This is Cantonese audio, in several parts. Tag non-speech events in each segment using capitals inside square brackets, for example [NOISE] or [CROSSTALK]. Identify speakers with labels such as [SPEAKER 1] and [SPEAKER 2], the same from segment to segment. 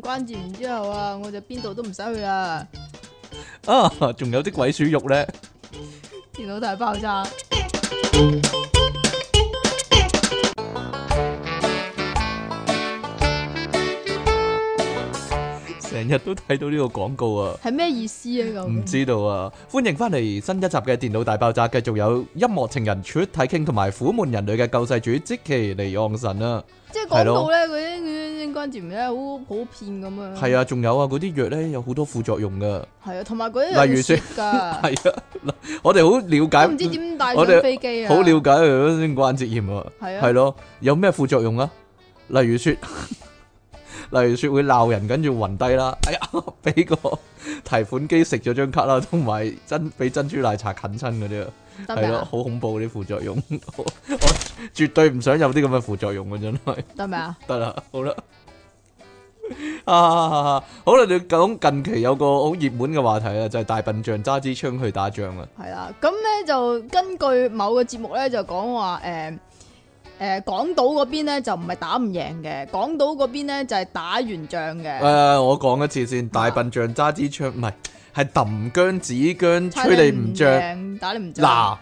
[SPEAKER 1] 關節，然之後啊，我就邊度都唔使去啦。
[SPEAKER 2] 啊，仲有啲鬼鼠肉咧，
[SPEAKER 1] 電腦大爆炸，
[SPEAKER 2] 成日都睇到呢個廣告啊！
[SPEAKER 1] 係咩意思啊？
[SPEAKER 2] 唔
[SPEAKER 1] 咁
[SPEAKER 2] 知道啊！歡迎翻嚟新一集嘅電腦大爆炸，繼續有音樂情人出體 king 同埋苦悶人類嘅救世主即其尼昂神啊！
[SPEAKER 1] 即係
[SPEAKER 2] 係
[SPEAKER 1] 講到
[SPEAKER 2] 咯
[SPEAKER 1] 咧，嗰啲嗰啲關節炎咧，好普遍咁樣。
[SPEAKER 2] 係啊，仲有啊，嗰啲藥咧有好多副作用噶，
[SPEAKER 1] 係啊，同埋嗰啲
[SPEAKER 2] 例如
[SPEAKER 1] 雪
[SPEAKER 2] 說
[SPEAKER 1] 㗎，
[SPEAKER 2] 係啊，嗱我哋好
[SPEAKER 1] 我
[SPEAKER 2] 了
[SPEAKER 1] 唔知
[SPEAKER 2] 解，
[SPEAKER 1] 點帶
[SPEAKER 2] 我哋
[SPEAKER 1] 上飛機啊！
[SPEAKER 2] 好了解佢先關節炎啊，
[SPEAKER 1] 係啊
[SPEAKER 2] 係咯，有咩副作用啊？例如說， [LAUGHS] 例如說會鬧人，跟住暈低啦，哎呀， [LAUGHS] 俾個提款機食咗張卡啦，同埋珍俾珍珠奶茶啃親嗰啲啊。
[SPEAKER 1] 得
[SPEAKER 2] 係
[SPEAKER 1] 未
[SPEAKER 2] 咯，
[SPEAKER 1] 啊？
[SPEAKER 2] 好恐怖啲副作用， [LAUGHS] 我我絕對唔想有啲咁嘅副作用啊！真係 [LAUGHS]
[SPEAKER 1] 得未啊？
[SPEAKER 2] 得啦， [LAUGHS] 好啦，啊，好啦，你講近期有個好熱門嘅話題啊，就係、大笨象揸支槍去打仗啊，
[SPEAKER 1] 係啦，咁咧就根據某個節目咧就講話誒誒港島嗰邊咧就唔係打唔贏嘅，港島嗰邊咧就係打完仗嘅。
[SPEAKER 2] 誒、我講一次先，大笨象揸支槍唔係係揼姜子姜
[SPEAKER 1] 差
[SPEAKER 2] 吹你唔着。
[SPEAKER 1] 贏打你唔着。
[SPEAKER 2] 嗱，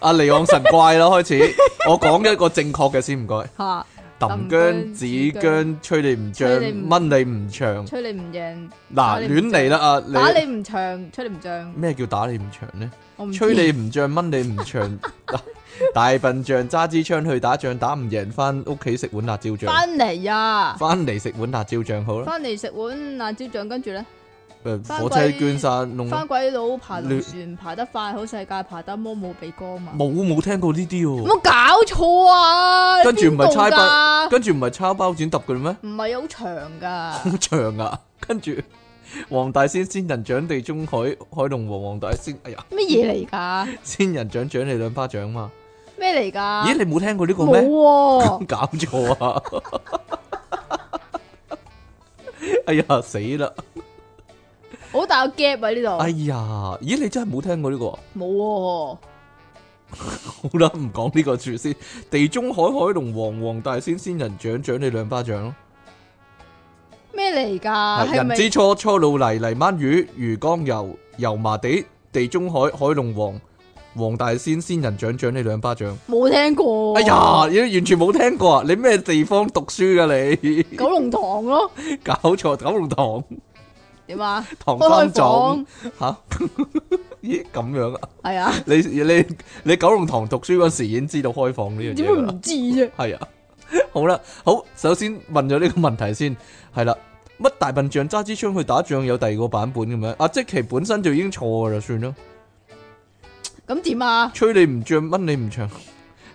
[SPEAKER 2] 阿尼昂神怪啦，
[SPEAKER 1] [LAUGHS]
[SPEAKER 2] 開始我講一個正確嘅先，唔該，
[SPEAKER 1] 吓，
[SPEAKER 2] 揼姜子姜吹你唔着，
[SPEAKER 1] 吹你唔
[SPEAKER 2] 掹你唔長，
[SPEAKER 1] 吹你唔贏，打
[SPEAKER 2] 嗱
[SPEAKER 1] 你唔
[SPEAKER 2] 亂嚟啦啊！
[SPEAKER 1] 打你唔長，吹你唔漲，
[SPEAKER 2] 咩叫打你唔長呢？
[SPEAKER 1] 我唔
[SPEAKER 2] 吹
[SPEAKER 1] 知
[SPEAKER 2] 你唔漲，掹你唔
[SPEAKER 1] [LAUGHS]
[SPEAKER 2] 長，大大笨象揸支槍去打仗，打唔贏翻屋企食碗辣椒醬，
[SPEAKER 1] 翻嚟啊！
[SPEAKER 2] 翻嚟食碗辣椒醬好啦。
[SPEAKER 1] 翻嚟食碗辣椒醬，跟住咧，
[SPEAKER 2] 誒
[SPEAKER 1] 返
[SPEAKER 2] 火車捐山弄
[SPEAKER 1] 翻鬼佬爬龍
[SPEAKER 2] 亂
[SPEAKER 1] 船爬得快，好世界爬得摩冇鼻哥嘛。
[SPEAKER 2] 冇冇聽過呢啲
[SPEAKER 1] 有
[SPEAKER 2] 喎。
[SPEAKER 1] 冇搞錯啊！
[SPEAKER 2] 跟住唔係
[SPEAKER 1] 邊度
[SPEAKER 2] 猜不
[SPEAKER 1] 㗎
[SPEAKER 2] 跟住唔係抄包剪揼嘅咩？ [LAUGHS]
[SPEAKER 1] 唔係好長噶，
[SPEAKER 2] 好長啊！跟住黃大仙仙人掌地中海海龍王黃大仙，哎呀，
[SPEAKER 1] 乜嘢嚟噶？
[SPEAKER 2] 仙人掌獎你兩巴掌嘛？
[SPEAKER 1] 咩嚟噶？
[SPEAKER 2] 咦，你冇聽過呢個
[SPEAKER 1] 啊冇
[SPEAKER 2] 咩？
[SPEAKER 1] 喎，
[SPEAKER 2] 搞錯啊！ [LAUGHS] 哎呀，死啦！
[SPEAKER 1] 好大個 gap 啊
[SPEAKER 2] 哎
[SPEAKER 1] 呢
[SPEAKER 2] 呀，咦，你真係冇聽過呢、個啊？
[SPEAKER 1] 度，冇喎，
[SPEAKER 2] 好啦，唔講呢個住先。地中海海龍王黃大仙仙人掌掌你兩巴掌咯。
[SPEAKER 1] 咩嚟噶？
[SPEAKER 2] 係
[SPEAKER 1] 啊係
[SPEAKER 2] 人
[SPEAKER 1] 咪
[SPEAKER 2] 之初，初老泥泥鰻魚魚缸油油麻地地中海海龍王黃大仙仙人掌掌你兩巴掌。
[SPEAKER 1] 冇聽過？啊
[SPEAKER 2] 哎呀，你完全冇聽過啊！你咩地方讀書噶你？
[SPEAKER 1] 九龍塘咯，
[SPEAKER 2] [LAUGHS] 搞錯九龍塘
[SPEAKER 1] 點啊？
[SPEAKER 2] 唐
[SPEAKER 1] 開開
[SPEAKER 2] 三
[SPEAKER 1] 房
[SPEAKER 2] 藏吓？ [LAUGHS] 咦咁樣啊？
[SPEAKER 1] 係啊？
[SPEAKER 2] 你你你九龍塘讀書嗰時已經知道開放呢樣
[SPEAKER 1] 點
[SPEAKER 2] 嘢
[SPEAKER 1] 會
[SPEAKER 2] 㗎啦
[SPEAKER 1] 唔知啫？
[SPEAKER 2] 係啊， [LAUGHS] 好啦，好，首先問咗呢個問題先，係啦，乜大笨象揸支槍去打仗有第二個版本嘅咩？阿啊即其本身就已經錯噶啦，算啦，
[SPEAKER 1] 咁點啊？
[SPEAKER 2] 吹你唔漲，掹 [LAUGHS] 你唔長，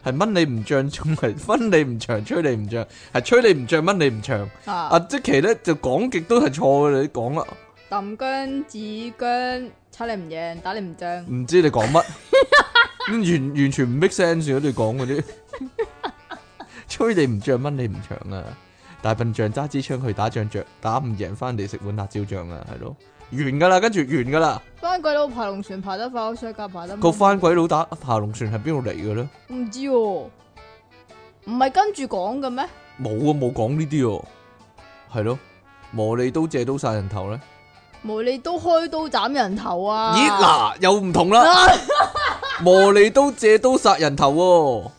[SPEAKER 2] 係掹你唔漲，仲係 [LAUGHS] 分你唔長，吹你唔漲，係吹你唔漲，掹你唔長。阿
[SPEAKER 1] 啊！
[SPEAKER 2] 即其咧就講極都係錯嘅，你講啦，
[SPEAKER 1] 抌姜子姜，差你唔贏，打你唔漲，
[SPEAKER 2] 唔知你講乜， [LAUGHS] 完完全唔 make sense 嘅你講嗰啲， [LAUGHS] 吹你唔漲，掹你唔長啊！大笨象揸支槍去打仗，着打唔贏翻嚟食碗辣椒醬啊，係咯，完噶啦，跟住完噶啦，
[SPEAKER 1] 翻鬼佬爬龍船爬得快，好世界爬得
[SPEAKER 2] 個
[SPEAKER 1] 慢
[SPEAKER 2] 翻鬼佬打爬龍船係邊度嚟嘅咧？
[SPEAKER 1] 唔知喎，唔係跟住講嘅咩？
[SPEAKER 2] 冇啊，冇講呢啲喎，係咯，磨利刀借刀殺人頭咧，
[SPEAKER 1] 無理都開刀斬人頭啊！
[SPEAKER 2] 咦嗱又
[SPEAKER 1] [LAUGHS]
[SPEAKER 2] 唔同啦，磨利刀借刀殺人頭喎、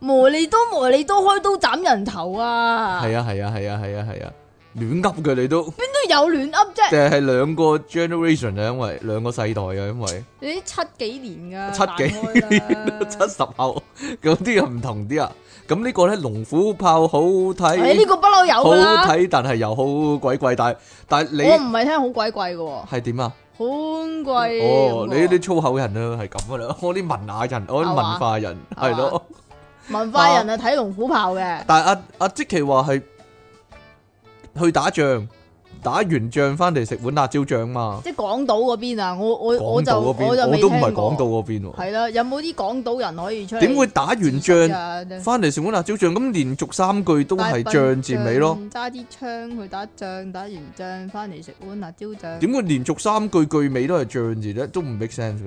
[SPEAKER 1] 无厘都无厘都開刀斬人頭啊！
[SPEAKER 2] 係啊係啊係啊係啊係啊，亂噏嘅你都，
[SPEAKER 1] 邊度有亂噏啫？
[SPEAKER 2] [LAUGHS] 就係兩個 generation 啊，因為兩個世代啊，因為
[SPEAKER 1] 你啲七幾年
[SPEAKER 2] 七
[SPEAKER 1] 噶？
[SPEAKER 2] 幾
[SPEAKER 1] 年
[SPEAKER 2] [LAUGHS] 七十後嗰啲又唔同啲啊。咁呢個咧龍虎豹好
[SPEAKER 1] 诶，哎呢
[SPEAKER 2] 睇，
[SPEAKER 1] 個不嬲有
[SPEAKER 2] 好
[SPEAKER 1] 噶啦。
[SPEAKER 2] 睇，但係又好鬼貴，但係但係
[SPEAKER 1] 我
[SPEAKER 2] 你
[SPEAKER 1] 唔係聽好鬼貴嘅喎，
[SPEAKER 2] 係點啊？
[SPEAKER 1] 好貴。
[SPEAKER 2] 哦，你啲粗口人啊，係咁噶啦， [LAUGHS] 我啲文雅人，我啲
[SPEAKER 1] 係嘛
[SPEAKER 2] 文化人
[SPEAKER 1] 係
[SPEAKER 2] 係咯。
[SPEAKER 1] 文化人啊睇龍虎豹嘅，
[SPEAKER 2] 但係阿阿即奇話係去打仗，打完仗翻嚟食碗辣椒醬嘛。
[SPEAKER 1] 即係港島嗰邊啊！我我我
[SPEAKER 2] 港
[SPEAKER 1] 就
[SPEAKER 2] 島嗰
[SPEAKER 1] 我就
[SPEAKER 2] 邊，我
[SPEAKER 1] 未
[SPEAKER 2] 都唔
[SPEAKER 1] 聽
[SPEAKER 2] 係
[SPEAKER 1] 過。
[SPEAKER 2] 港島嗰邊喎。
[SPEAKER 1] 係啦，有冇啲港島人可以出嚟？
[SPEAKER 2] 點會打完仗？
[SPEAKER 1] 仗？
[SPEAKER 2] 翻嚟食碗辣椒醬，咁連續三句都係醬字尾咯。
[SPEAKER 1] 揸啲槍去打仗，打完仗翻嚟食碗辣椒醬。
[SPEAKER 2] 點會連續三句句尾都係醬字咧？都唔 make sense 嘅。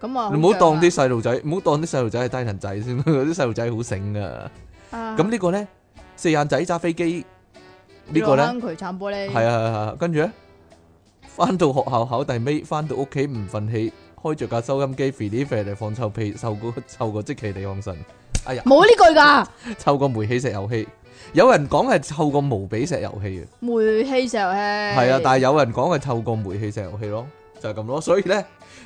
[SPEAKER 1] 咁啊，
[SPEAKER 2] 你唔好當啲
[SPEAKER 1] 啲
[SPEAKER 2] 細路仔，唔好當啲細路仔係低能仔先，嗰啲細路仔好醒噶。
[SPEAKER 1] 咁
[SPEAKER 2] 咁呢個咧，四眼仔揸飛機呢個咧
[SPEAKER 1] 呢個佢撐玻璃，
[SPEAKER 2] 係啊係啊，係啊跟住咧，翻到學校考第尾，翻到屋企唔忿氣，開着架收音機肥啲肥嚟放臭屁，臭個臭個即其地昂神，哎呀，
[SPEAKER 1] 冇呢句㗎。
[SPEAKER 2] 臭個煤氣石油氣，有人講係臭個無比石油氣啊，
[SPEAKER 1] 煤氣石油氣係
[SPEAKER 2] 係啊，但係有人講係臭個煤氣石油氣咯，就係咁咯，所以咧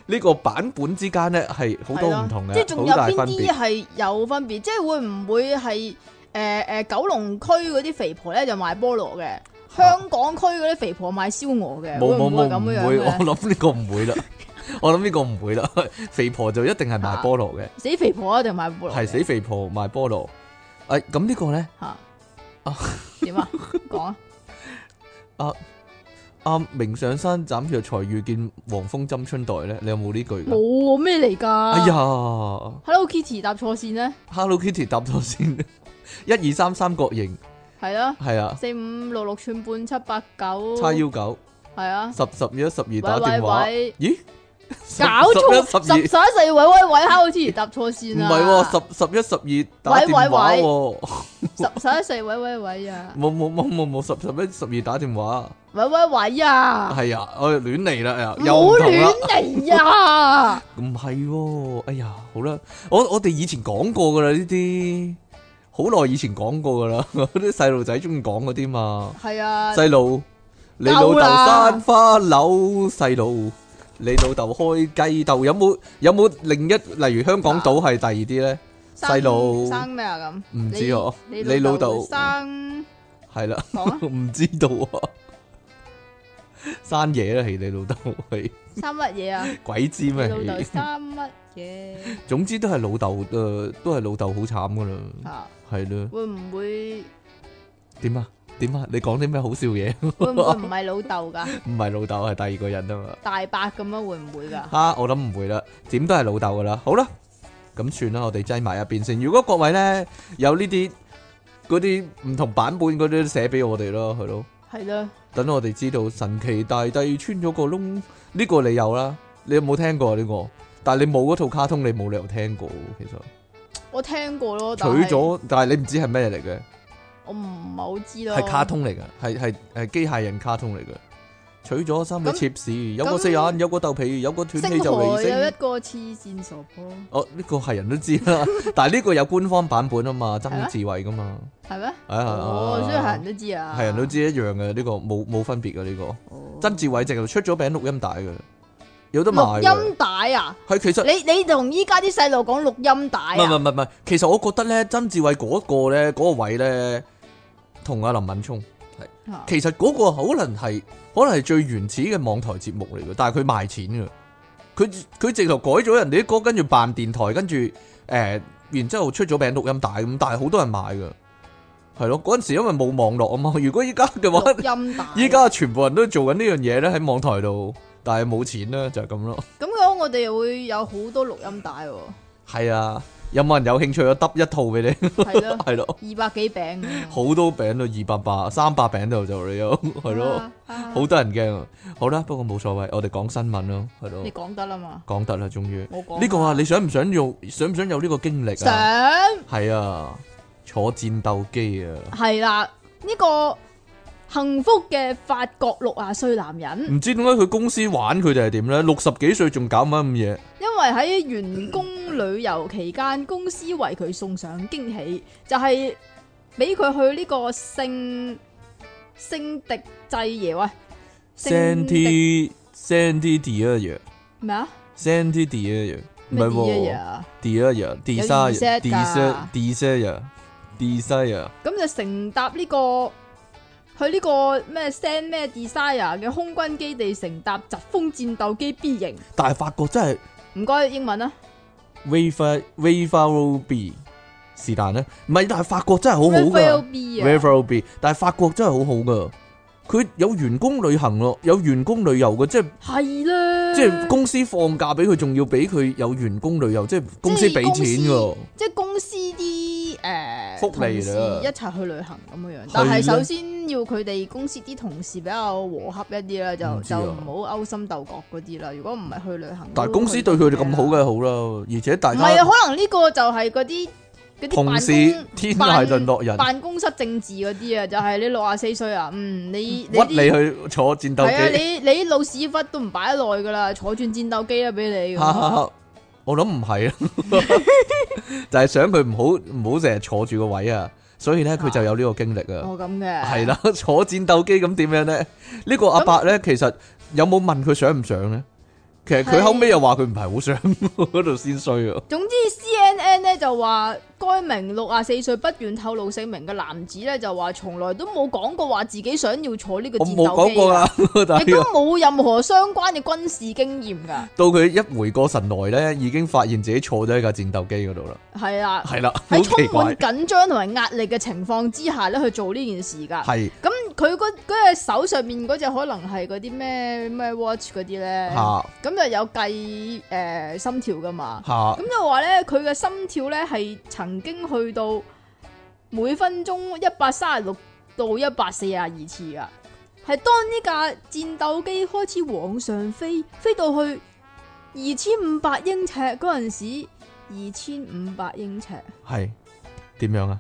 [SPEAKER 2] 呢個版本之間咧係好多唔同
[SPEAKER 1] 即係
[SPEAKER 2] 嘅，
[SPEAKER 1] 仲
[SPEAKER 2] 好
[SPEAKER 1] 有
[SPEAKER 2] 大
[SPEAKER 1] 邊
[SPEAKER 2] 分
[SPEAKER 1] 啲
[SPEAKER 2] 別，
[SPEAKER 1] 係有分別？即係會唔會係诶诶九龍區嗰啲肥婆咧就賣菠蘿嘅，香港區嗰啲肥婆賣燒鵝嘅，
[SPEAKER 2] 冇
[SPEAKER 1] 會
[SPEAKER 2] 冇冇
[SPEAKER 1] 唔
[SPEAKER 2] 唔
[SPEAKER 1] 會咁
[SPEAKER 2] 會，
[SPEAKER 1] 樣
[SPEAKER 2] 我
[SPEAKER 1] 樣嘅？
[SPEAKER 2] 諗呢個唔會啦， [LAUGHS] 我諗呢個唔會啦， [LAUGHS] 肥婆就一定係賣菠蘿嘅。
[SPEAKER 1] [LAUGHS] 死肥婆一啊定賣菠蘿嘅，
[SPEAKER 2] 系死肥婆賣菠蘿。诶、咁呢個咧，
[SPEAKER 1] 吓
[SPEAKER 2] 啊
[SPEAKER 1] 點
[SPEAKER 2] [LAUGHS]
[SPEAKER 1] 啊？講啊！
[SPEAKER 2] 阿、明上山斬藥才遇見黃蜂針春袋咧，你有冇呢句㗎？
[SPEAKER 1] 冇咩嚟
[SPEAKER 2] 哎
[SPEAKER 1] 㗎
[SPEAKER 2] 呀
[SPEAKER 1] Hello Kitty 搭錯線咧，
[SPEAKER 2] ，Hello Kitty 答咗先， [LAUGHS] 一二三三角形
[SPEAKER 1] 係啦，
[SPEAKER 2] 係啊，
[SPEAKER 1] 四五六六寸半七八九，
[SPEAKER 2] 叉腰九
[SPEAKER 1] 係啊，
[SPEAKER 2] 十十一十二打
[SPEAKER 1] 喂
[SPEAKER 2] 電話，
[SPEAKER 1] 喂
[SPEAKER 2] 咦？
[SPEAKER 1] 喂，搞錯
[SPEAKER 2] 十
[SPEAKER 1] 十
[SPEAKER 2] 一
[SPEAKER 1] 十十一
[SPEAKER 2] 十
[SPEAKER 1] 四喂喂喂，Hello Kitty 搭錯
[SPEAKER 2] 二唔
[SPEAKER 1] 線啊！
[SPEAKER 2] 係喎，十十一十二打電話
[SPEAKER 1] 喂喂
[SPEAKER 2] 喎，
[SPEAKER 1] 十十一四位位位啊，
[SPEAKER 2] 冇冇冇冇冇十十一十二打電話，
[SPEAKER 1] 位位位啊，
[SPEAKER 2] 係啊，我哋亂嚟啦，哎呀
[SPEAKER 1] 唔
[SPEAKER 2] 又
[SPEAKER 1] 好
[SPEAKER 2] 唔同啦
[SPEAKER 1] 亂。嚟啊！
[SPEAKER 2] 唔係喎，哎呀，好啦，我我哋以前講過噶啦呢啲，好耐以前講過噶啦， [LAUGHS] 啲細路仔中意講嗰啲嘛，
[SPEAKER 1] 係啊，
[SPEAKER 2] 細路，你老
[SPEAKER 1] 夠
[SPEAKER 2] 豆
[SPEAKER 1] 啦
[SPEAKER 2] 生花柳，細路，你老豆開雞竇，有冇有冇另一例如香港島
[SPEAKER 1] 啊
[SPEAKER 2] 係第二啲咧？
[SPEAKER 1] 生
[SPEAKER 2] 細路
[SPEAKER 1] 生咩啊咁？
[SPEAKER 2] 唔知啊
[SPEAKER 1] 你
[SPEAKER 2] 你老豆
[SPEAKER 1] 生
[SPEAKER 2] 係啦，
[SPEAKER 1] 講啊
[SPEAKER 2] 唔知道啊，生嘢啦，係你老豆係
[SPEAKER 1] 生乜嘢啊？
[SPEAKER 2] 鬼知
[SPEAKER 1] 你
[SPEAKER 2] 咩？
[SPEAKER 1] 老豆
[SPEAKER 2] 係
[SPEAKER 1] 生乜嘢
[SPEAKER 2] 總之都係老豆，誒、都係老豆好慘噶啦，
[SPEAKER 1] 啊？
[SPEAKER 2] 係啦。
[SPEAKER 1] 會唔會
[SPEAKER 2] 点啊？点啊？你講啲咩好笑嘢？ [LAUGHS]
[SPEAKER 1] 會唔會唔係老豆㗎？
[SPEAKER 2] 唔係老豆，係第二個人啊嘛。
[SPEAKER 1] 大伯咁樣會唔會㗎？
[SPEAKER 2] 吓、我諗唔會啦，點都係老豆噶啦。好啦，咁算啦，我哋擠埋一邊先。如果各位咧有呢啲嗰啲唔同版本嗰啲，寫俾我哋咯，係咯。
[SPEAKER 1] 係咯，
[SPEAKER 2] 等我哋知道神奇大帝穿咗個窿，呢、個你有啦。你有冇聽過啊呢、個？但系你冇嗰套卡通，你冇理由聽過。其實
[SPEAKER 1] 我聽過咯，但係
[SPEAKER 2] 取咗，但係你唔知係咩嚟嘅。
[SPEAKER 1] 我唔係好知咯。
[SPEAKER 2] 係卡通嚟嘅，係係係機械人卡通嚟嘅。取咗三個
[SPEAKER 1] 咁
[SPEAKER 2] 切士，有個四眼，有個豆皮，有個斷氣
[SPEAKER 1] 星
[SPEAKER 2] 就
[SPEAKER 1] 河
[SPEAKER 2] 離
[SPEAKER 1] 有一
[SPEAKER 2] 星。
[SPEAKER 1] 個黐線傻婆，
[SPEAKER 2] 哦，呢個係人都知
[SPEAKER 1] [LAUGHS]
[SPEAKER 2] 啦，但係呢個有官方版本啊嘛，曾志偉噶嘛，
[SPEAKER 1] 係咩？
[SPEAKER 2] 係啊係啊
[SPEAKER 1] 哦，所以係人都知啊，
[SPEAKER 2] 係人都知一樣嘅，呢個冇冇分別嘅呢
[SPEAKER 1] 哦。
[SPEAKER 2] 個。曾志偉淨係出咗餅錄音帶嘅，有得
[SPEAKER 1] 錄
[SPEAKER 2] 賣嘅。
[SPEAKER 1] 音帶啊！
[SPEAKER 2] 係其實唔
[SPEAKER 1] 你你同依家啲細路講錄音帶
[SPEAKER 2] 係唔係
[SPEAKER 1] 啊？
[SPEAKER 2] 唔係唔係，其實我覺得咧，曾志偉嗰個咧嗰個位咧，同阿林敏聰。
[SPEAKER 1] 啊
[SPEAKER 2] 其實嗰個可能係可能係最原始嘅網台節目嚟嘅，但係佢賣錢嘅，佢佢直頭改咗人哋啲歌，跟住扮電台，跟住誒、呃然之後出咗餅錄音帶咁，但係好多人買嘅，係咯，嗰陣時因為冇網絡啊嘛， [LAUGHS] 如果依家嘅話，
[SPEAKER 1] 錄音帶。
[SPEAKER 2] 依家全部人都做緊呢樣嘢咧喺網台度，但係冇錢啦，就係咁咯。
[SPEAKER 1] 咁樣，我哋又會有好多錄音帶喎，
[SPEAKER 2] [LAUGHS] 係啊，有冇人有興趣我揼一套俾你？ [LAUGHS]
[SPEAKER 1] 係咯，
[SPEAKER 2] 係咯，
[SPEAKER 1] 二百幾餅咁樣。
[SPEAKER 2] 好多餅到二百八、三百餅度就你有，係咯。
[SPEAKER 1] 啊，啊
[SPEAKER 2] 好多人驚啊！好啦，不過冇所謂，我哋講新聞咯，係咯
[SPEAKER 1] 你，講得啦嘛，
[SPEAKER 2] 講得啦，終於
[SPEAKER 1] 我講
[SPEAKER 2] 呢個啊，你想唔想用？想唔想有呢個經歷
[SPEAKER 1] 想
[SPEAKER 2] 啊？係啊，坐戰鬥機啊，
[SPEAKER 1] 係啦，呢個幸福嘅法國六啊歲男人，
[SPEAKER 2] 唔知點解佢公司玩佢哋係點咧？六十幾歲仲搞乜咁嘢？
[SPEAKER 1] 因為喺員工旅遊期間，公司為佢送上驚喜，就係俾佢去呢個聖聖迪濟耶喂，聖迪
[SPEAKER 2] Sandy Sandy Dior
[SPEAKER 1] 咩啊？
[SPEAKER 2] Sandy Dior 唔係
[SPEAKER 1] 咩嘢
[SPEAKER 2] 喎
[SPEAKER 1] 啊？
[SPEAKER 2] ，Dior
[SPEAKER 1] 儀式㗎
[SPEAKER 2] Desire Desire Desire Desire
[SPEAKER 1] 咁就乘搭呢、個去呢個咩 Send à? 咩 Desire 嘅空軍基地乘搭疾風戰鬥機 B 型，
[SPEAKER 2] 但係法國真係。
[SPEAKER 1] 唔該英文啊，
[SPEAKER 2] Wafer Wafer B 是但啦，唔係，但係法國真係好好
[SPEAKER 1] Raphael à?
[SPEAKER 2] 噶
[SPEAKER 1] B 啊，
[SPEAKER 2] Wafer B，但係法國真係好好噶，佢有員工旅行咯，有員工旅遊嘅，即係
[SPEAKER 1] 係啦，
[SPEAKER 2] 即係公司放假俾佢，仲要俾佢有員工旅遊，即係公司俾錢噶，
[SPEAKER 1] 即係公司啲誒、呃、
[SPEAKER 2] 福利
[SPEAKER 1] 同事
[SPEAKER 2] 啦
[SPEAKER 1] 一齊去旅行咁樣樣
[SPEAKER 2] 係，
[SPEAKER 1] 但係
[SPEAKER 2] 啦
[SPEAKER 1] 首先要佢哋公司啲同事比較和洽一啲啦，
[SPEAKER 2] 唔
[SPEAKER 1] 就
[SPEAKER 2] 知
[SPEAKER 1] 就
[SPEAKER 2] 啊
[SPEAKER 1] 唔好勾心鬥角嗰啲啦。如果唔係去旅行，
[SPEAKER 2] 但係公司對佢哋咁好
[SPEAKER 1] 嘅，
[SPEAKER 2] 嘅好啦，而且大
[SPEAKER 1] 唔係啊，
[SPEAKER 2] 家
[SPEAKER 1] 可能呢個就係嗰啲嗰啲
[SPEAKER 2] 同
[SPEAKER 1] 辦
[SPEAKER 2] 是
[SPEAKER 1] 公
[SPEAKER 2] 天
[SPEAKER 1] 辦
[SPEAKER 2] 涯淪落人，
[SPEAKER 1] 辦公室政治嗰啲啊，就係你六廿四歲啊，嗯，你
[SPEAKER 2] 屈你
[SPEAKER 1] 啲
[SPEAKER 2] 去坐戰
[SPEAKER 1] 係啊，
[SPEAKER 2] 鬥機。
[SPEAKER 1] 你你老屎忽都唔擺得耐噶啦，坐轉戰鬥機啊俾你咁。
[SPEAKER 2] [LAUGHS] 哈哈哈！我諗唔係啊， [LAUGHS] 就係想佢唔好唔好成日坐住個位啊，所以咧佢就有呢個經歷啊。
[SPEAKER 1] 哦咁嘅，
[SPEAKER 2] 係啦， [LAUGHS] 坐戰鬥機咁點樣咧？呢個阿伯咧，其實有冇問佢想唔想咧？其實佢
[SPEAKER 1] 係
[SPEAKER 2] 後尾又話佢唔係好想， [LAUGHS] 嗰度先衰啊！
[SPEAKER 1] 總之 CNN 咧就話，該名六啊四歲不願透露姓名嘅男子咧就話，從來都冇講過話自己想要坐呢個
[SPEAKER 2] 我
[SPEAKER 1] 戰
[SPEAKER 2] 冇
[SPEAKER 1] 鬥
[SPEAKER 2] 講
[SPEAKER 1] 機
[SPEAKER 2] 過
[SPEAKER 1] 㗎，
[SPEAKER 2] 啊，但
[SPEAKER 1] 亦都
[SPEAKER 2] 係
[SPEAKER 1] 冇任何相關嘅軍事經驗㗎。
[SPEAKER 2] 到佢一回過神來咧，已經發現自己坐咗喺架戰鬥機嗰度啦。
[SPEAKER 1] 係啦，
[SPEAKER 2] 係啦，好
[SPEAKER 1] 喺
[SPEAKER 2] 奇
[SPEAKER 1] 充滿
[SPEAKER 2] 怪，
[SPEAKER 1] 緊張同埋壓力嘅情況之下咧去做呢件事㗎。
[SPEAKER 2] 係
[SPEAKER 1] 咁佢嗰嗰隻手上面嗰隻可能係嗰啲咩咩 watch 嗰啲咧，
[SPEAKER 2] 下
[SPEAKER 1] 咁就有計誒、呃心跳噶嘛。
[SPEAKER 2] 下
[SPEAKER 1] 咁就話咧，佢嘅心跳咧係曾經去到每分鐘一百三十六到一百四十二次噶。係當呢架戰鬥機開始往上飛，飛到去二千五百英尺嗰陣時，二千五百英尺
[SPEAKER 2] 係點樣啊？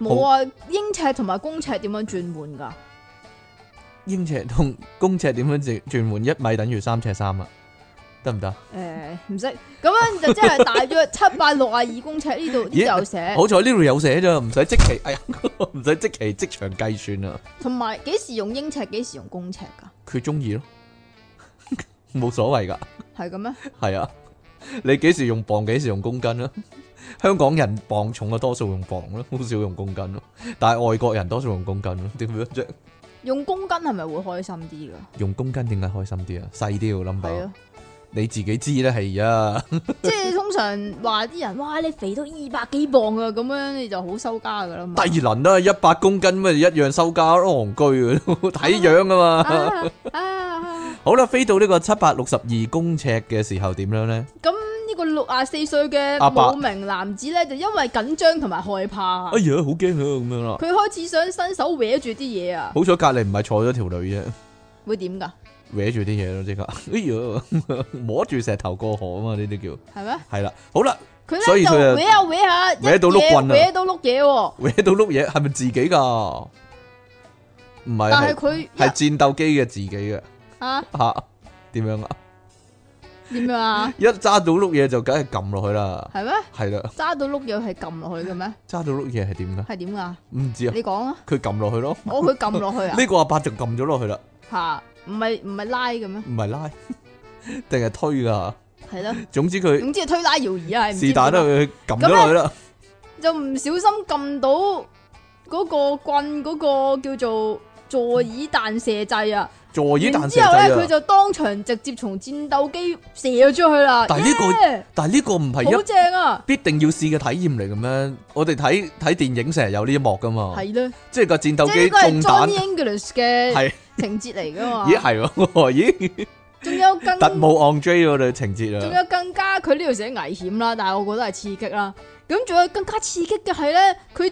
[SPEAKER 1] 冇啊！英尺同埋公尺點樣轉換㗎？
[SPEAKER 2] 英尺同公尺點樣轉轉換一米等於三尺三啊？得唔得？
[SPEAKER 1] 诶，唔識咁樣就即係大約七百六啊二公尺呢度呢度
[SPEAKER 2] 咦
[SPEAKER 1] 有寫，
[SPEAKER 2] 好彩呢度有寫咋，唔使即期， [LAUGHS] 哎呀，唔使即期即場計算啊！
[SPEAKER 1] 同埋幾時用英尺，幾時用公尺㗎？
[SPEAKER 2] 佢中意咯， [LAUGHS] 冇所謂噶，
[SPEAKER 1] 係咁咩？
[SPEAKER 2] 係啊。你幾時用磅，幾時用公斤啦、香港人磅重啊，多數用磅咯，好少用公斤咯。但係外國人多數用公斤咯，點樣啫？
[SPEAKER 1] 用公斤係咪會開心啲㗎？
[SPEAKER 2] 用公斤點解開心啲啊？細啲個
[SPEAKER 1] 係
[SPEAKER 2] number，
[SPEAKER 1] 咯，
[SPEAKER 2] 你自己知啦，係啊。
[SPEAKER 1] 即係通常話啲人，哇，你肥到二百幾磅啊，咁樣你就好收家㗎啦嘛。
[SPEAKER 2] 低能啦，一百公斤咪一樣收家咯，戇
[SPEAKER 1] [LAUGHS]
[SPEAKER 2] 居嘅都睇樣啊嘛。
[SPEAKER 1] 啊啊！
[SPEAKER 2] 好啦，飛到呢個七百六十二公尺嘅時候點樣呢？
[SPEAKER 1] 呢個六啊四歲嘅
[SPEAKER 2] 阿伯
[SPEAKER 1] 無名男子咧，就因為緊張同埋害怕啊，
[SPEAKER 2] 哎呀，好驚啊咁樣啦。
[SPEAKER 1] 佢開始想伸手搲住啲嘢啊，
[SPEAKER 2] 好彩隔離唔係坐咗條女啫，
[SPEAKER 1] 會點㗎？
[SPEAKER 2] 搲住啲嘢咯即 [LAUGHS] 刻。哎呀， [LAUGHS] 摸住石頭過河啊嘛，呢啲
[SPEAKER 1] 係咩？
[SPEAKER 2] 叫係啦。好啦，
[SPEAKER 1] 佢
[SPEAKER 2] 所
[SPEAKER 1] 咧
[SPEAKER 2] 以
[SPEAKER 1] 就
[SPEAKER 2] 佢就
[SPEAKER 1] 搲下搲下，
[SPEAKER 2] 搲到碌棍啊
[SPEAKER 1] 一嘢搲到碌嘢喎。
[SPEAKER 2] 搲到碌嘢係咪自己㗎？唔係，
[SPEAKER 1] 但係
[SPEAKER 2] 係
[SPEAKER 1] 佢一
[SPEAKER 2] 係戰鬥機嘅自己嘅
[SPEAKER 1] 啊
[SPEAKER 2] 嚇點樣啊？
[SPEAKER 1] 點樣啊？
[SPEAKER 2] 一揸到碌嘢就梗係撳落去啦，
[SPEAKER 1] 係咩？
[SPEAKER 2] 係啦，
[SPEAKER 1] 揸到碌嘢係撳落去嘅咩？
[SPEAKER 2] 揸到碌嘢係點㗎？
[SPEAKER 1] 係點噶？
[SPEAKER 2] 唔知啊，
[SPEAKER 1] 你講啊！
[SPEAKER 2] 佢撳落去咯。
[SPEAKER 1] 我佢撳落去
[SPEAKER 2] [LAUGHS]
[SPEAKER 1] 啊
[SPEAKER 2] 呢個阿伯就撳咗落去啦，
[SPEAKER 1] 吓，唔係唔係拉嘅咩？
[SPEAKER 2] 唔係拉， [LAUGHS] 定係推㗎。
[SPEAKER 1] 係
[SPEAKER 2] [LAUGHS]
[SPEAKER 1] 咯，
[SPEAKER 2] 總之佢
[SPEAKER 1] 總之係推拉搖移啊，嗯係唔知
[SPEAKER 2] 是但啦，
[SPEAKER 1] 點啊
[SPEAKER 2] 佢撳咗落去啦。
[SPEAKER 1] 就唔小心撳到嗰個棍嗰個叫做座椅彈射掣啊！
[SPEAKER 2] 座椅彈
[SPEAKER 1] 然
[SPEAKER 2] 射
[SPEAKER 1] 之後咧，
[SPEAKER 2] 掣
[SPEAKER 1] 佢
[SPEAKER 2] 啊！
[SPEAKER 1] 就當場直接從戰鬥機射咗出去啦！
[SPEAKER 2] 但係呢個
[SPEAKER 1] 耶
[SPEAKER 2] 但係呢個唔係
[SPEAKER 1] 好
[SPEAKER 2] 一
[SPEAKER 1] 正啊！
[SPEAKER 2] 必定要試嘅體驗嚟嘅咩？我哋睇睇電影成日有呢一幕噶嘛，
[SPEAKER 1] 係咧，
[SPEAKER 2] 即係個戰鬥
[SPEAKER 1] 即係呢
[SPEAKER 2] 機
[SPEAKER 1] 個係
[SPEAKER 2] 中
[SPEAKER 1] Johnny
[SPEAKER 2] 彈，啊
[SPEAKER 1] English 嘅
[SPEAKER 2] 係
[SPEAKER 1] 情節嚟噶嘛？
[SPEAKER 2] 咦係喎， [LAUGHS] 咦
[SPEAKER 1] 仲有更
[SPEAKER 2] 特務 on J 嗰度情節
[SPEAKER 1] 仲
[SPEAKER 2] 啊，
[SPEAKER 1] 有更加佢呢度寫危險啦，但係我覺得係刺激啦。咁仲有更加刺激嘅係咧，佢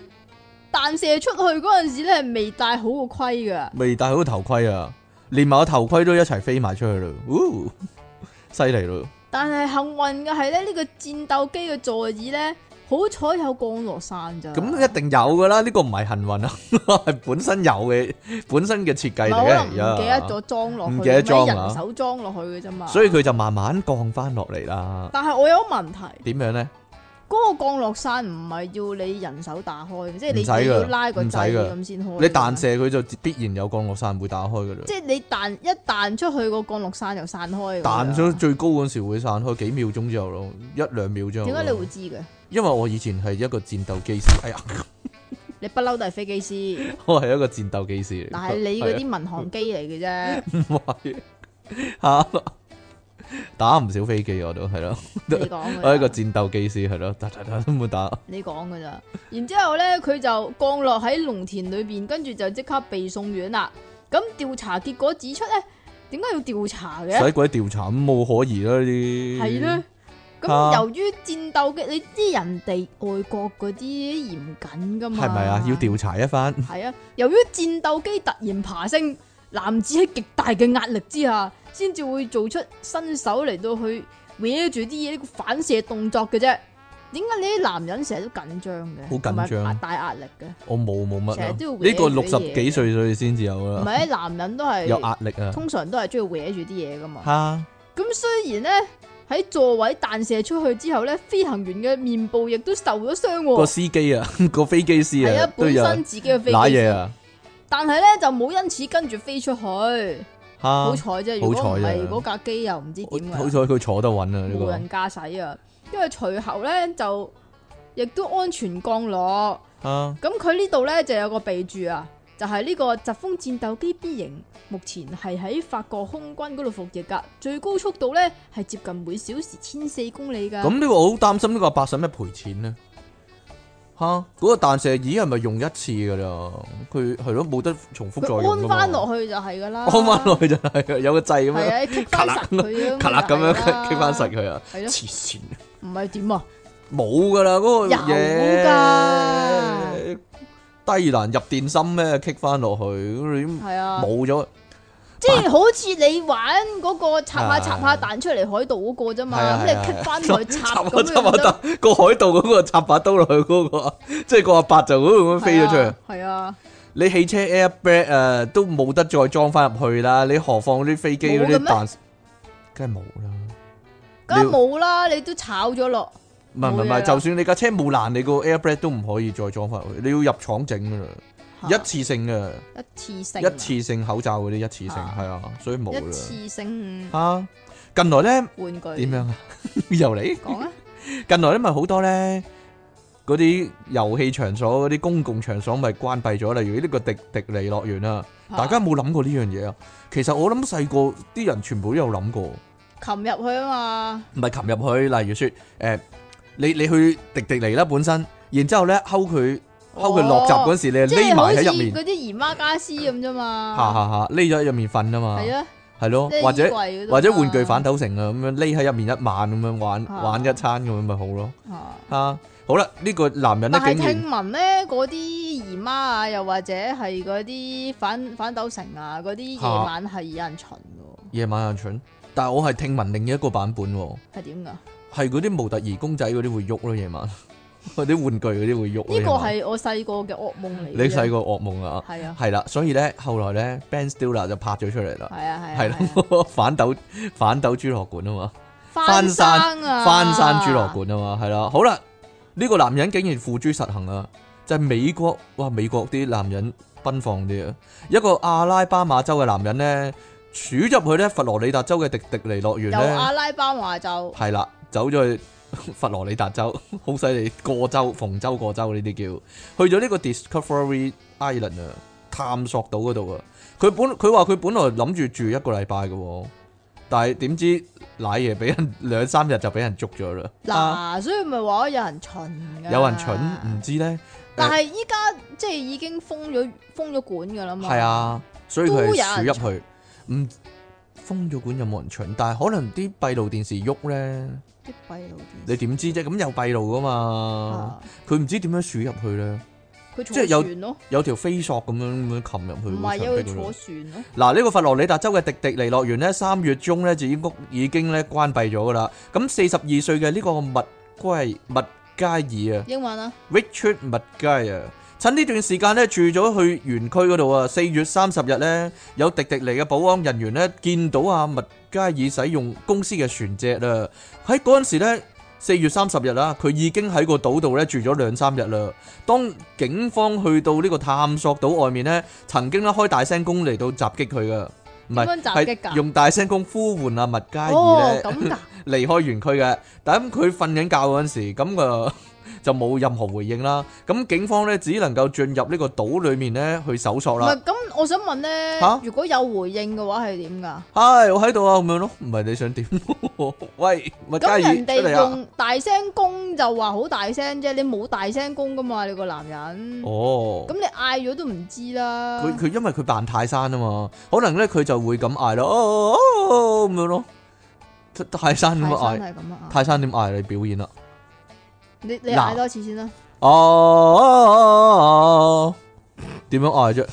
[SPEAKER 1] 彈射出去嗰陣時咧，係未戴好個盔噶，
[SPEAKER 2] 未戴好個頭盔啊，連埋個頭盔都一齊飛埋出去咯，嗚犀利咯，
[SPEAKER 1] 但係幸運嘅係咧，呢、個戰鬥機嘅座椅咧，好彩有降落傘咋。
[SPEAKER 2] 咁一定有噶啦，呢個唔係幸運啊， [LAUGHS] 係本身有嘅，本身嘅設計
[SPEAKER 1] 唔係可
[SPEAKER 2] 嚟嘅
[SPEAKER 1] 能唔記得
[SPEAKER 2] 而
[SPEAKER 1] 咗啊裝落去，
[SPEAKER 2] 唔記得裝啊
[SPEAKER 1] 咩人手裝落去嘅啫嘛。
[SPEAKER 2] 家，所以佢就慢慢降翻落嚟啦。
[SPEAKER 1] 但係我有個問題，
[SPEAKER 2] 點樣咧？
[SPEAKER 1] 嗰、個降落傘唔係要你人手打開嘅，即係
[SPEAKER 2] 唔使㗎
[SPEAKER 1] 你要拉個
[SPEAKER 2] 唔使
[SPEAKER 1] 掣
[SPEAKER 2] 㗎
[SPEAKER 1] 咁先開㗎嘛。
[SPEAKER 2] 你彈射佢就必然有降落傘會打開噶啦。
[SPEAKER 1] 啊即係你彈一彈出去個降落傘就散開㗎啦。
[SPEAKER 2] 彈咗最高嗰時會散開幾秒鐘之後咯，一兩秒之後。
[SPEAKER 1] 點解你會？知嘅？
[SPEAKER 2] 因為我以前係一個戰鬥機師，哎呀，
[SPEAKER 1] 你不嬲都係飛機
[SPEAKER 2] [LAUGHS]
[SPEAKER 1] 師，
[SPEAKER 2] 我係一個戰鬥機師嚟。
[SPEAKER 1] 但係你嗰啲民航機嚟嘅
[SPEAKER 2] 啊
[SPEAKER 1] 啫，
[SPEAKER 2] 啲嚇打唔少飛機我都係咯，
[SPEAKER 1] 你講
[SPEAKER 2] 我係一個
[SPEAKER 1] 嘅咋。
[SPEAKER 2] 戰鬥機師係咯，打打打都冇打。
[SPEAKER 1] 你講嘅咋？然之後咧，佢就降落喺農田裏邊，跟住就即刻被送院啦。咁調查結果指出咧，點解要調查嘅？
[SPEAKER 2] [LAUGHS] 使鬼調查咁冇可疑啦呢啲。
[SPEAKER 1] 係咧。咁
[SPEAKER 2] 啊
[SPEAKER 1] 由於戰鬥嘅，你知人哋外國嗰啲嚴謹噶嘛？
[SPEAKER 2] 係咪啊？要調查一番，
[SPEAKER 1] 係啊，由於戰鬥機突然爬升，男子喺極大嘅壓力之下，先至會做出伸手嚟到去搲住啲嘢呢個反射動作嘅啫。點解你啲男人成日都緊張嘅？
[SPEAKER 2] 好緊張
[SPEAKER 1] 同埋大壓力嘅，
[SPEAKER 2] 我冇冇乜啦，
[SPEAKER 1] 成日
[SPEAKER 2] 呢
[SPEAKER 1] 都要
[SPEAKER 2] 個
[SPEAKER 1] 搲
[SPEAKER 2] 六
[SPEAKER 1] 住啲嘢
[SPEAKER 2] 十幾歲所以先至有
[SPEAKER 1] 唔
[SPEAKER 2] 啦，
[SPEAKER 1] 係啲啊男人都
[SPEAKER 2] 啊有
[SPEAKER 1] 係
[SPEAKER 2] 壓力啊，
[SPEAKER 1] 通常都係中意搲住啲嘢噶嘛。
[SPEAKER 2] 吓
[SPEAKER 1] 咁雖然咧喺座位彈射出去之後咧，飛行員嘅面部亦都受咗傷
[SPEAKER 2] 個
[SPEAKER 1] 喎，
[SPEAKER 2] 司機啊， [LAUGHS] 個飛機師
[SPEAKER 1] 係
[SPEAKER 2] 啊
[SPEAKER 1] 啊，
[SPEAKER 2] 都
[SPEAKER 1] 本
[SPEAKER 2] 有
[SPEAKER 1] 身自己嘅飛機
[SPEAKER 2] 揦嘢
[SPEAKER 1] 師，
[SPEAKER 2] 啊，
[SPEAKER 1] 但係咧就冇因此跟住飛出去，好
[SPEAKER 2] 吓
[SPEAKER 1] 彩啫。如果
[SPEAKER 2] 啊好
[SPEAKER 1] 唔
[SPEAKER 2] 彩啊
[SPEAKER 1] 係嗰架機又唔知點
[SPEAKER 2] 好
[SPEAKER 1] 啊
[SPEAKER 2] 彩，佢坐得穩啊呢
[SPEAKER 1] 無
[SPEAKER 2] 個
[SPEAKER 1] 人駕駛啊。因為隨後咧就亦都安全降落。
[SPEAKER 2] 啊
[SPEAKER 1] 咁佢呢度呢就有個備注啊，就係、呢個疾風戰鬥機 B 型，目前係喺法國空軍嗰度服役噶，最高速度呢係接近每小時千四公里噶。
[SPEAKER 2] 咁呢個我好擔心呢個阿伯使咩賠錢咧？吓，嗰個彈射椅係咪用一次噶啦？佢係咯，冇得重複再
[SPEAKER 1] 佢
[SPEAKER 2] 用
[SPEAKER 1] 安
[SPEAKER 2] 㗎嘛
[SPEAKER 1] 翻落去就係噶啦，
[SPEAKER 2] [LAUGHS] 安翻落去就係有個掣
[SPEAKER 1] 係
[SPEAKER 2] 咁樣，
[SPEAKER 1] 啊，棘翻實佢
[SPEAKER 2] 咔啦咁樣
[SPEAKER 1] 棘
[SPEAKER 2] 棘翻實，佢啊！
[SPEAKER 1] 係咯，
[SPEAKER 2] 黐線，
[SPEAKER 1] 唔係點啊？
[SPEAKER 2] 冇噶啦嗰個嘢
[SPEAKER 1] 有，
[SPEAKER 2] 低能入電芯咩？棘翻落去，咁你
[SPEAKER 1] 係啊，
[SPEAKER 2] 冇咗，
[SPEAKER 1] 即係
[SPEAKER 2] 啊
[SPEAKER 1] 好似你玩嗰個插下插下彈出嚟海盜嗰個啫嘛，
[SPEAKER 2] 係啊
[SPEAKER 1] 咁
[SPEAKER 2] 係啊
[SPEAKER 1] 你棘翻佢插
[SPEAKER 2] 插
[SPEAKER 1] 咁
[SPEAKER 2] 下插
[SPEAKER 1] 樣
[SPEAKER 2] 下
[SPEAKER 1] 就
[SPEAKER 2] 刀，個海盜嗰個插把刀落去嗰個，即係個阿伯就咁樣飛咗
[SPEAKER 1] 係
[SPEAKER 2] 出去
[SPEAKER 1] 啊。，係啊，
[SPEAKER 2] 你汽車 airbag 誒都冇得再裝翻入去啦，你何況啲飛機嗰
[SPEAKER 1] 冇
[SPEAKER 2] 啲
[SPEAKER 1] 嘅咩
[SPEAKER 2] 彈，梗係冇啦。
[SPEAKER 1] 梗係冇啦，你都炒咗落。
[SPEAKER 2] 唔係唔係唔
[SPEAKER 1] 冇嘢啦
[SPEAKER 2] 係，就算你架車冇爛，你個 airbag 都唔可以再裝翻入去，你要入廠整噶啦，
[SPEAKER 1] 嚇
[SPEAKER 2] 一次性嘅，
[SPEAKER 1] 一次性啊，
[SPEAKER 2] 一次性口罩嗰啲一次性
[SPEAKER 1] 啊
[SPEAKER 2] 係啊，所以冇
[SPEAKER 1] 一
[SPEAKER 2] 啦。
[SPEAKER 1] 次性
[SPEAKER 2] 啊，近來咧
[SPEAKER 1] 玩具
[SPEAKER 2] 點樣啊？ [LAUGHS] 又嚟？
[SPEAKER 1] 講啊？
[SPEAKER 2] 近來咧咪好多咧，嗰啲遊戲場所、嗰啲公共場所咪關閉咗，例如呢個迪迪尼樂園啊。 [LAUGHS] 大家有冇諗過呢樣嘢啊？其實我諗細個啲人全部都有諗過，唔
[SPEAKER 1] 擒入去啊嘛，
[SPEAKER 2] 係擒入去，例如説誒、你你去迪迪尼啦本身，然之後咧睺佢睺佢落閘嗰時，你
[SPEAKER 1] 哦即
[SPEAKER 2] 就匿
[SPEAKER 1] 係好
[SPEAKER 2] 埋
[SPEAKER 1] 似
[SPEAKER 2] 喺入面，
[SPEAKER 1] 嗰啲姨媽家私咁啫
[SPEAKER 2] 嚇
[SPEAKER 1] 嘛，
[SPEAKER 2] 嚇嚇，匿咗喺入面瞓啊嘛
[SPEAKER 1] 係，啊，
[SPEAKER 2] 係咯
[SPEAKER 1] 即係，
[SPEAKER 2] 或
[SPEAKER 1] 衣
[SPEAKER 2] 者
[SPEAKER 1] 櫃嗰度
[SPEAKER 2] 或者玩具
[SPEAKER 1] 嘛
[SPEAKER 2] 反斗城啊咁樣匿喺入面一晚咁樣玩
[SPEAKER 1] 啊
[SPEAKER 2] 玩一餐咁樣咪好咯
[SPEAKER 1] 啊
[SPEAKER 2] 嚇、好啦，呢、個男人咧
[SPEAKER 1] 但係
[SPEAKER 2] 竟然
[SPEAKER 1] 聽聞咧，嗰啲姨媽啊，又或者係嗰啲反反斗城啊，嗰啲夜
[SPEAKER 2] 嚇
[SPEAKER 1] 晚係有人巡嘅
[SPEAKER 2] 夜晚又蠢，但係我係聽聞另一個版本喎。
[SPEAKER 1] 喎，係點㗎？
[SPEAKER 2] 係嗰啲模特兒公仔嗰啲會喐咯，夜晚 [LAUGHS] 嗰啲玩具嗰啲會喐咯。
[SPEAKER 1] 呢個
[SPEAKER 2] 夜晚
[SPEAKER 1] 係我細個嘅噩夢嚟嘅。
[SPEAKER 2] 你細個噩夢啊，
[SPEAKER 1] 係啊，
[SPEAKER 2] 係啦，所以咧後來咧 Ben Stiller 就拍咗出嚟啦，
[SPEAKER 1] 係啊，係
[SPEAKER 2] 係
[SPEAKER 1] 啊係
[SPEAKER 2] [LAUGHS]
[SPEAKER 1] 啊，
[SPEAKER 2] 咯，反斗反斗侏羅館啊嘛，
[SPEAKER 1] 翻山啊，
[SPEAKER 2] 翻山侏羅館啊嘛，係啦，好啦，呢個男人竟然付諸實行啊，就係美國哇，美國啲男人奔放啲啊，一個阿拉巴馬州嘅男人咧，鼠入去咧佛羅里達州嘅迪迪尼樂園
[SPEAKER 1] 由
[SPEAKER 2] 咧
[SPEAKER 1] 阿。拉巴馬就
[SPEAKER 2] 係啦，走咗去佛羅里達州， [LAUGHS] 好犀利，過州、逢州、過州呢啲叫，去咗呢個 Discovery Island 啊，探索島嗰度啊。佢本佢話佢本來諗住住一個禮拜嘅喎，但係點知賴嘢俾人 [LAUGHS] 兩三日就俾人捉咗啦。啊
[SPEAKER 1] 嗱，所以咪話有人巡㗎。
[SPEAKER 2] 有人嗯蠢唔知咧，
[SPEAKER 1] 但係依家即係已經封咗封咗管㗎啦嘛。
[SPEAKER 2] 係，啊，所以佢
[SPEAKER 1] 嗯都有
[SPEAKER 2] 係鼠
[SPEAKER 1] 人
[SPEAKER 2] 入去，唔封咗管有冇人蠢？但係可能啲閉路電視喐咧，
[SPEAKER 1] 啲閉路電視
[SPEAKER 2] 你點知啫？咁有閉路噶嘛，
[SPEAKER 1] 啊，
[SPEAKER 2] 佢唔知點樣鼠入去咧。
[SPEAKER 1] 佢
[SPEAKER 2] 即係有
[SPEAKER 1] 坐船咯，
[SPEAKER 2] 有條飛索咁樣咁樣擒入
[SPEAKER 1] 唔
[SPEAKER 2] 去
[SPEAKER 1] 係
[SPEAKER 2] 嗰
[SPEAKER 1] 有佢
[SPEAKER 2] 個牆壁嗰
[SPEAKER 1] 坐
[SPEAKER 2] 度。
[SPEAKER 1] 船咯。
[SPEAKER 2] 嗱，呢個佛羅里達州嘅迪迪尼樂園呢，三月中呢就已經已經咧關閉咗噶啦。咁四十二歲嘅呢個麥圭麥佳爾啊
[SPEAKER 1] 英文啊，
[SPEAKER 2] ，Richard 麥佳啊，趁呢段時間呢住咗去園區嗰度啊。四月三十日呢，有迪迪尼嘅保安人員呢見到啊麥佳爾使用公司嘅船隻啊。喺嗰陣時咧，四月三十日啦，佢已經喺個島度咧住咗兩三日啦。當警方去到呢個探索島外面咧，曾經咧開大聲公嚟到襲擊佢噶，唔係
[SPEAKER 1] 點樣襲擊㗎
[SPEAKER 2] 係用大聲公呼喚啊阿麥嘉爾
[SPEAKER 1] 哦
[SPEAKER 2] 咧
[SPEAKER 1] 咁㗎，
[SPEAKER 2] 離開園區嘅。但咁佢瞓緊覺嗰陣時，咁啊就冇任何回應啦。咁警方咧只能夠進入呢個島裡面咧去搜索
[SPEAKER 1] 唔
[SPEAKER 2] 啦。
[SPEAKER 1] 係咁，我想問咧
[SPEAKER 2] 嚇，
[SPEAKER 1] 如果有回應嘅話係點㗎？
[SPEAKER 2] 嗨，我喺度啊，咁樣咯，唔係你想點？喂，麥嘉
[SPEAKER 1] 咁
[SPEAKER 2] 爾
[SPEAKER 1] 人
[SPEAKER 2] 出
[SPEAKER 1] 哋
[SPEAKER 2] 嚟啊！
[SPEAKER 1] 用大聲公就話好大聲啫，你冇大聲公㗎嘛？你個男人，
[SPEAKER 2] 哦
[SPEAKER 1] 咁。你嗌咗都唔知啦。
[SPEAKER 2] 佢佢因為佢扮泰山啊嘛，可能咧佢就會咁嗌咯，哦哦哦咁樣咯。泰泰山點
[SPEAKER 1] 泰
[SPEAKER 2] 嗌？
[SPEAKER 1] 山係咁啊，
[SPEAKER 2] 泰山點嗌？你表演啦。
[SPEAKER 1] 你你
[SPEAKER 2] 嗱
[SPEAKER 1] 嗌多次先啦。
[SPEAKER 2] 哦哦哦哦哦，點樣嗌啫？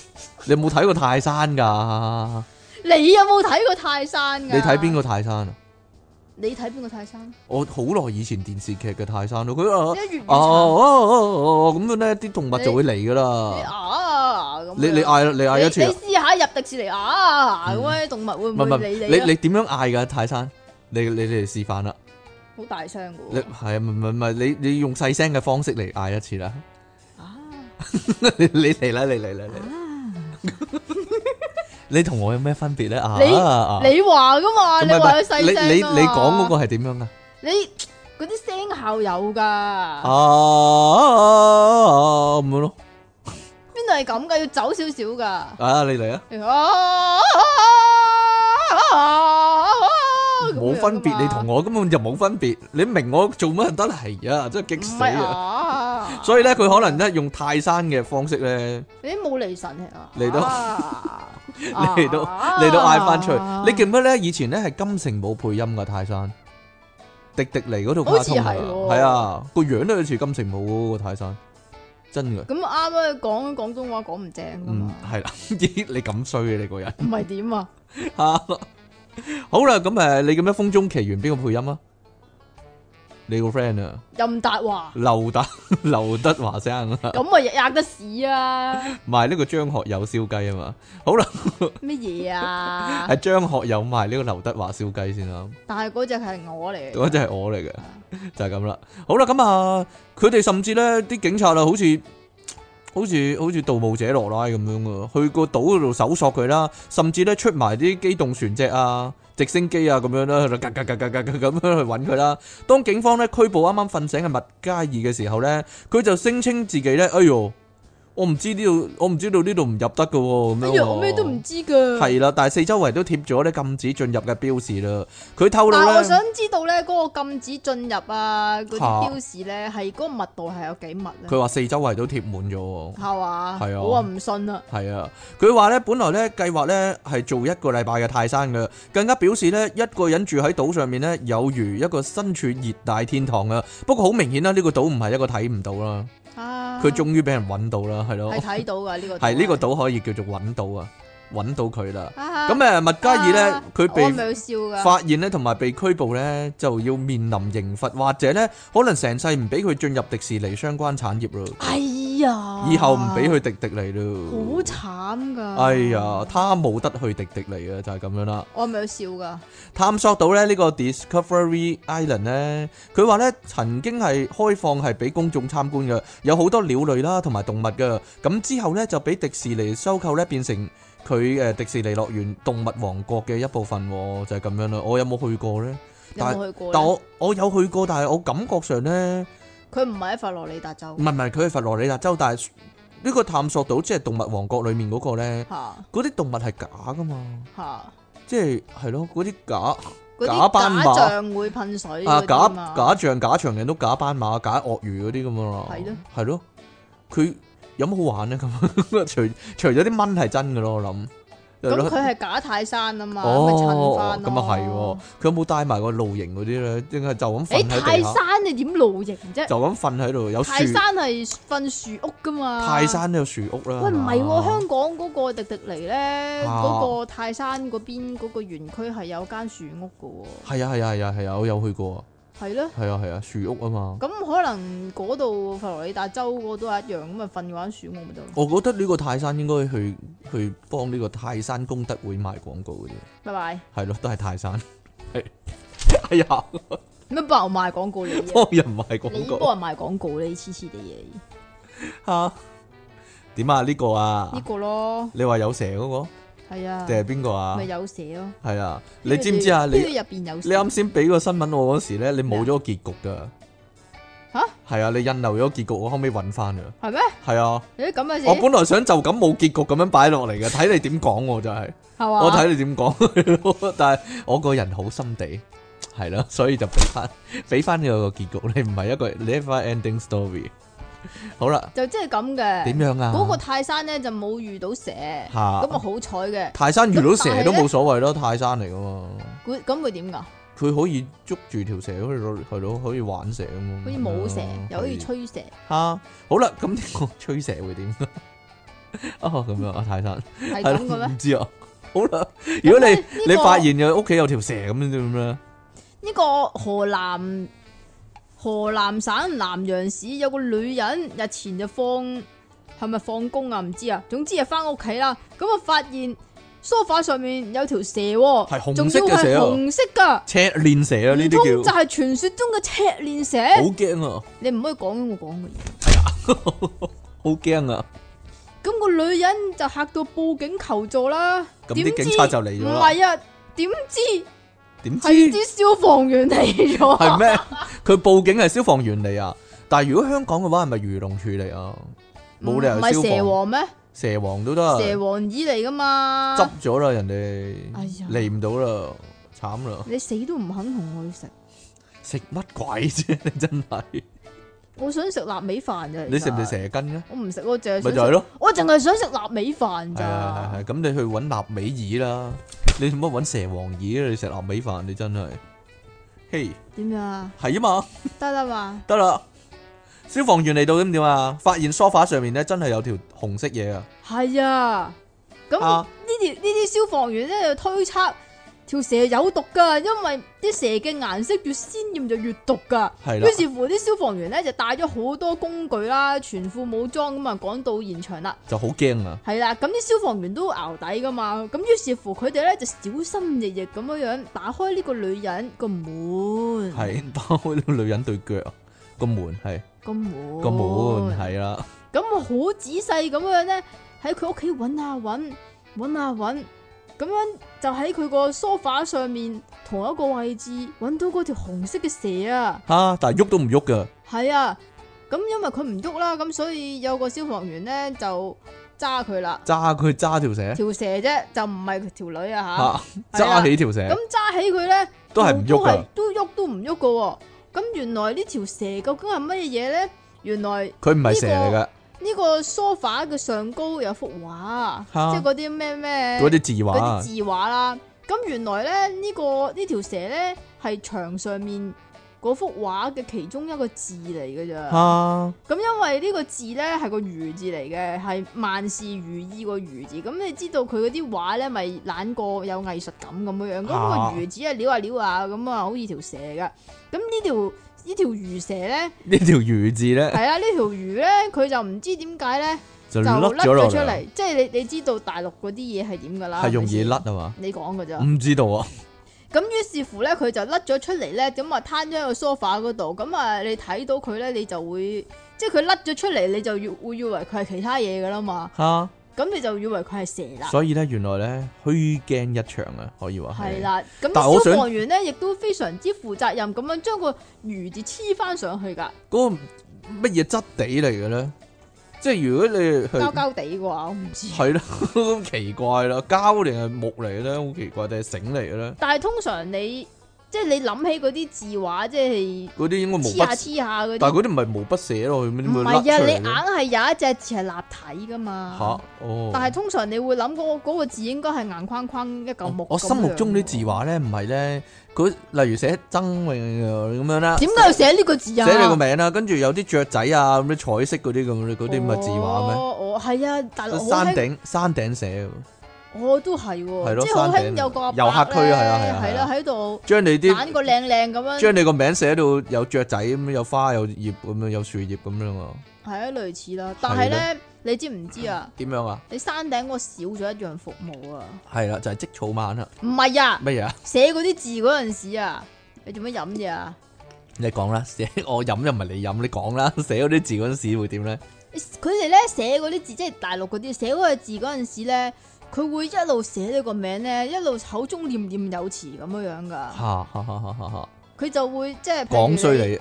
[SPEAKER 2] 你有冇睇過泰山㗎？
[SPEAKER 1] 你有冇睇過泰山㗎？
[SPEAKER 2] 你睇邊個泰山啊？
[SPEAKER 1] 你睇邊個泰山？
[SPEAKER 2] 我好耐以前電視劇嘅泰山咯，佢啊
[SPEAKER 1] 一月
[SPEAKER 2] 啊哦哦哦咁樣咧，啲動物就會
[SPEAKER 1] 你
[SPEAKER 2] 嚟噶啦。
[SPEAKER 1] 啊咁樣。
[SPEAKER 2] 你你嗌啦，你嗌一次
[SPEAKER 1] 你
[SPEAKER 2] 啊，
[SPEAKER 1] 試下入迪士尼啊咁咧，動物會
[SPEAKER 2] 唔
[SPEAKER 1] 唔
[SPEAKER 2] 係唔
[SPEAKER 1] 會
[SPEAKER 2] 係
[SPEAKER 1] 理
[SPEAKER 2] 你
[SPEAKER 1] 你啊
[SPEAKER 2] 你點樣嗌噶泰山？你你你嚟示範啦。
[SPEAKER 1] 好大聲噶
[SPEAKER 2] 你
[SPEAKER 1] 喎。
[SPEAKER 2] 係啊，唔唔唔係你你用細聲嘅方式嚟嗌一次啦。
[SPEAKER 1] 啊
[SPEAKER 2] 你你嚟啦，你嚟啦，你
[SPEAKER 1] 啊！
[SPEAKER 2] 你同我有咩分別咧？啊
[SPEAKER 1] 你
[SPEAKER 2] 啊
[SPEAKER 1] 你話噶嘛？
[SPEAKER 2] 唔
[SPEAKER 1] 你
[SPEAKER 2] 係唔
[SPEAKER 1] 話佢
[SPEAKER 2] 係
[SPEAKER 1] 細
[SPEAKER 2] 你
[SPEAKER 1] 聲啊
[SPEAKER 2] 你
[SPEAKER 1] 㗎嘛
[SPEAKER 2] 你講嗰個係點樣啊？
[SPEAKER 1] 你嗰啲聲效有
[SPEAKER 2] 啊
[SPEAKER 1] 噶，
[SPEAKER 2] 咁樣咯，
[SPEAKER 1] 邊度係咁噶？要走少少噶。
[SPEAKER 2] 啊你嚟啊，
[SPEAKER 1] 啊
[SPEAKER 2] 冇分別，你同
[SPEAKER 1] 我
[SPEAKER 2] 我根本就冇分別，你明我做乜就得啦？係啊，真係
[SPEAKER 1] 唔
[SPEAKER 2] 激死
[SPEAKER 1] 係
[SPEAKER 2] 啊！
[SPEAKER 1] 啊，
[SPEAKER 2] 所以咧，佢可能咧用泰山嘅方式咧
[SPEAKER 1] 你都冇嚟神氣啊，
[SPEAKER 2] 嚟到
[SPEAKER 1] 啊
[SPEAKER 2] 嚟到
[SPEAKER 1] 啊
[SPEAKER 2] 嚟到嗌翻出去。你記唔記得咧？以前咧係金城冇配音噶泰山，迪迪尼嗰度卡通啊
[SPEAKER 1] 好似係喎
[SPEAKER 2] 係啊，個樣都好似金城武嗰個泰山，真嘅。
[SPEAKER 1] 咁啱啊！講廣東話講唔正噶
[SPEAKER 2] 嗯
[SPEAKER 1] 嘛，，
[SPEAKER 2] 係啦， [LAUGHS] 咦你咁衰嘅你個人。 [LAUGHS]
[SPEAKER 1] 唔係點啊？
[SPEAKER 2] 啊好啦，咁誒，你咁樣《風中奇緣》邊個配音啊？你個 friend 啊，
[SPEAKER 1] 任達華
[SPEAKER 2] 劉德 [LAUGHS] 劉德華生啊，
[SPEAKER 1] 咁啊，日日得屎啊！
[SPEAKER 2] 賣呢個張學友燒雞啊嘛。好啦，
[SPEAKER 1] 乜嘢啊
[SPEAKER 2] 係？張學友賣呢個劉德華燒雞先啦，
[SPEAKER 1] 但係嗰只係啊我嚟嘅，
[SPEAKER 2] 嗰隻係我嚟嘅，就係咁啦。好啦，咁啊，佢哋甚至咧啲警察啊，好似。好似好似盜墓者羅拉咁樣啊，去個島嗰度搜索佢啦，甚至咧出埋啲機動船隻啊、直升機啊咁樣啦，喺度格格格格格格咁樣去揾佢啦。當警方咧拘捕啱啱瞓醒嘅麥嘉義嘅時候咧，佢就聲稱自己咧，哎呦，我唔知呢度，我唔知道呢度唔入得嘅喎，咁樣
[SPEAKER 1] 哎
[SPEAKER 2] 喎。
[SPEAKER 1] 呀，我咩都唔知噶。
[SPEAKER 2] 係啦，但係四周圍都貼咗咧禁止進入嘅標示啦。佢透露
[SPEAKER 1] 但係我
[SPEAKER 2] 咧，
[SPEAKER 1] 想知道咧，嗰個禁止進入啊，嗰啲
[SPEAKER 2] 嚇
[SPEAKER 1] 標示咧，係嗰個密度係有幾密咧？
[SPEAKER 2] 佢話四周圍都貼滿咗喎。
[SPEAKER 1] 係嘛？
[SPEAKER 2] 係啊
[SPEAKER 1] 我話唔信啦。
[SPEAKER 2] 係啊，佢話咧，本來咧計劃咧係做一個禮拜嘅泰山嘅，更加表示咧一個人住喺島上面咧，有如一個身處熱帶天堂啊。不過好明顯啦，呢、個島唔係一個睇唔到啦，
[SPEAKER 1] 啊，
[SPEAKER 2] 佢終於俾人揾到啦，係咯
[SPEAKER 1] 係，睇到噶呢個島
[SPEAKER 2] 係呢個島可以叫做揾到啊，揾到佢啦。
[SPEAKER 1] 啊。
[SPEAKER 2] 咁誒，麥嘉爾咧
[SPEAKER 1] 啊，
[SPEAKER 2] 佢
[SPEAKER 1] 我
[SPEAKER 2] 被
[SPEAKER 1] 咪笑噶。
[SPEAKER 2] 發現咧，同埋被拘捕咧，就要面臨刑罰，或者咧可能成世唔俾佢進入迪士尼相關產業咯，
[SPEAKER 1] 哎呀，
[SPEAKER 2] 以後唔俾，佢迪迪尼咯。
[SPEAKER 1] 好慘噶。
[SPEAKER 2] 哎呀，，他冇得去迪迪尼啊，就係咁樣啦。
[SPEAKER 1] 我咪笑噶。
[SPEAKER 2] 探索到咧呢個 Discovery Island 咧，佢話咧曾經係開放係俾公眾參觀嘅，有好多鳥類啦同埋動物嘅。咁之後咧就俾迪士尼收購咧，變成佢呃誒迪士尼樂園動物王國嘅一部分喎，就係咁樣啦。我有冇去過咧？
[SPEAKER 1] 有冇去過
[SPEAKER 2] 但
[SPEAKER 1] 咧？
[SPEAKER 2] 我我有去過，但係我感覺上咧，
[SPEAKER 1] 佢唔係喺佛羅里達州
[SPEAKER 2] 唔。係唔係，佢係佛羅里達州，但係呢個探索到即係動物王國裡面嗰個咧，
[SPEAKER 1] 嚇
[SPEAKER 2] 嗰啲動物係假噶嘛，
[SPEAKER 1] 嚇，
[SPEAKER 2] 即係係咯，嗰啲假
[SPEAKER 1] 嗰
[SPEAKER 2] 假斑
[SPEAKER 1] 啲
[SPEAKER 2] 馬
[SPEAKER 1] 假象會噴水
[SPEAKER 2] 啊
[SPEAKER 1] 嗰啲嘛
[SPEAKER 2] 假假象、假長頸鹿、假斑馬、假鱷魚嗰啲咁樣咯，
[SPEAKER 1] 係咯
[SPEAKER 2] 係咯，佢有乜好玩咧咁？ [LAUGHS] 除除咗啲蚊係真嘅咯，我諗係
[SPEAKER 1] 咁
[SPEAKER 2] 咯
[SPEAKER 1] 佢係假泰山啊嘛，咪襯
[SPEAKER 2] 哦
[SPEAKER 1] 翻，
[SPEAKER 2] 咁啊係喎，佢有冇帶埋個露營嗰啲咧？定係就咁
[SPEAKER 1] 你
[SPEAKER 2] 瞓喺
[SPEAKER 1] 泰
[SPEAKER 2] 地下，
[SPEAKER 1] 山你點露營啫？
[SPEAKER 2] 就咁瞓喺度有樹
[SPEAKER 1] 泰。山係瞓樹屋噶嘛？
[SPEAKER 2] 泰山都有樹屋啦。
[SPEAKER 1] 啊喂唔係
[SPEAKER 2] 嘛
[SPEAKER 1] 喎，香港嗰個迪迪尼咧，
[SPEAKER 2] 啊
[SPEAKER 1] 嗰個泰山嗰邊嗰個園區係有間樹屋
[SPEAKER 2] 係啊係啊係啊係啊，我有去過啊，
[SPEAKER 1] 噶喎，係咯。
[SPEAKER 2] 係啊係啊，樹屋啊嘛。
[SPEAKER 1] 咁可能嗰度佛羅里達州嗰個都係一樣，咁咪瞓嗰間樹屋咪得咯。
[SPEAKER 2] 我覺得呢個泰山應該去去幫呢個泰山功德會賣廣告嘅啫，
[SPEAKER 1] 拜拜，
[SPEAKER 2] 係咯，都係泰山。 [LAUGHS] 係，哎呀，
[SPEAKER 1] 咩幫我賣廣告你啊？
[SPEAKER 2] 幫人賣
[SPEAKER 1] 你
[SPEAKER 2] 廣告
[SPEAKER 1] 幫人賣廣告你黐黐地嘢
[SPEAKER 2] 嚇？點啊？呢個
[SPEAKER 1] 呢
[SPEAKER 2] 啊？
[SPEAKER 1] 個咯，
[SPEAKER 2] 你話有蛇嗰
[SPEAKER 1] 係啊
[SPEAKER 2] 個，定，係邊個啊
[SPEAKER 1] 咪？有蛇咯。
[SPEAKER 2] 係啊，你知唔知啊？
[SPEAKER 1] 呢
[SPEAKER 2] 你
[SPEAKER 1] 度入邊有
[SPEAKER 2] 你
[SPEAKER 1] 蛇。
[SPEAKER 2] 啱先俾個新聞我嗰時咧，你冇咗個結
[SPEAKER 1] 啊
[SPEAKER 2] 局㗎。
[SPEAKER 1] 吓
[SPEAKER 2] 係啊，你印漏咗個結局，我後尾揾翻㗎。
[SPEAKER 1] 係咩？
[SPEAKER 2] 係啊。
[SPEAKER 1] 有啲咁嘅事
[SPEAKER 2] 我本來想就咁冇結局咁樣擺落嚟嘅，睇你點講喎真係，
[SPEAKER 1] 係嘛？
[SPEAKER 2] 我睇你點講， [LAUGHS] 但係我個人好心地，係咯，所以就俾翻俾翻你個結局，你唔係一個 never ending story。好啦，
[SPEAKER 1] 就即係咁嘅。
[SPEAKER 2] 點樣啊？
[SPEAKER 1] 嗰個泰山咧就冇遇到蛇，咁
[SPEAKER 2] 嚇
[SPEAKER 1] 啊好彩嘅。
[SPEAKER 2] 泰山遇到
[SPEAKER 1] 咁但
[SPEAKER 2] 蛇
[SPEAKER 1] 係
[SPEAKER 2] 都
[SPEAKER 1] 呢
[SPEAKER 2] 冇所謂咯，泰山嚟噶嘛，
[SPEAKER 1] 佢咁會點㗎？
[SPEAKER 2] 佢可以捉住條蛇，可以攞係咯，可以玩蛇咁嘛，
[SPEAKER 1] 好似冇蛇，又好似
[SPEAKER 2] 係
[SPEAKER 1] 吹蛇。
[SPEAKER 2] 嚇。好啦，咁呢個吹蛇會點？ [LAUGHS] 哦，咁樣啊，泰山。
[SPEAKER 1] 係
[SPEAKER 2] 係
[SPEAKER 1] 咁
[SPEAKER 2] 咯，
[SPEAKER 1] 嘅
[SPEAKER 2] 唔知啊。好啦，如果你
[SPEAKER 1] 呢個
[SPEAKER 2] 你發現有屋企有條蛇咁樣點咧？
[SPEAKER 1] 咩？呢個河南河南省南陽市有個女人日前就放係咪放工啊？唔知啊，總之係翻屋企啦。咁啊發現梳化上面有條蛇喎，
[SPEAKER 2] 係紅
[SPEAKER 1] 仲
[SPEAKER 2] 色
[SPEAKER 1] 要
[SPEAKER 2] 嘅
[SPEAKER 1] 係
[SPEAKER 2] 蛇啊
[SPEAKER 1] 紅色噶，
[SPEAKER 2] 赤練蛇啊，呢
[SPEAKER 1] 唔通就
[SPEAKER 2] 啲叫
[SPEAKER 1] 係傳說中嘅赤練蛇？
[SPEAKER 2] 好驚啊，
[SPEAKER 1] 你唔可以講我講嘅嘢。
[SPEAKER 2] 好驚啊！
[SPEAKER 1] 咁個女人就嚇到報警求助啦。
[SPEAKER 2] 咁
[SPEAKER 1] 點
[SPEAKER 2] 啲
[SPEAKER 1] 知
[SPEAKER 2] 警察就嚟咗
[SPEAKER 1] 唔
[SPEAKER 2] 啦。
[SPEAKER 1] 係啊，點知
[SPEAKER 2] 點知
[SPEAKER 1] 係啲消防員嚟咗啊。
[SPEAKER 2] 係咩？佢報警係消防員嚟啊！但係如果香港嘅話，係咪漁農處嚟啊？冇理
[SPEAKER 1] 唔
[SPEAKER 2] 由
[SPEAKER 1] 係
[SPEAKER 2] 消
[SPEAKER 1] 蛇
[SPEAKER 2] 防
[SPEAKER 1] 王咩？
[SPEAKER 2] 蛇王都得，
[SPEAKER 1] 蛇王椅嚟噶嘛？
[SPEAKER 2] 執咗啦，人哋
[SPEAKER 1] 哎呀
[SPEAKER 2] 嚟唔到啦，慘啦！
[SPEAKER 1] 你死都唔肯同我去食，
[SPEAKER 2] 食乜鬼啫？你真係
[SPEAKER 1] 我想食臘味飯咋。
[SPEAKER 2] 你食唔食
[SPEAKER 1] 其實？
[SPEAKER 2] 蛇羹咧？
[SPEAKER 1] 我唔食，我淨係
[SPEAKER 2] 咪
[SPEAKER 1] 想
[SPEAKER 2] 就係
[SPEAKER 1] 食，
[SPEAKER 2] 咯，
[SPEAKER 1] 我淨係想食臘味飯
[SPEAKER 2] 係啊係
[SPEAKER 1] 咋
[SPEAKER 2] 啊。係啊，咁你去揾臘味耳啦，你做乜揾蛇王耳啊？你食臘味飯你真係，嘿
[SPEAKER 1] 點樣啊？
[SPEAKER 2] 係啊嘛。
[SPEAKER 1] 得啦嘛，
[SPEAKER 2] 得啦，消防員嚟到咁點啊？發現梳化上面咧真係有條紅色嘢啊！
[SPEAKER 1] 係啊。咁呢
[SPEAKER 2] 啊
[SPEAKER 1] 啲呢啲消防員咧就推測條蛇有毒噶，因為啲蛇嘅顏色越鮮豔就越毒噶。
[SPEAKER 2] 係啦
[SPEAKER 1] 於，是乎啲消防員咧就帶咗好多工具啦，全副武裝咁啊趕到現場啦。
[SPEAKER 2] 就好驚啊！
[SPEAKER 1] 係啦，咁啲消防員都熬底噶嘛，咁於是乎佢哋咧就小心翼翼咁樣樣打開呢個女人個門，
[SPEAKER 2] 係打開呢個女人對腳啊個門，係
[SPEAKER 1] 個門
[SPEAKER 2] 個
[SPEAKER 1] 哦
[SPEAKER 2] 門，係啦，
[SPEAKER 1] 咁我好仔細咁樣咧喺佢屋企啊揾下揾，揾下揾，啊咁樣就喺佢個 sofa 上面同一個位置揾到嗰條紅色嘅蛇啊，
[SPEAKER 2] 吓，但係喐都唔喐噶，
[SPEAKER 1] 係啊，咁因為佢唔喐啦，咁所以有個消防員咧就揸佢啦，
[SPEAKER 2] 揸佢揸條蛇
[SPEAKER 1] 條蛇啫就唔係條女啊吓。
[SPEAKER 2] 吓，
[SPEAKER 1] 係啦
[SPEAKER 2] 揸起條蛇
[SPEAKER 1] 咁，揸起佢咧，
[SPEAKER 2] 都係唔喐啊㗎，
[SPEAKER 1] 都喐都唔喐噶喎。咁原來呢條蛇究竟係乜嘢咧？原來
[SPEAKER 2] 佢唔係蛇嚟噶，
[SPEAKER 1] 呢個 sofa 嘅上高有幅畫，
[SPEAKER 2] 嚇
[SPEAKER 1] 即係嗰啲咩咩
[SPEAKER 2] 嗰啲字
[SPEAKER 1] 嗰啲
[SPEAKER 2] 畫啊
[SPEAKER 1] 字畫啦。咁原來咧呢、呢個呢條蛇咧係牆上面嗰幅畫嘅其中一個字嚟嘅咋。
[SPEAKER 2] 啊，
[SPEAKER 1] 咁因為呢個字咧係個如字嚟嘅，係萬事如意個如字。咁你知道佢嗰啲畫咧，咪懶過有藝術感咁樣樣。咁、
[SPEAKER 2] 啊
[SPEAKER 1] 個如字啊，撩下撩下咁啊，好似條蛇噶。咁呢條呢條魚蛇咧，
[SPEAKER 2] 呢條魚字咧
[SPEAKER 1] 係啊，呢條魚咧，佢就唔知點解咧
[SPEAKER 2] 就
[SPEAKER 1] 就
[SPEAKER 2] 甩
[SPEAKER 1] 甩
[SPEAKER 2] 咗落
[SPEAKER 1] 咗出
[SPEAKER 2] 嚟，
[SPEAKER 1] 嚟。即係你你知道大陸嗰啲嘢係點噶啦，
[SPEAKER 2] 係容
[SPEAKER 1] 咪
[SPEAKER 2] 易
[SPEAKER 1] 先
[SPEAKER 2] 甩啊嘛？
[SPEAKER 1] 你講噶咋？
[SPEAKER 2] 唔知道啊，
[SPEAKER 1] 咁於是乎咧，佢就甩咗出嚟咧，咁啊攤咗喺個 sofa 嗰度，咁啊你睇到佢咧，你就會即係佢甩咗出嚟，你就以會以為佢係其他嘢噶啦嘛，
[SPEAKER 2] 吓，
[SPEAKER 1] 咁你就以為佢係蛇啦，
[SPEAKER 2] 所以咧原來咧虛驚一場啊，可以話
[SPEAKER 1] 係。啦，咁
[SPEAKER 2] 但係我想
[SPEAKER 1] 消防員咧亦都非常之負責任咁樣將個魚字黐翻上去㗎，
[SPEAKER 2] 嗰個乜嘢質地嚟嘅咧？即係如果你
[SPEAKER 1] 膠
[SPEAKER 2] 係
[SPEAKER 1] 膠地嘅話，我唔知。
[SPEAKER 2] 係啦，咁奇怪啦，膠定係木嚟嘅咧？好奇怪，定係繩嚟嘅咧？
[SPEAKER 1] 但係通常你即係你諗起嗰啲字畫，即
[SPEAKER 2] 嗰啲應該
[SPEAKER 1] 係
[SPEAKER 2] 毛
[SPEAKER 1] 黐下
[SPEAKER 2] 筆，
[SPEAKER 1] 黐下嗰
[SPEAKER 2] 但係
[SPEAKER 1] 啲，
[SPEAKER 2] 嗰啲唔係毛筆寫落去咩？點
[SPEAKER 1] 唔
[SPEAKER 2] 會
[SPEAKER 1] 係啊，
[SPEAKER 2] 甩出
[SPEAKER 1] 你
[SPEAKER 2] 嚟
[SPEAKER 1] 硬
[SPEAKER 2] 呢
[SPEAKER 1] 係有一隻字係立體㗎嘛。
[SPEAKER 2] 吓哦！
[SPEAKER 1] 但係通常你會諗嗰嗰個字應該係硬框框一嚿木
[SPEAKER 2] 我我心目中啲字
[SPEAKER 1] 畫
[SPEAKER 2] 畫咧，唔係咧，佢例如寫曾永咁樣啦，
[SPEAKER 1] 點解要寫呢個字啊？
[SPEAKER 2] 寫你個名啦，跟住有啲雀仔啊，咁啲彩色嗰啲咁嗰啲咪字畫咩？
[SPEAKER 1] 哦，哦係啊，大陸好
[SPEAKER 2] 山
[SPEAKER 1] 興，
[SPEAKER 2] 頂山頂寫嘅，
[SPEAKER 1] 我都係
[SPEAKER 2] 係
[SPEAKER 1] 喎，
[SPEAKER 2] 咯
[SPEAKER 1] 即係好
[SPEAKER 2] 山頂
[SPEAKER 1] 興有個阿
[SPEAKER 2] 遊客區
[SPEAKER 1] 區
[SPEAKER 2] 啊係啊係啊
[SPEAKER 1] 係
[SPEAKER 2] 係啊
[SPEAKER 1] 啦，喺度
[SPEAKER 2] 將你啲
[SPEAKER 1] 揀個靚靚咁樣，
[SPEAKER 2] 將你個名寫到有雀仔咁，有花有葉咁樣，有樹葉咁樣啊？
[SPEAKER 1] 係啊類似啦。但係咧，你知唔知啊？
[SPEAKER 2] 點樣啊？
[SPEAKER 1] 你山頂嗰個少咗一樣服務啊？
[SPEAKER 2] 係啦，就係積草蜢啦。
[SPEAKER 1] 唔係啊，
[SPEAKER 2] 乜嘢啊？
[SPEAKER 1] 寫嗰啲字嗰陣時啊，你做乜飲嘢啊？
[SPEAKER 2] 你講啦，寫 [LAUGHS] 我飲又唔係你飲，你講啦。 [LAUGHS] 寫嗰啲字嗰陣時會點咧？
[SPEAKER 1] 佢哋咧寫嗰啲字，即係大陸嗰啲寫嗰個字嗰陣時咧，佢會一路寫你個名咧，一路口中念念有詞咁樣樣噶。
[SPEAKER 2] 哈哈哈哈哈哈！
[SPEAKER 1] 佢就會即係譬如
[SPEAKER 2] 講衰，你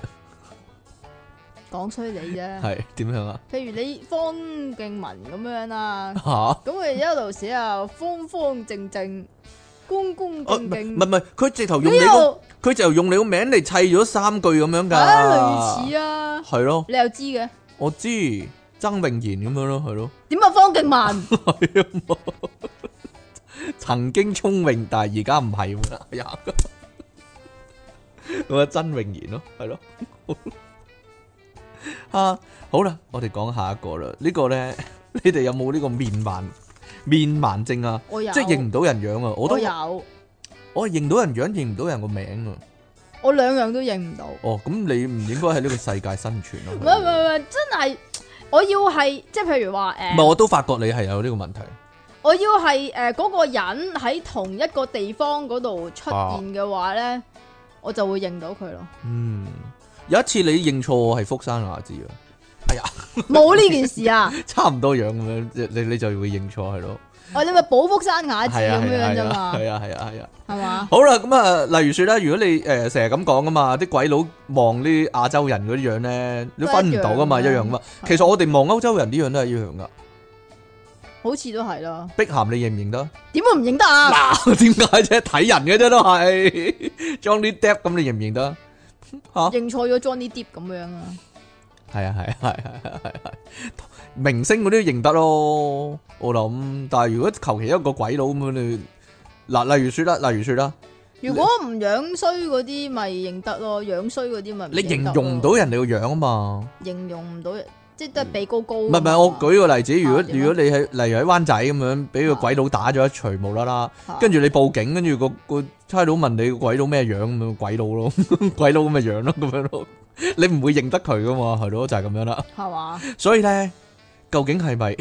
[SPEAKER 1] 講衰你啫。
[SPEAKER 2] 係點
[SPEAKER 1] [LAUGHS]
[SPEAKER 2] 樣啊？
[SPEAKER 1] 譬如你方敬文咁樣啦，
[SPEAKER 2] 嚇！
[SPEAKER 1] 咁佢一路寫啊，方方正正，恭恭
[SPEAKER 2] 哦唔
[SPEAKER 1] 敬
[SPEAKER 2] 係
[SPEAKER 1] 敬
[SPEAKER 2] 唔，係，佢直頭用你
[SPEAKER 1] 你
[SPEAKER 2] 個
[SPEAKER 1] 又
[SPEAKER 2] 佢就用你個名嚟砌咗三句咁樣㗎。
[SPEAKER 1] 啊類似啊，
[SPEAKER 2] 係咯，
[SPEAKER 1] 你又知嘅？
[SPEAKER 2] 我知曾穎賢咁樣咯，係咯，
[SPEAKER 1] 點啊，方敬文
[SPEAKER 2] 係啊嘛曾經聰穎，但係而家唔係喎。哎呀， [LAUGHS] 咁啊，曾穎賢咯，係咯。 [LAUGHS] 啊，好啦，我哋講下一個啦。呢 [LAUGHS] 個咧，你哋有冇呢個面盲面盲症啊？
[SPEAKER 1] 我有，
[SPEAKER 2] 即係認唔到人樣啊！我都
[SPEAKER 1] 我有，
[SPEAKER 2] 我係認到人樣，認唔到人個名啊！
[SPEAKER 1] 我兩樣都認唔到。
[SPEAKER 2] 哦，咁你唔應該喺呢個世界生存啊咯。
[SPEAKER 1] 唔係唔係唔係，真係我要係即係譬如話
[SPEAKER 2] 唔
[SPEAKER 1] 誒，
[SPEAKER 2] 係，我都發覺你係有呢個問題。
[SPEAKER 1] 我要係誒嗰個人喺同一個地方嗰度出現嘅話
[SPEAKER 2] 啊
[SPEAKER 1] 咧，我就會認到佢咯。
[SPEAKER 2] 嗯，有一次你認錯我係福山雅治啊，
[SPEAKER 1] 冇呢件事
[SPEAKER 2] [LAUGHS]
[SPEAKER 1] 啊！
[SPEAKER 2] 差唔多樣咁樣，即係你你就會認錯係咯。
[SPEAKER 1] 我你咪保福山雅治
[SPEAKER 2] 係啊
[SPEAKER 1] 咁
[SPEAKER 2] 係
[SPEAKER 1] 樣
[SPEAKER 2] 啊係
[SPEAKER 1] 啫
[SPEAKER 2] 啊
[SPEAKER 1] 嘛，
[SPEAKER 2] 係啊係啊係啊。
[SPEAKER 1] 係嘛？
[SPEAKER 2] 好啦，咁啊，例如说咧，如果你诶成日咁講噶嘛，啲鬼佬望啲亞洲人嗰啲樣咧，你都分唔到噶嘛，一
[SPEAKER 1] 都一樣啊
[SPEAKER 2] 樣
[SPEAKER 1] 㗎
[SPEAKER 2] 噶嘛。其實我哋望歐洲人呢樣都係一樣噶。
[SPEAKER 1] 好似都係啦，
[SPEAKER 2] 碧咸你認唔認
[SPEAKER 1] [LAUGHS]
[SPEAKER 2] 得？
[SPEAKER 1] 點會唔認得啊？
[SPEAKER 2] 嗱，點解啫？睇人嘅啫都係。Johnny 哎 Depp 咁你認唔認得？吓，
[SPEAKER 1] 認錯咗 Johnny Depp 咁樣啊！
[SPEAKER 2] 係啊係啊係啊係啊係啊，明星嗰啲認得咯，我諗。但係如果求其一個鬼佬咁樣你。嗱，例如说啦，例如说啦，
[SPEAKER 1] 如果唔樣衰嗰啲咪認得咯，樣衰嗰啲咪唔
[SPEAKER 2] 你形
[SPEAKER 1] 認得咯
[SPEAKER 2] 容唔到人哋個樣啊嘛，
[SPEAKER 1] 形容唔到，即係都係鼻高高啊
[SPEAKER 2] 唔
[SPEAKER 1] 嘛。
[SPEAKER 2] 係唔係，我舉個例子，如果
[SPEAKER 1] 啊點啊
[SPEAKER 2] 如果你喺例如喺灣仔咁樣，俾個鬼佬打咗一錘無啦啦，
[SPEAKER 1] 嚇
[SPEAKER 2] 跟住你報警，跟住個個差佬問你個鬼佬咩樣咁樣，鬼佬 [LAUGHS] 咯，鬼佬咁嘅樣咯，咁樣咯，你唔會認得佢噶嘛，係咯，就係咁樣啦。
[SPEAKER 1] 係嘛？
[SPEAKER 2] 所以咧，究竟係 [LAUGHS] 咪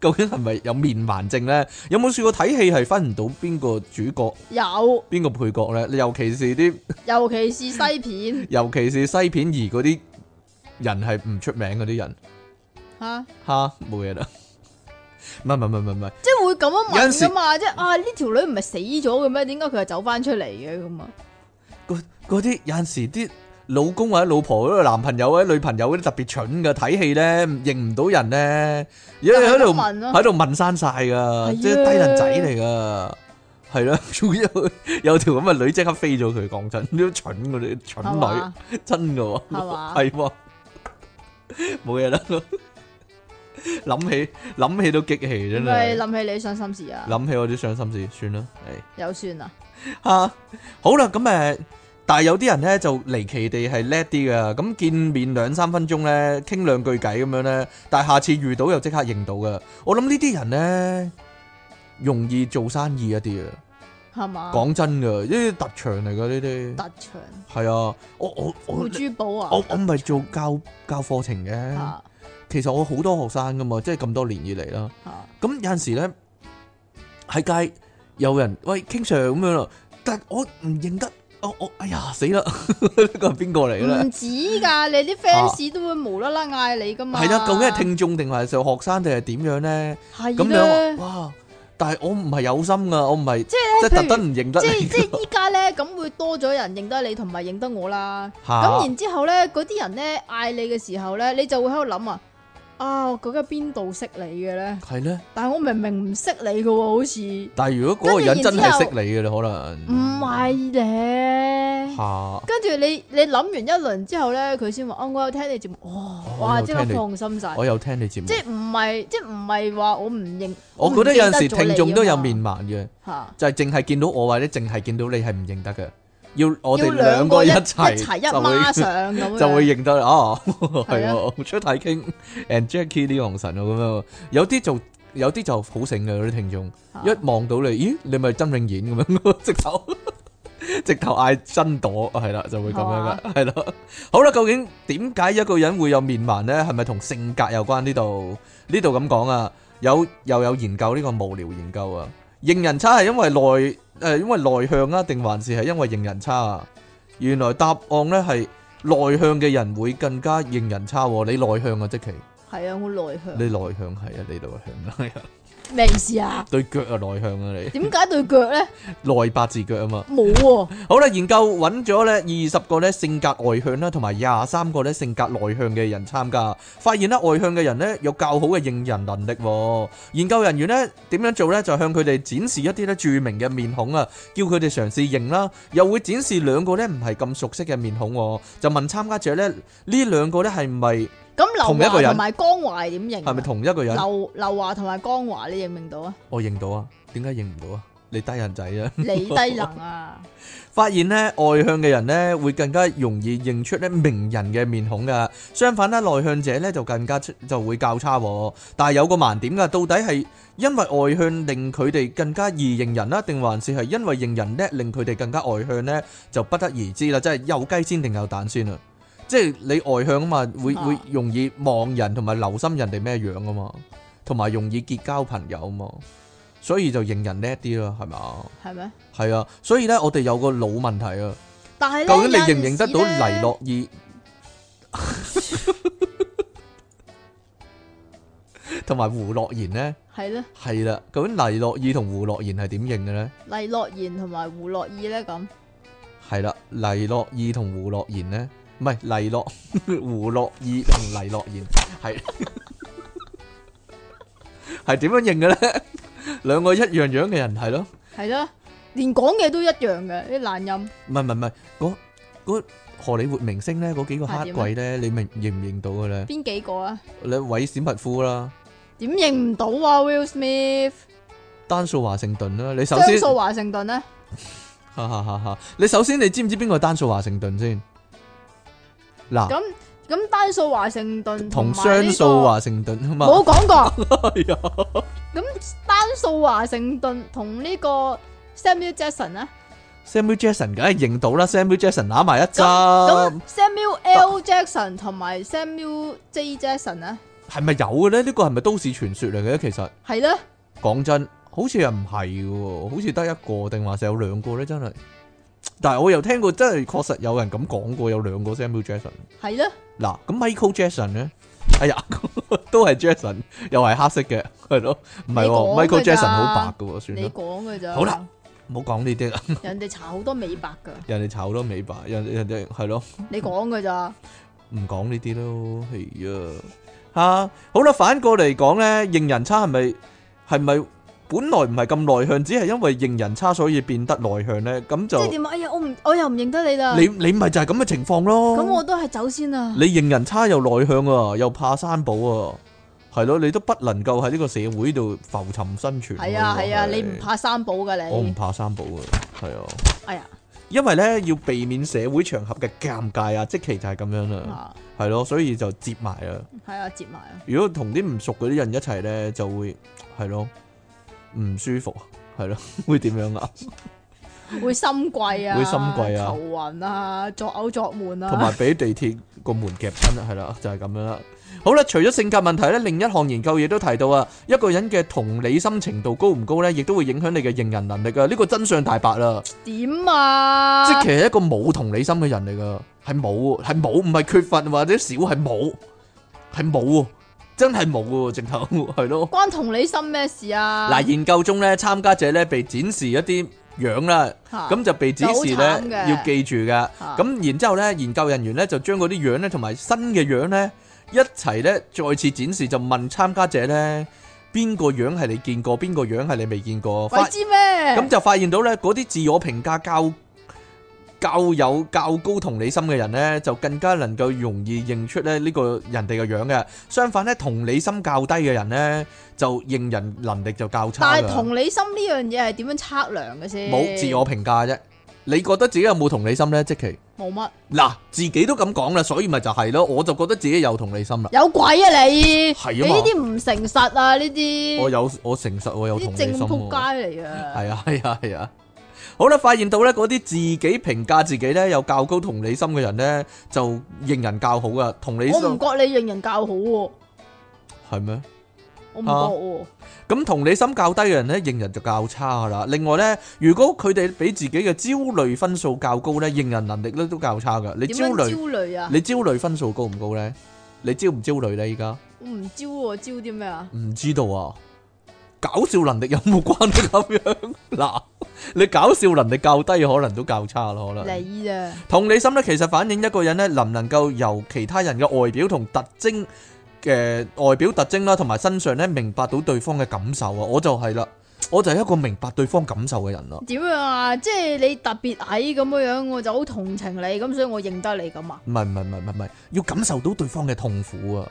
[SPEAKER 2] 究竟係咪有面盲症咧？有冇試過睇戲係分唔到邊個主角
[SPEAKER 1] 有，
[SPEAKER 2] 邊個配角咧？尤其是啲
[SPEAKER 1] 尤其是西片
[SPEAKER 2] 尤其是西片而嗰啲人係唔出名嗰啲人，
[SPEAKER 1] 嚇，
[SPEAKER 2] 吓冇嘢啦。唔係唔係唔係唔係唔係。
[SPEAKER 1] 即係會咁樣
[SPEAKER 2] 有陣
[SPEAKER 1] 問
[SPEAKER 2] 時
[SPEAKER 1] 噶嘛？即係啊，呢條女唔係死咗嘅咩？點解佢又走翻出嚟嘅咁啊？
[SPEAKER 2] 嗰嗰啲有阵时啲老公或者老婆嗰個男朋友或者女朋友嗰啲特別蠢噶，睇戲咧認唔到人咧，而家
[SPEAKER 1] 就
[SPEAKER 2] 喺
[SPEAKER 1] 係
[SPEAKER 2] 度
[SPEAKER 1] 咁問咯
[SPEAKER 2] 喺度問山晒噶，
[SPEAKER 1] 係啊
[SPEAKER 2] 即係低能仔嚟噶。係啦，有有條咁嘅女即刻飛咗佢，講真，啲蠢嗰啲蠢
[SPEAKER 1] 係
[SPEAKER 2] 女
[SPEAKER 1] 嘛？
[SPEAKER 2] 真噶喎，
[SPEAKER 1] 係嘛
[SPEAKER 2] 係喎，冇嘢啦。諗起諗起都激氣
[SPEAKER 1] 係
[SPEAKER 2] 真
[SPEAKER 1] 咪
[SPEAKER 2] 係，
[SPEAKER 1] 諗起你傷心事啊？
[SPEAKER 2] 諗起我啲傷心事，算啦，係。
[SPEAKER 1] 有算啊？
[SPEAKER 2] 啊，好啦，咁誒，但係有啲人咧就離奇地係叻啲嘅，咁見面兩三分鐘咧，傾兩句偈咁樣咧，但係下次遇到又即刻認到嘅。我諗呢啲人咧容易做生意一啲啊，
[SPEAKER 1] 係嘛？
[SPEAKER 2] 講真嘅，呢啲特長嚟嘅呢啲，
[SPEAKER 1] 特長
[SPEAKER 2] 係啊，我我
[SPEAKER 1] 做
[SPEAKER 2] 我
[SPEAKER 1] 珠寶啊？
[SPEAKER 2] 我我嗯唔係做教教課程嘅，
[SPEAKER 1] 嚇
[SPEAKER 2] 其實我好多學生噶嘛，即係咁多年以嚟啦。
[SPEAKER 1] 嚇
[SPEAKER 2] 咁有陣時咧喺街有人喂傾 Sir 咁樣咯，但係我唔認得，我我哎呀死啦！ [LAUGHS] 呢個係邊個嚟嘅咧
[SPEAKER 1] 唔？止㗎，你啲 fans 都會無啦啦嗌你㗎嘛？
[SPEAKER 2] 係啦，究竟係聽眾定係學生定係點樣咧？
[SPEAKER 1] 係
[SPEAKER 2] 咁
[SPEAKER 1] 咧
[SPEAKER 2] 樣。哇！但係我唔係有心噶，我唔係
[SPEAKER 1] 即係咧，
[SPEAKER 2] 即係特
[SPEAKER 1] 譬如
[SPEAKER 2] 登唔認得
[SPEAKER 1] 即係
[SPEAKER 2] 你
[SPEAKER 1] 即係依家咧，咁會多咗人認得你同埋認得我啦。咁
[SPEAKER 2] 嚇。
[SPEAKER 1] 然之後咧，嗰啲人咧嗌你嘅時候咧，你就會喺度諗啊，啊，我究竟邊度識你嘅咧？
[SPEAKER 2] 係咧，
[SPEAKER 1] 但係我明明唔識你嘅喎，好似
[SPEAKER 2] 但係如果嗰個人
[SPEAKER 1] 跟
[SPEAKER 2] 真
[SPEAKER 1] 住然之
[SPEAKER 2] 係
[SPEAKER 1] 後
[SPEAKER 2] 識你嘅，你可能
[SPEAKER 1] 唔係咧。
[SPEAKER 2] 嚇。
[SPEAKER 1] 跟住你你諗完一輪之後咧，佢先話啊，我有聽你節目，哇
[SPEAKER 2] 哦我
[SPEAKER 1] 哇，
[SPEAKER 2] 有
[SPEAKER 1] 即刻
[SPEAKER 2] 聽你
[SPEAKER 1] 放心晒。
[SPEAKER 2] 我有聽你節目
[SPEAKER 1] 即，係唔係即係唔係話我唔認？
[SPEAKER 2] 我覺得有陣時
[SPEAKER 1] 我唔記得咗你
[SPEAKER 2] 聽眾都有
[SPEAKER 1] 啊嘛
[SPEAKER 2] 面盲嘅。
[SPEAKER 1] 嚇，
[SPEAKER 2] 就係淨係見到我或者淨係見到你係唔認得嘅，要我哋
[SPEAKER 1] 要
[SPEAKER 2] 兩
[SPEAKER 1] 兩
[SPEAKER 2] 個
[SPEAKER 1] 個
[SPEAKER 2] 一
[SPEAKER 1] 一
[SPEAKER 2] 齊
[SPEAKER 1] 齊一
[SPEAKER 2] 就
[SPEAKER 1] 孖
[SPEAKER 2] 會
[SPEAKER 1] 上
[SPEAKER 2] [LAUGHS]
[SPEAKER 1] 咁樣，
[SPEAKER 2] 就會認得啦哦，係
[SPEAKER 1] 係啊
[SPEAKER 2] 喎，出體 King and Jackie 呢行神啊咁樣，有啲就有啲就好醒嘅嗰啲聽眾，
[SPEAKER 1] 嚇
[SPEAKER 2] 一望到你，咦你咪曾永演咁樣， [LAUGHS] 直頭直頭嗌真朵係啦，就會咁樣啦，係啦。好啦，究竟點解一個人會有面盲咧？係咪同性格有關呢度？呢度咁講啊，有又有研究呢個無聊研究啊，認人差係因為內誒、呃因為內向啊，定還是係因為認人差啊？原來答案咧係內向嘅人會更加認人差喎。你內向啊，即其
[SPEAKER 1] 係啊，我內向
[SPEAKER 2] 你內向係啊，你內向係啊，
[SPEAKER 1] 咩意思啊？
[SPEAKER 2] 對腳啊內向啊你
[SPEAKER 1] 點解對腳咧
[SPEAKER 2] 內八字腳啊嘛。
[SPEAKER 1] 冇喎？
[SPEAKER 2] 好啦，研究揾咗咧二十個咧性格外向啦，同埋廿三個咧性格內向嘅人參加，發現咧外向嘅人咧有較好嘅認人能力喎。研究人員咧點樣做咧？就向佢哋展示一啲咧著名嘅面孔啊，叫佢哋嘗試認啦，又會展示兩個咧唔係咁熟悉嘅面孔喎，就問參加者咧呢兩個咧係咪
[SPEAKER 1] 咁劉
[SPEAKER 2] 同一個
[SPEAKER 1] 華
[SPEAKER 2] 人
[SPEAKER 1] 同埋江華點認啊？
[SPEAKER 2] 係咪同一個人？ [LAUGHS]
[SPEAKER 1] 劉劉華同埋江華你認唔認到啊？
[SPEAKER 2] 我認到啊，點解認唔到啊？你低人仔啊！
[SPEAKER 1] 你低能啊！
[SPEAKER 2] 發現咧外向嘅人咧會更加容易認出咧名人嘅面孔噶，相反咧內向者咧就更加出就會較差喎。但係有個盲點噶，到底係因為外向令佢哋更加易認人啦，定還是係因為認人叻令佢哋更加外向呢？就不得而知啦。即係有雞先定有蛋先啊！即係你外向啊嘛，會
[SPEAKER 1] 啊
[SPEAKER 2] 會容易望人同埋留心人哋咩樣啊嘛，同埋容易結交朋友啊嘛，所以就認人叻啲啦，係咪啊？
[SPEAKER 1] 系咪？
[SPEAKER 2] 系啊，所以咧，我哋有個腦問題啊，
[SPEAKER 1] 但系
[SPEAKER 2] 究竟你認唔認得到黎諾懿同埋胡諾言呢？
[SPEAKER 1] 系咧？
[SPEAKER 2] 係啦，究竟黎諾懿同胡諾 [LAUGHS] 言係點認嘅呢？
[SPEAKER 1] 黎諾言同埋胡樂意咧咁，
[SPEAKER 2] 係啦，黎諾懿同胡諾言呢？唔係黎諾胡諾懿同黎諾言係係點樣認嘅呢？兩個一樣樣嘅人係咯。
[SPEAKER 1] 系啦，連講嘢都一樣嘅啲懶音，
[SPEAKER 2] 唔係唔係唔係，嗰嗰荷里活明星咧，嗰幾個黑鬼咧，你明認唔認到嘅咧？
[SPEAKER 1] 邊幾個啊？
[SPEAKER 2] 你韋史密夫啦，
[SPEAKER 1] 點認唔到啊？Will Smith、
[SPEAKER 2] 丹素華盛頓啦，你首
[SPEAKER 1] 張
[SPEAKER 2] 先，
[SPEAKER 1] 素華盛頓咧，
[SPEAKER 2] 哈哈哈哈！你首先你知唔知邊個係丹素華盛頓先？嗱，
[SPEAKER 1] 咁咁單數華盛頓
[SPEAKER 2] 同
[SPEAKER 1] 埋
[SPEAKER 2] 雙
[SPEAKER 1] 呢
[SPEAKER 2] 數
[SPEAKER 1] 個
[SPEAKER 2] 華盛頓啊嘛，
[SPEAKER 1] 冇講過。
[SPEAKER 2] 係啊
[SPEAKER 1] 單數華盛頓同呢個 Samuel Jackson 咧，
[SPEAKER 2] ，Samuel Jackson 梗係認到啦，Samuel Jackson 揦埋一
[SPEAKER 1] 咁
[SPEAKER 2] 針
[SPEAKER 1] 咁，Samuel L Jackson 同埋 Samuel J Jackson 咧，
[SPEAKER 2] 係咪有嘅咧？呢個係咪都市傳說嚟嘅？其實
[SPEAKER 1] 係咧，
[SPEAKER 2] 講真，好似又唔係喎，好似得一個定還是有兩個咧？真係，但係我又聽過，真係確實有人咁講過有兩個 Samuel Jackson。
[SPEAKER 1] 係咧，
[SPEAKER 2] 嗱，咁 Michael Jackson 咧，哎呀， [LAUGHS] 都係 Jackson，又係黑色嘅，係咯，唔係喎
[SPEAKER 1] 你講
[SPEAKER 2] ，Michael
[SPEAKER 1] 㗎咋
[SPEAKER 2] Jackson 好白嘅喎，算
[SPEAKER 1] 你
[SPEAKER 2] 啦，
[SPEAKER 1] 講嘅咋？
[SPEAKER 2] 好啦，唔好講呢啲啦，
[SPEAKER 1] 人哋搽好多美白噶，
[SPEAKER 2] 人哋炒咗美白，人人哋係咯，
[SPEAKER 1] 你講嘅咋？
[SPEAKER 2] 唔講呢啲咯，係啊，吓，好啦，反過嚟講咧，認人差係咪係咪本來唔係咁內向，只係因為認人差所以變得內向咧？咁
[SPEAKER 1] 即係
[SPEAKER 2] 就
[SPEAKER 1] 點啊？哎呀，我唔，我又唔認得你啦。
[SPEAKER 2] 你你咪就係咁嘅情況咯。
[SPEAKER 1] 啊咁我都係走先啦。
[SPEAKER 2] 你認人差又內向啊，又怕生保啊，係咯，你都不能夠喺呢個社會度浮沉生存喎。
[SPEAKER 1] 係啊係啊，
[SPEAKER 2] 呢個
[SPEAKER 1] 你
[SPEAKER 2] 係
[SPEAKER 1] 唔？怕三寶噶
[SPEAKER 2] 我唔
[SPEAKER 1] 你？
[SPEAKER 2] 怕生保啊，係啊，
[SPEAKER 1] 哎呀，
[SPEAKER 2] 因為咧要避免社會場合嘅尷尬啊，即其就係咁樣啦，
[SPEAKER 1] 啊，
[SPEAKER 2] 係咯，所以就接埋啊。
[SPEAKER 1] 係啊，接埋啊，
[SPEAKER 2] 如果同啲唔熟嗰啲人一齊咧，就會係咯唔舒服，係咯， [LAUGHS] 會點樣啊？
[SPEAKER 1] 會心悸啊，
[SPEAKER 2] 會心悸啊
[SPEAKER 1] 頭暈啊，作嘔作悶啊，
[SPEAKER 2] 同埋俾地鐵個門夾親啦，係啦，就係咁樣啦。好啦，除咗性格問題咧，另一項研究亦都提到啊，一個人嘅同理心程度高唔高咧，亦都會影響你嘅認人能力噶。呢個真相大白啦，
[SPEAKER 1] 點啊？
[SPEAKER 2] 即其係一個冇同理心嘅人嚟噶，係冇，係冇，唔係缺乏或者少，係冇，係冇喎，真係冇喎，直頭 [LAUGHS] 係咯。
[SPEAKER 1] 關同理心咩事啊？
[SPEAKER 2] 嗱，研究中咧，參加者咧被展示一啲樣啦。
[SPEAKER 1] 嚇
[SPEAKER 2] 咁就被指示
[SPEAKER 1] 就好
[SPEAKER 2] 咧
[SPEAKER 1] 慘嘅
[SPEAKER 2] 要記住噶。
[SPEAKER 1] 嚇
[SPEAKER 2] 咁然之後咧，研究人員咧就將嗰啲樣咧同埋新嘅樣咧一齊咧再次展示，就問參加者咧邊個樣係你見過，邊個樣係你未見過。
[SPEAKER 1] 鬼
[SPEAKER 2] 發
[SPEAKER 1] 知咩？
[SPEAKER 2] 咁就發現到咧，嗰啲自我評價較較有較高同理心嘅人咧，就更加能夠容易認出咧呢個人哋嘅樣嘅。相反咧，同理心較低嘅人咧，就認人能力就較差
[SPEAKER 1] 但
[SPEAKER 2] 㗎
[SPEAKER 1] 係同理心呢樣嘢係點樣測量嘅先？
[SPEAKER 2] 冇自我評價啫。你覺得自己有冇同理心呢？即其
[SPEAKER 1] 冇乜，
[SPEAKER 2] 嗱，自己都咁講啦，所以咪就係咯，我就覺得自己有同理心啦。
[SPEAKER 1] 有鬼啊你！
[SPEAKER 2] 係啊
[SPEAKER 1] 你呢啲唔誠實啊呢啲，
[SPEAKER 2] 我有我誠實，我有
[SPEAKER 1] 呢
[SPEAKER 2] 同
[SPEAKER 1] 啲
[SPEAKER 2] 理心
[SPEAKER 1] 正
[SPEAKER 2] 喎。
[SPEAKER 1] 仆街嚟啊！
[SPEAKER 2] 係啊，係啊，係啊。好啦，發現到咧，嗰啲自己評價自己咧有較高同理心嘅人咧，就認人較好噶。同理
[SPEAKER 1] 我唔
[SPEAKER 2] 心
[SPEAKER 1] 覺你認人較好喎，
[SPEAKER 2] 係咩？
[SPEAKER 1] 我
[SPEAKER 2] 啊
[SPEAKER 1] 唔
[SPEAKER 2] 咁同理心較低嘅人咧，認人就較差啦。另外咧，如果佢哋俾自己嘅焦慮分數較高咧，認人能力咧都較差噶。你
[SPEAKER 1] 覺喎。點
[SPEAKER 2] 焦
[SPEAKER 1] 樣
[SPEAKER 2] 慮
[SPEAKER 1] 焦。慮啊？
[SPEAKER 2] 你焦慮分數高唔高呢？你焦唔焦慮呢？依家
[SPEAKER 1] 我唔焦喎，焦啲咩啊？
[SPEAKER 2] 唔知道啊，搞笑能力有冇關係咁樣？嗱，你搞笑能力較低，可能都較差咯，可能。
[SPEAKER 1] 你咋？
[SPEAKER 2] 同理心呢，其實反映一個人呢，能唔能夠由其他人嘅外表同特徵嘅、外表特徵啦，同埋身上呢，明白到對方嘅感受啊。我就係啦，我就係一個明白對方感受嘅人啦。
[SPEAKER 1] 點樣啊？即係你特別矮咁樣樣，我就好同情你，咁所以我認得你咁啊？
[SPEAKER 2] 唔係唔係唔係唔係，要感受到對方嘅痛苦啊！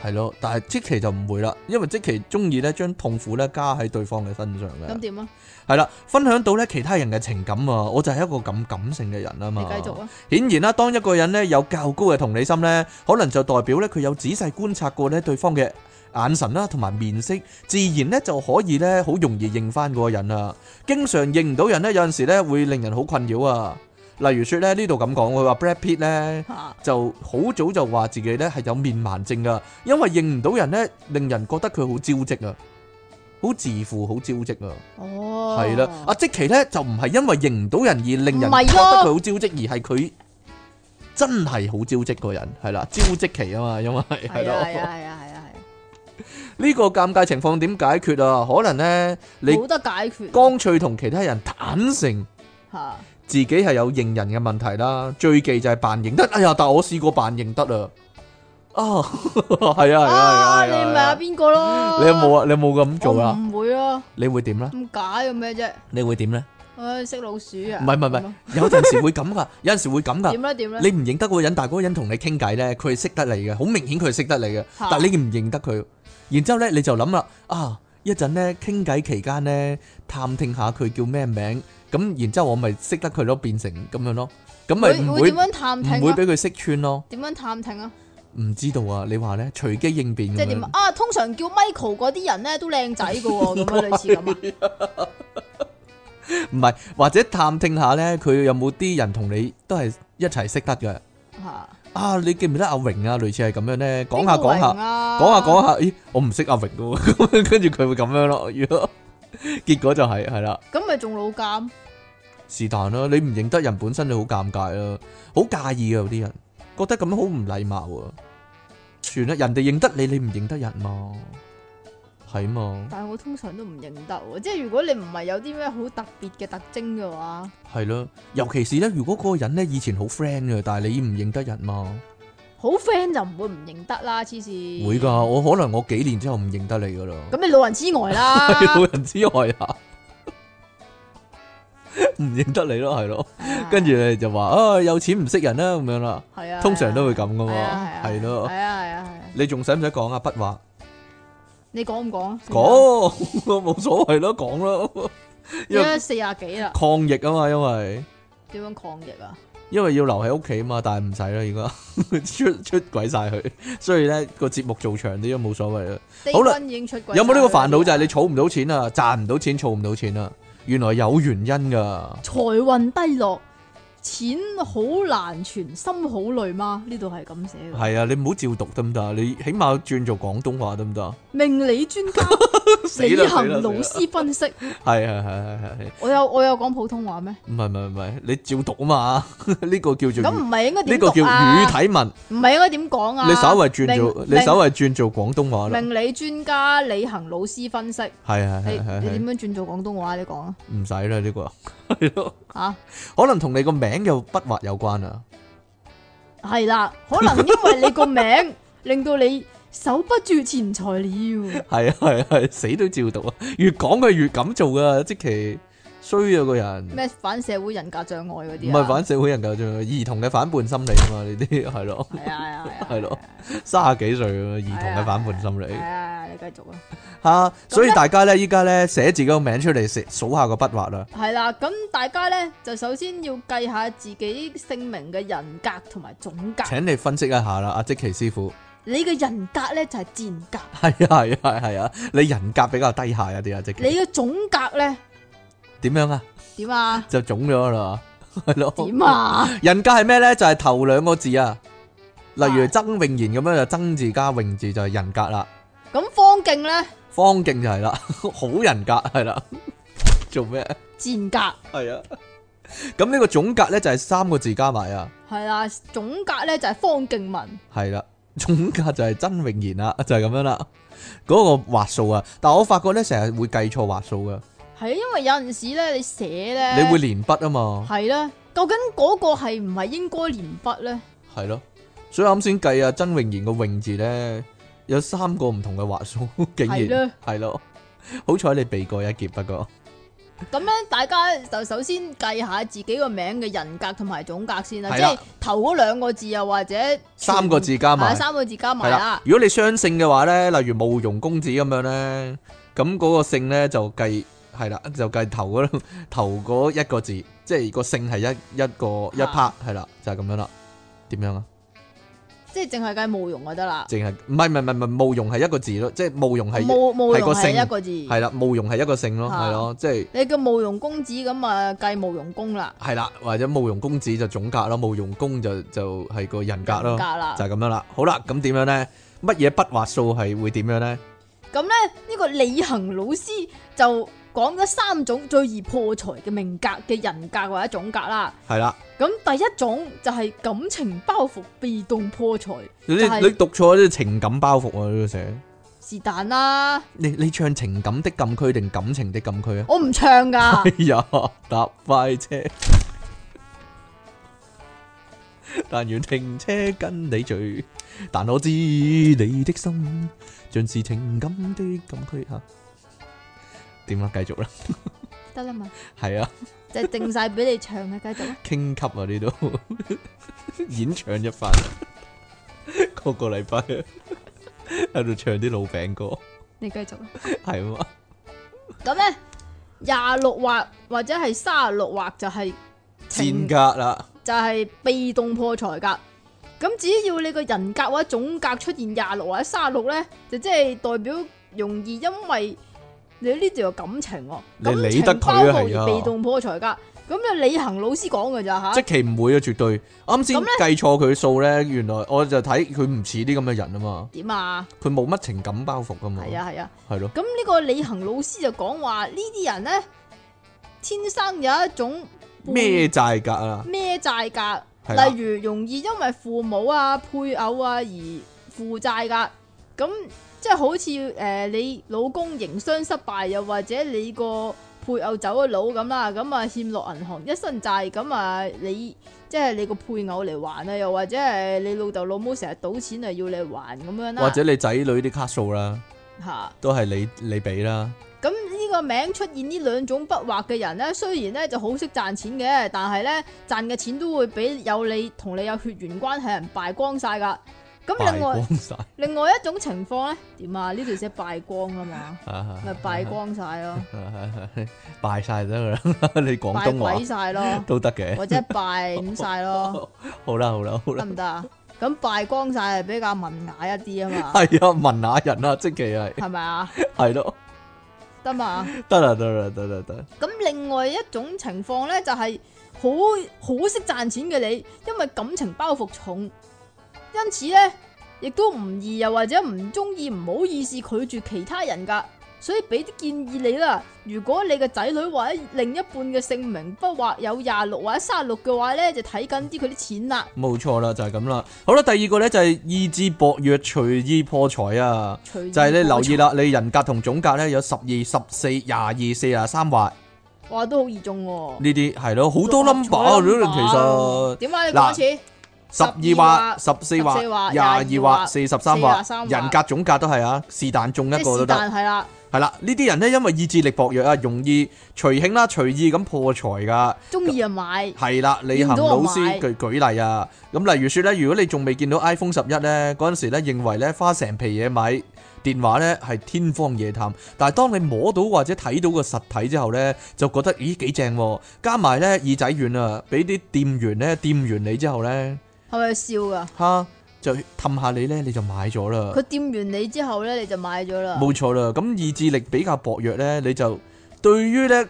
[SPEAKER 2] 係咯，但係即期就唔會啦，因為即期中意咧將痛苦咧加喺對方嘅身上
[SPEAKER 1] 咁
[SPEAKER 2] 嘅，
[SPEAKER 1] 點啊？
[SPEAKER 2] 係啦，分享到咧其他人嘅情感啊，我就係一個咁感性嘅人啊
[SPEAKER 1] 你
[SPEAKER 2] 嘛。
[SPEAKER 1] 繼續啊！
[SPEAKER 2] 顯然啦，當一個人咧有較高嘅同理心咧，可能就代表咧佢有仔細觀察過咧對方嘅眼神啦，同埋面色，自然咧就可以咧好容易認翻嗰個人啊。經常認唔到人咧，有陣時咧會令人好困擾啊。例如說咧呢度咁講，佢話 Brad Pitt 咧
[SPEAKER 1] 嚇
[SPEAKER 2] 就好早就話自己咧係有面盲症噶，因為認唔到人咧，令人覺得佢好招積啊，好自負，好招積啊。
[SPEAKER 1] 哦，
[SPEAKER 2] 係啦，阿即奇咧就唔係因為認唔到人而令人
[SPEAKER 1] 唔係
[SPEAKER 2] 覺
[SPEAKER 1] 咯
[SPEAKER 2] 得佢好招積，而係佢真係好招積個人，係啦，招積奇啊嘛，因為係
[SPEAKER 1] 係啊係
[SPEAKER 2] 咯，
[SPEAKER 1] 啊係啊係啊
[SPEAKER 2] 呢個尷尬情況點解決啊？可能咧，
[SPEAKER 1] 係啊，
[SPEAKER 2] 你
[SPEAKER 1] 冇得解決
[SPEAKER 2] 乾脆同其他人坦誠
[SPEAKER 1] 嚇，
[SPEAKER 2] 自己係有認人嘅問題啦，最忌就係扮認得。哎呀，但我試過扮認得啊，啊， [LAUGHS] 係啊係啊
[SPEAKER 1] 啊
[SPEAKER 2] 係啊，
[SPEAKER 1] 你咪阿邊個咯？
[SPEAKER 2] 你有冇啊？你有冇咁做
[SPEAKER 1] 我
[SPEAKER 2] 啊？
[SPEAKER 1] 唔會咯，
[SPEAKER 2] 你會點咧？
[SPEAKER 1] 咁假嘅咩啫？
[SPEAKER 2] 你會點咧？
[SPEAKER 1] 唉，識老鼠啊！
[SPEAKER 2] 唔係唔係唔係，有陣時會咁噶，有陣時會咁噶。
[SPEAKER 1] 點咧點咧？
[SPEAKER 2] 你唔認得嗰個人，但係嗰個人同你傾偈咧，佢係識得你嘅，好明顯佢係識得你嘅，
[SPEAKER 1] 嚇
[SPEAKER 2] 但係你唔認得佢。然之後咧，你就諗啦，啊，一陣咧傾偈期間咧，探聽下佢叫咩名，咁然之後我咪識得佢咯，變成咁樣咯，咁咪
[SPEAKER 1] 會
[SPEAKER 2] 唔
[SPEAKER 1] 會
[SPEAKER 2] 會
[SPEAKER 1] 點樣探聽
[SPEAKER 2] 唔會
[SPEAKER 1] 啊？
[SPEAKER 2] 俾佢識穿咯？
[SPEAKER 1] 點樣探聽啊？
[SPEAKER 2] 唔知道啊，你話咧隨機應變
[SPEAKER 1] 即
[SPEAKER 2] 咁
[SPEAKER 1] 係點啊
[SPEAKER 2] 樣，？
[SPEAKER 1] 啊，通常叫 Michael 嗰啲人咧都靚仔嘅
[SPEAKER 2] [LAUGHS]
[SPEAKER 1] 喎，咁樣類似咁啊？
[SPEAKER 2] 唔係或者探聽下咧，佢有冇啲人同你都係一齊識得嘅？
[SPEAKER 1] 嚇，
[SPEAKER 2] 啊，你記唔記得阿榮啊？類似係咁樣咧，講下
[SPEAKER 1] 邊個
[SPEAKER 2] 講下
[SPEAKER 1] 榮。
[SPEAKER 2] [LAUGHS]
[SPEAKER 1] 啊
[SPEAKER 2] 講下講下，咦，我唔識阿榮嘅喎，咁跟住佢會咁樣咯。如果結果就係係啦，
[SPEAKER 1] 咁咪仲老監
[SPEAKER 2] 是但啦，你唔認得人本身就好尷尬啦，好介意啊有啲人覺得咁樣好唔禮貌啊。算啦，人哋認得你，你唔認得人嘛，係嘛，
[SPEAKER 1] 但係我通常都唔認得喎，即係如果你唔係有啲咩好特別嘅特徵嘅話，
[SPEAKER 2] 係咯。尤其是咧，如果嗰個人咧以前好 friend 嘅，但係你唔認得人嘛，
[SPEAKER 1] 好 friend 就唔會唔認得啦，黐線。
[SPEAKER 2] 會㗎。我可能我幾年之後唔認得你㗎啦。
[SPEAKER 1] 咁你老人痴呆
[SPEAKER 2] 老 [LAUGHS]
[SPEAKER 1] 啦，
[SPEAKER 2] 人之外啊，唔認得你咯，係咯。跟住你就話啊，有錢唔識人啦，咁樣啦。
[SPEAKER 1] 係啊，
[SPEAKER 2] 通常都會咁噶
[SPEAKER 1] 係啊
[SPEAKER 2] 嘛，係咯
[SPEAKER 1] 係。啊係啊係啊，
[SPEAKER 2] 你仲使唔使講啊？筆畫
[SPEAKER 1] 你講唔講啊？
[SPEAKER 2] 講 [LAUGHS] 冇所謂咯，講咯。因
[SPEAKER 1] 而
[SPEAKER 2] 為
[SPEAKER 1] 家四廿幾啦，
[SPEAKER 2] 抗疫啊嘛，因為
[SPEAKER 1] 點樣抗疫啊？
[SPEAKER 2] 因為要留喺屋企啊嘛，但係唔使啦，而家 [LAUGHS] 出出鬼晒佢，所以咧個節目做長啲都冇所謂啦。好啦
[SPEAKER 1] 低已經出軌，
[SPEAKER 2] 有冇呢個煩惱就係你儲唔到錢啊，賺唔到錢，儲唔到錢啊？原來有原因噶，
[SPEAKER 1] 財運低落，錢好難存，心好累嗎？呢度係咁寫嘅。
[SPEAKER 2] 係啊，你唔好照讀得唔得啊？你起碼轉做廣東話得唔得啊？
[SPEAKER 1] 命理專家
[SPEAKER 2] [LAUGHS] 死
[SPEAKER 1] 李
[SPEAKER 2] 啦死啦
[SPEAKER 1] 恒老
[SPEAKER 2] 死啦
[SPEAKER 1] 師分析，
[SPEAKER 2] 係係係係係。
[SPEAKER 1] 我有我有講普通話咩？
[SPEAKER 2] 唔係唔係唔係，你照讀啊嘛， [LAUGHS] 呢個叫
[SPEAKER 1] 咁
[SPEAKER 2] 做語
[SPEAKER 1] 唔係應該
[SPEAKER 2] 呢
[SPEAKER 1] 點
[SPEAKER 2] 個叫
[SPEAKER 1] 讀啊？
[SPEAKER 2] 語體文，
[SPEAKER 1] 唔係應該點講啊？
[SPEAKER 2] 你稍為轉做
[SPEAKER 1] 明
[SPEAKER 2] 你稍為轉做廣東話啦，
[SPEAKER 1] 命理專家李恒老師分析，
[SPEAKER 2] 係係
[SPEAKER 1] 你
[SPEAKER 2] 係係
[SPEAKER 1] 你點
[SPEAKER 2] 係，
[SPEAKER 1] 樣轉做廣東話？你講啊
[SPEAKER 2] 唔使啦呢個， [LAUGHS] 係咯，
[SPEAKER 1] 嚇。
[SPEAKER 2] 可能同你個名有筆畫有關啊，
[SPEAKER 1] 系啦，可能因為你個名令到你守不住錢財了。
[SPEAKER 2] 係啊係啊係，死都照讀啊，越講佢越咁做噶，即其衰啊個人，
[SPEAKER 1] 咩反社會人格障礙嗰
[SPEAKER 2] 唔
[SPEAKER 1] 啲啊？
[SPEAKER 2] 係反社會人格障礙，兒童嘅反叛心理啊嘛，呢
[SPEAKER 1] [LAUGHS]
[SPEAKER 2] 啲係咯，
[SPEAKER 1] 係啊，係啊，
[SPEAKER 2] [LAUGHS] 係咯，三十幾歲啊嘛，兒童嘅反叛心理
[SPEAKER 1] 係。啊，你繼續啊。
[SPEAKER 2] 吓，所以大家咧依家咧寫自己個名出嚟，寫數下個筆畫啦。
[SPEAKER 1] 係啦，咁大家咧就首先要計下自己姓名嘅人格同埋總格。
[SPEAKER 2] 請你分析一下啦，阿即奇師傅。 [LAUGHS]
[SPEAKER 1] 你嘅人格咧就係賤格，
[SPEAKER 2] 係啊係啊係啊，你人格比較低下一啲啊，即
[SPEAKER 1] 你
[SPEAKER 2] 係
[SPEAKER 1] 嘅總格咧
[SPEAKER 2] 點樣啊？
[SPEAKER 1] 點啊？
[SPEAKER 2] 就腫咗啦， [LAUGHS] 係咯。
[SPEAKER 1] 點？啊？
[SPEAKER 2] 人格係咩咧？就係、頭兩個字啊，例如曾永賢咁樣就曾字加永字就係人格啦，
[SPEAKER 1] 咁方敬咧
[SPEAKER 2] 方敬就係啦， [LAUGHS] 好人格係啦。做咩？
[SPEAKER 1] 賤格。
[SPEAKER 2] 係啊。咁呢個總格咧就係三個字加埋啊，
[SPEAKER 1] 係啦，總格咧就係方敬文，
[SPEAKER 2] 係啦。總格就係曾永賢啦，就係、咁樣啦。嗰、個畫數啊，但我發覺咧成日會計錯畫數噶，
[SPEAKER 1] 係因為有陣時咧你寫咧，
[SPEAKER 2] 你會連筆啊嘛。
[SPEAKER 1] 系啦，究竟嗰個係唔係應該連筆咧？
[SPEAKER 2] 系咯，所以啱先計啊，曾穎賢個穎字咧有 [LAUGHS] 三個唔同嘅畫數，
[SPEAKER 1] 係
[SPEAKER 2] 竟然
[SPEAKER 1] 咧 [LAUGHS]
[SPEAKER 2] 係咯，好彩你避過一劫，不過
[SPEAKER 1] 咁咧，大家就首先計下自己個名嘅人格同埋總格先啦，
[SPEAKER 2] 係
[SPEAKER 1] 即
[SPEAKER 2] 啦
[SPEAKER 1] 係頭嗰兩個字又啊或者
[SPEAKER 2] 三個字加埋
[SPEAKER 1] 係啊三個字加
[SPEAKER 2] 系
[SPEAKER 1] 埋
[SPEAKER 2] 啦
[SPEAKER 1] 啦，。
[SPEAKER 2] 如果你雙姓嘅話咧，例如慕容公子咁樣咧，咁嗰個姓咧就計係啦，就計頭嗰度 [LAUGHS] 頭嗰一個字，即係個姓係一一個一
[SPEAKER 1] 啊
[SPEAKER 2] part 係啦，就係咁樣啦。點樣啊？
[SPEAKER 1] 即係淨係計慕容就得啦。
[SPEAKER 2] 淨係唔係唔係唔係唔係慕容係一個字咯，即係慕容係
[SPEAKER 1] 慕慕
[SPEAKER 2] 係個
[SPEAKER 1] 容係
[SPEAKER 2] 姓
[SPEAKER 1] 一個字，
[SPEAKER 2] 係啦，慕容係一個姓咯，
[SPEAKER 1] 嚇
[SPEAKER 2] 係咯，即係
[SPEAKER 1] 你叫慕容公子咁啊，計慕容公啦，
[SPEAKER 2] 係啦，或者慕容公子就總格啦，慕容公就就係個人格
[SPEAKER 1] 人
[SPEAKER 2] 咯
[SPEAKER 1] 格，啦
[SPEAKER 2] 就。係咁樣啦。好啦，咁點樣咧？乜嘢筆畫數係會點樣咧？
[SPEAKER 1] 咁咧呢個李恒老師就講咗三種最易破財嘅命格嘅人格或者總格啦。
[SPEAKER 2] 係啦。
[SPEAKER 1] 咁第一種就係感情包袱被動破財，
[SPEAKER 2] 你
[SPEAKER 1] 就係
[SPEAKER 2] 你讀錯啲情感包袱啊！呢個寫
[SPEAKER 1] 是但啦，
[SPEAKER 2] 你你唱情感的禁區定感情的禁區啊？ [LAUGHS]
[SPEAKER 1] 我唔唱噶
[SPEAKER 2] 哎。呀，搭快車，但願停車跟你聚，但我知你的心盡是情感的禁區吓。點啦？繼續啦，
[SPEAKER 1] 得啦嘛，
[SPEAKER 2] 係啊，
[SPEAKER 1] 就定晒俾你唱嘅，繼續啦。
[SPEAKER 2] 傾級啊呢度演唱一番，個個禮拜喺度唱啲老餅歌，
[SPEAKER 1] 你繼續啦。
[SPEAKER 2] 係嘛？
[SPEAKER 1] 咁咧廿六或或者係三十六或就係
[SPEAKER 2] 賤
[SPEAKER 1] 情
[SPEAKER 2] 格啦，
[SPEAKER 1] 就係被動破財噶。咁只要你個人格或者總格出現廿六或者三十六咧，就即係代表容易因為你呢度有感情喎、
[SPEAKER 2] 你
[SPEAKER 1] 感
[SPEAKER 2] 理
[SPEAKER 1] 情
[SPEAKER 2] 得佢
[SPEAKER 1] 包
[SPEAKER 2] 啊係
[SPEAKER 1] 袱
[SPEAKER 2] 啊
[SPEAKER 1] 而被動破財噶。咁就李恒老師講嘅咋吓
[SPEAKER 2] 即，其唔會啊，絕對。啱先
[SPEAKER 1] 咁呢
[SPEAKER 2] 計錯佢數咧，原來我就睇佢唔似啲咁嘅人啊嘛，
[SPEAKER 1] 點啊？
[SPEAKER 2] 佢冇乜情感包袱噶嘛，
[SPEAKER 1] 係啊係啊。
[SPEAKER 2] 係咯，
[SPEAKER 1] 咁呢個李恒老師就講話呢啲人咧，天生有一種半
[SPEAKER 2] 咩債格啊？
[SPEAKER 1] 咩債噶，
[SPEAKER 2] 係啦
[SPEAKER 1] 例如容易因為父母啊、配偶啊而負債噶，咁即係好似誒、呃你老公營商失敗，又或者你個配偶走咗佬咁啦，咁啊欠落銀行一身債，咁啊你即係你個配偶嚟還啊，又或者係你老豆老母成日賭錢啊要你還咁樣啦，
[SPEAKER 2] 或者你仔女啲卡數啦，
[SPEAKER 1] 嚇
[SPEAKER 2] 都係你你俾啦，
[SPEAKER 1] 咁呢個名出現呢兩種筆畫嘅人呢，雖然呢就好識賺錢嘅，但係呢賺嘅錢都會俾有你同你有血緣關係人敗光晒噶。咁
[SPEAKER 2] 敗
[SPEAKER 1] 另外
[SPEAKER 2] 光晒。
[SPEAKER 1] 另外一種情況呢，點啊？呢度寫敗光啊嘛，咪
[SPEAKER 2] 咪
[SPEAKER 1] 敗，光晒咯，
[SPEAKER 2] 敗晒得㗎啦！你廣
[SPEAKER 1] 敗
[SPEAKER 2] 東
[SPEAKER 1] 鬼
[SPEAKER 2] 話
[SPEAKER 1] 晒
[SPEAKER 2] [LAUGHS]
[SPEAKER 1] 咯，
[SPEAKER 2] 都得嘅。
[SPEAKER 1] 或者敗咁晒咯，
[SPEAKER 2] 好啦好啦好
[SPEAKER 1] 得
[SPEAKER 2] 啦，
[SPEAKER 1] 唔得啊？咁敗光晒係比較文雅一啲啊嘛，
[SPEAKER 2] 係啊，問下人啦，即其係
[SPEAKER 1] 係咪啊？
[SPEAKER 2] 係咯， [LAUGHS]
[SPEAKER 1] 得嘛？
[SPEAKER 2] 得啦得啦得啦得啦。
[SPEAKER 1] 咁另外一種情況咧，就係好好識賺錢嘅你，因為感情包袱重，因此咧亦都唔易，又或者唔中意，唔好意思拒絕其他人噶。所以俾啲建議你啦，如果你嘅仔女或者另一半嘅姓名筆畫有廿六或者三十六嘅話咧，就睇緊啲佢啲錢啦，
[SPEAKER 2] 冇錯啦，就係咁啦。好啦，第二個呢，就係、意志薄弱，隨意破財啊！
[SPEAKER 1] 隨意
[SPEAKER 2] 就係你留
[SPEAKER 1] 破財
[SPEAKER 2] 意，啦，你人格同總格呢，有十二、十四、廿二、四廿三畫
[SPEAKER 1] 哇都好易中喎，
[SPEAKER 2] 呢啲係咯，好多
[SPEAKER 1] 中
[SPEAKER 2] number 啊
[SPEAKER 1] 中
[SPEAKER 2] 其實
[SPEAKER 1] 點啊解你講一次？
[SPEAKER 2] 十二畫、十四畫、
[SPEAKER 1] 14畫
[SPEAKER 2] 廿二畫、四十三畫，
[SPEAKER 1] 43畫
[SPEAKER 2] 人格總格都係啊，是但中一
[SPEAKER 1] 即係
[SPEAKER 2] 個都
[SPEAKER 1] 是
[SPEAKER 2] 得。
[SPEAKER 1] 但係啦，
[SPEAKER 2] 係啦，呢啲人呢，因為意志力薄弱啊，容易隨興啦、隨意咁破財噶。
[SPEAKER 1] 中意就買，
[SPEAKER 2] 係啦，李恒
[SPEAKER 1] 見到我
[SPEAKER 2] 老師
[SPEAKER 1] 買
[SPEAKER 2] 舉舉例啊，咁例如說咧，如果你仲未見到 iPhone 十一咧，嗰陣時咧認為咧花成皮嘢買電話咧係天方夜譚，但係當你摸到或者睇到個實體之後咧，就覺得咦幾正喎，加埋咧耳仔軟啊，俾啲店員咧掂完你之後咧，
[SPEAKER 1] 係咪笑㗎？
[SPEAKER 2] 哈就氹下你咧，你就買咗啦
[SPEAKER 1] 佢，掂完你之後咧，你就買咗啦。
[SPEAKER 2] 啊冇錯啦。咁意志力比較薄弱咧，你就對於咧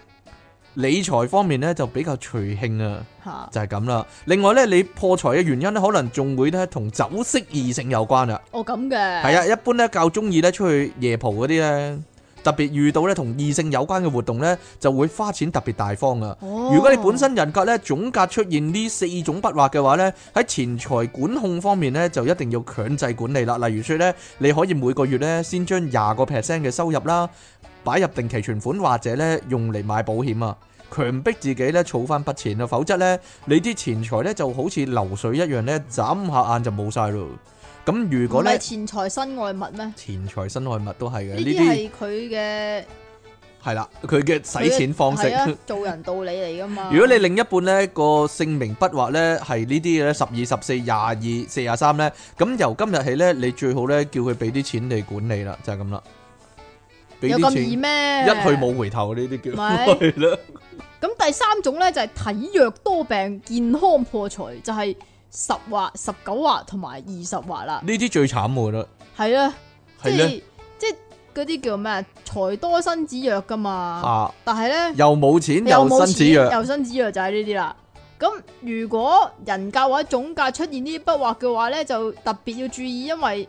[SPEAKER 2] 理財方面咧就比較隨興啊。
[SPEAKER 1] 吓，
[SPEAKER 2] 就係咁啦。另外咧，你破財嘅原因咧，可能仲會咧同酒色異性有關啦。
[SPEAKER 1] 我咁嘅。
[SPEAKER 2] 係
[SPEAKER 1] 係啊，
[SPEAKER 2] 啊，一般咧較中意咧出去夜蒲嗰啲咧，特別遇到咧同異性有關嘅活動咧，就會花錢特別大方啊。如
[SPEAKER 1] 如
[SPEAKER 2] 果你本身人格咧總格出現呢四種筆畫嘅話咧，喺錢財管控方面咧就一定要強制管理啦。例如說咧，你可以每個月咧先將廿個 percent 嘅收入啦擺入定期存款，或者咧用嚟買保險啊。強迫自己咧儲翻筆錢啊，否則咧你啲錢財咧就好似流水一樣咧，眨下眼就冇晒咯。咁如果
[SPEAKER 1] 唔係
[SPEAKER 2] 咧
[SPEAKER 1] 錢財身外物咩？呢
[SPEAKER 2] 錢財身外物都係嘅，呢
[SPEAKER 1] 啲
[SPEAKER 2] 啲
[SPEAKER 1] 係佢嘅
[SPEAKER 2] 系啦，佢嘅使錢方式。
[SPEAKER 1] 係啊，做人道理嚟噶嘛。
[SPEAKER 2] [LAUGHS] 如果你另一半咧個姓名筆畫咧係呢啲咧十二、十四、廿二、四廿三咧，咁由今日起咧，你最好咧叫佢俾啲錢你管理啦，就係咁啦。俾
[SPEAKER 1] 有
[SPEAKER 2] 啲
[SPEAKER 1] 咁
[SPEAKER 2] 錢
[SPEAKER 1] 易
[SPEAKER 2] 一
[SPEAKER 1] 咩？
[SPEAKER 2] 去。冇回頭呢啲 [LAUGHS] 叫
[SPEAKER 1] 咪
[SPEAKER 2] 係啦。
[SPEAKER 1] 咁第三種咧就係體弱多病、健康破財，就係十劃、十九劃同埋二十劃啦。
[SPEAKER 2] 呢啲最慘我覺得
[SPEAKER 1] 係啦，即
[SPEAKER 2] 係咧
[SPEAKER 1] 係即係嗰啲叫咩啊？財多身子弱噶嘛。
[SPEAKER 2] 啊，
[SPEAKER 1] 但係咧。
[SPEAKER 2] 又冇錢
[SPEAKER 1] 又
[SPEAKER 2] 又
[SPEAKER 1] 冇
[SPEAKER 2] 身子
[SPEAKER 1] 錢
[SPEAKER 2] 弱，
[SPEAKER 1] 又身子弱就係呢啲啦。咁如果人格或者總格出現呢啲筆畫嘅話咧，就特別要注意，因為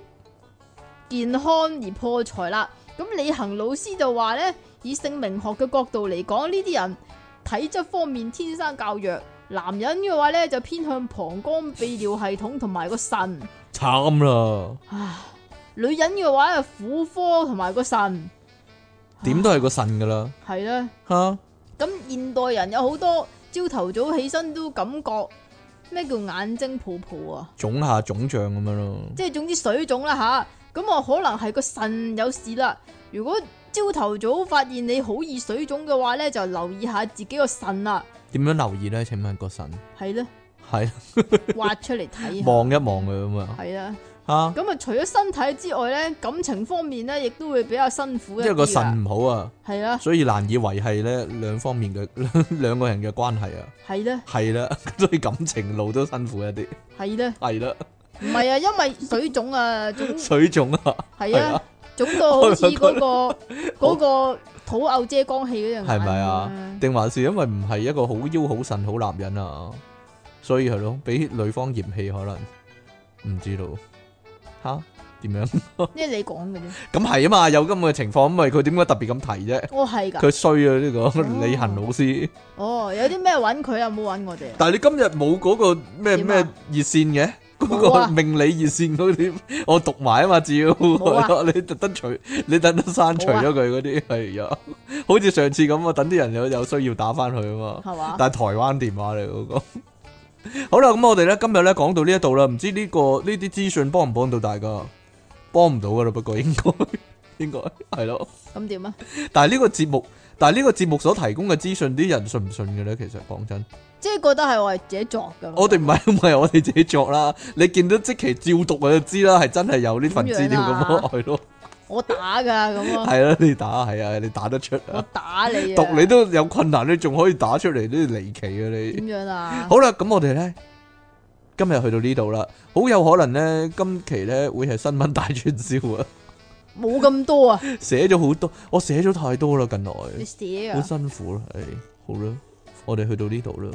[SPEAKER 1] 健康而破財啦。咁李恒老師就話咧，以姓名學嘅角度嚟講，呢啲人體質方面天生較弱。男人嘅話咧，就偏向膀胱、泌尿系統同埋個腎；
[SPEAKER 2] 慘啦，
[SPEAKER 1] 女人嘅話咧，婦科同埋個腎
[SPEAKER 2] 點都係個腎噶啦
[SPEAKER 1] 係啦。
[SPEAKER 2] 吓，
[SPEAKER 1] 咁現代人有好多朝頭早起身都感覺咩叫眼睛泡泡啊，
[SPEAKER 2] 腫下腫脹咁樣咯，
[SPEAKER 1] 即係總之水腫啦吓。咁我可能係個腎有事啦。如果朝頭早發現你好易水腫嘅話呢，就留意下自己個腎啦，
[SPEAKER 2] 點樣留意咧？請問個腎
[SPEAKER 1] 係
[SPEAKER 2] [LAUGHS]
[SPEAKER 1] 咧，
[SPEAKER 2] 係
[SPEAKER 1] 挖出嚟睇下，
[SPEAKER 2] 望一望佢
[SPEAKER 1] [LAUGHS]
[SPEAKER 2] 咁啊
[SPEAKER 1] 係啦。
[SPEAKER 2] 吓。
[SPEAKER 1] 咁啊，除咗身體之外呢，感情方面呢，亦都會比較辛苦一
[SPEAKER 2] 因為個
[SPEAKER 1] 啲啦。
[SPEAKER 2] 腎唔好啊，
[SPEAKER 1] 係 [LAUGHS] 啦，
[SPEAKER 2] 所以難以維係咧兩方面嘅 [LAUGHS] 兩個人嘅關係啊，
[SPEAKER 1] 係啦，
[SPEAKER 2] 係啦， [LAUGHS] 所以感情路都辛苦一啲，
[SPEAKER 1] 係啦，
[SPEAKER 2] 係啦，
[SPEAKER 1] 唔係啊，因為水腫啊，總
[SPEAKER 2] 水腫啊，
[SPEAKER 1] 系
[SPEAKER 2] 係
[SPEAKER 1] 啊
[SPEAKER 2] 啊，
[SPEAKER 1] 肿到好似嗰、個嗰個土偶遮光器嗰樣眼咁
[SPEAKER 2] 係
[SPEAKER 1] 樣
[SPEAKER 2] 咪啊？？定還是因為唔係一個好腰好腎好男人啊，所以係咯，俾女方嫌棄可能唔知道吓點樣？ [LAUGHS]
[SPEAKER 1] 呢係你講嘅啫，
[SPEAKER 2] 咁係啊嘛，有咁嘅情況，咁咪佢點解特別咁提啫？
[SPEAKER 1] 哦係㗎，
[SPEAKER 2] 佢衰啊呢個李恒老師，
[SPEAKER 1] 哦有啲咩揾佢啊？冇揾我哋啊？
[SPEAKER 2] 但係你今日冇嗰個咩
[SPEAKER 1] 點啊
[SPEAKER 2] 咩熱線嘅，嗰
[SPEAKER 1] 冇
[SPEAKER 2] 個
[SPEAKER 1] 啊
[SPEAKER 2] 命理熱線嗰啲，我讀埋啊嘛，只要
[SPEAKER 1] 冇啊
[SPEAKER 2] 係咯 [LAUGHS] 你特登除，你特登刪除咗佢嗰啲，係啊，好似上次咁啊，等啲人有有需要打翻去啊嘛，
[SPEAKER 1] 係嘛？
[SPEAKER 2] 但係台灣電話嚟嗰個。 [LAUGHS] 好啦，咁我哋咧今日咧講到呢一度啦，唔知呢、個呢啲資訊幫唔幫到大家？幫唔到噶啦，不過應該 [LAUGHS] 應該係咯。
[SPEAKER 1] 咁點啊？
[SPEAKER 2] 但係呢個節目，但係呢個節目所提供嘅資訊，啲人信唔信嘅咧？其實講真。
[SPEAKER 1] 即係覺得係我係自己作㗎。
[SPEAKER 2] 我哋唔係唔係我哋自己作啦，你見到即期照讀我就知啦，係真係有呢份資料咁
[SPEAKER 1] 咁樣啊
[SPEAKER 2] 咯，係咯，
[SPEAKER 1] 我打㗎咁啊，
[SPEAKER 2] 係啦，你打係啊，你打得出
[SPEAKER 1] 我
[SPEAKER 2] 啊，
[SPEAKER 1] 打你
[SPEAKER 2] 讀
[SPEAKER 1] 啊！
[SPEAKER 2] 你都有困難，你仲可以打出嚟，都離奇啊
[SPEAKER 1] 點
[SPEAKER 2] 你。
[SPEAKER 1] 樣啊？
[SPEAKER 2] 好啦，咁我哋咧今日去到呢度啦，好有可能咧今期咧會係新聞大串燒啊， [LAUGHS]
[SPEAKER 1] 冇咁多啊！
[SPEAKER 2] 寫咗好多，我寫咗太多啦，近來
[SPEAKER 1] 你寫
[SPEAKER 2] 好
[SPEAKER 1] 啊？
[SPEAKER 2] 辛苦啦，唉，好啦，我哋去到呢度啦，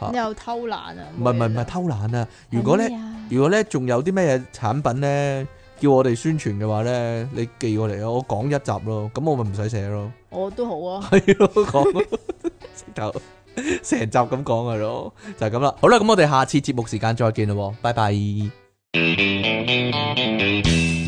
[SPEAKER 2] 嚇
[SPEAKER 1] 你又偷懶啊？哎
[SPEAKER 2] 唔係唔係唔係偷懶啊，如果咧。如果咧仲有啲咩產品咧，叫我哋宣傳嘅話咧，你寄過嚟啊，我講一集咯，咁我咪唔使寫咯， [LAUGHS]
[SPEAKER 1] 我都好啊，
[SPEAKER 2] 係咯，講直頭成集咁講嘅咯，就係咁啦。好啦，咁我哋下次節目時間再見啦喎，拜拜。哦喲，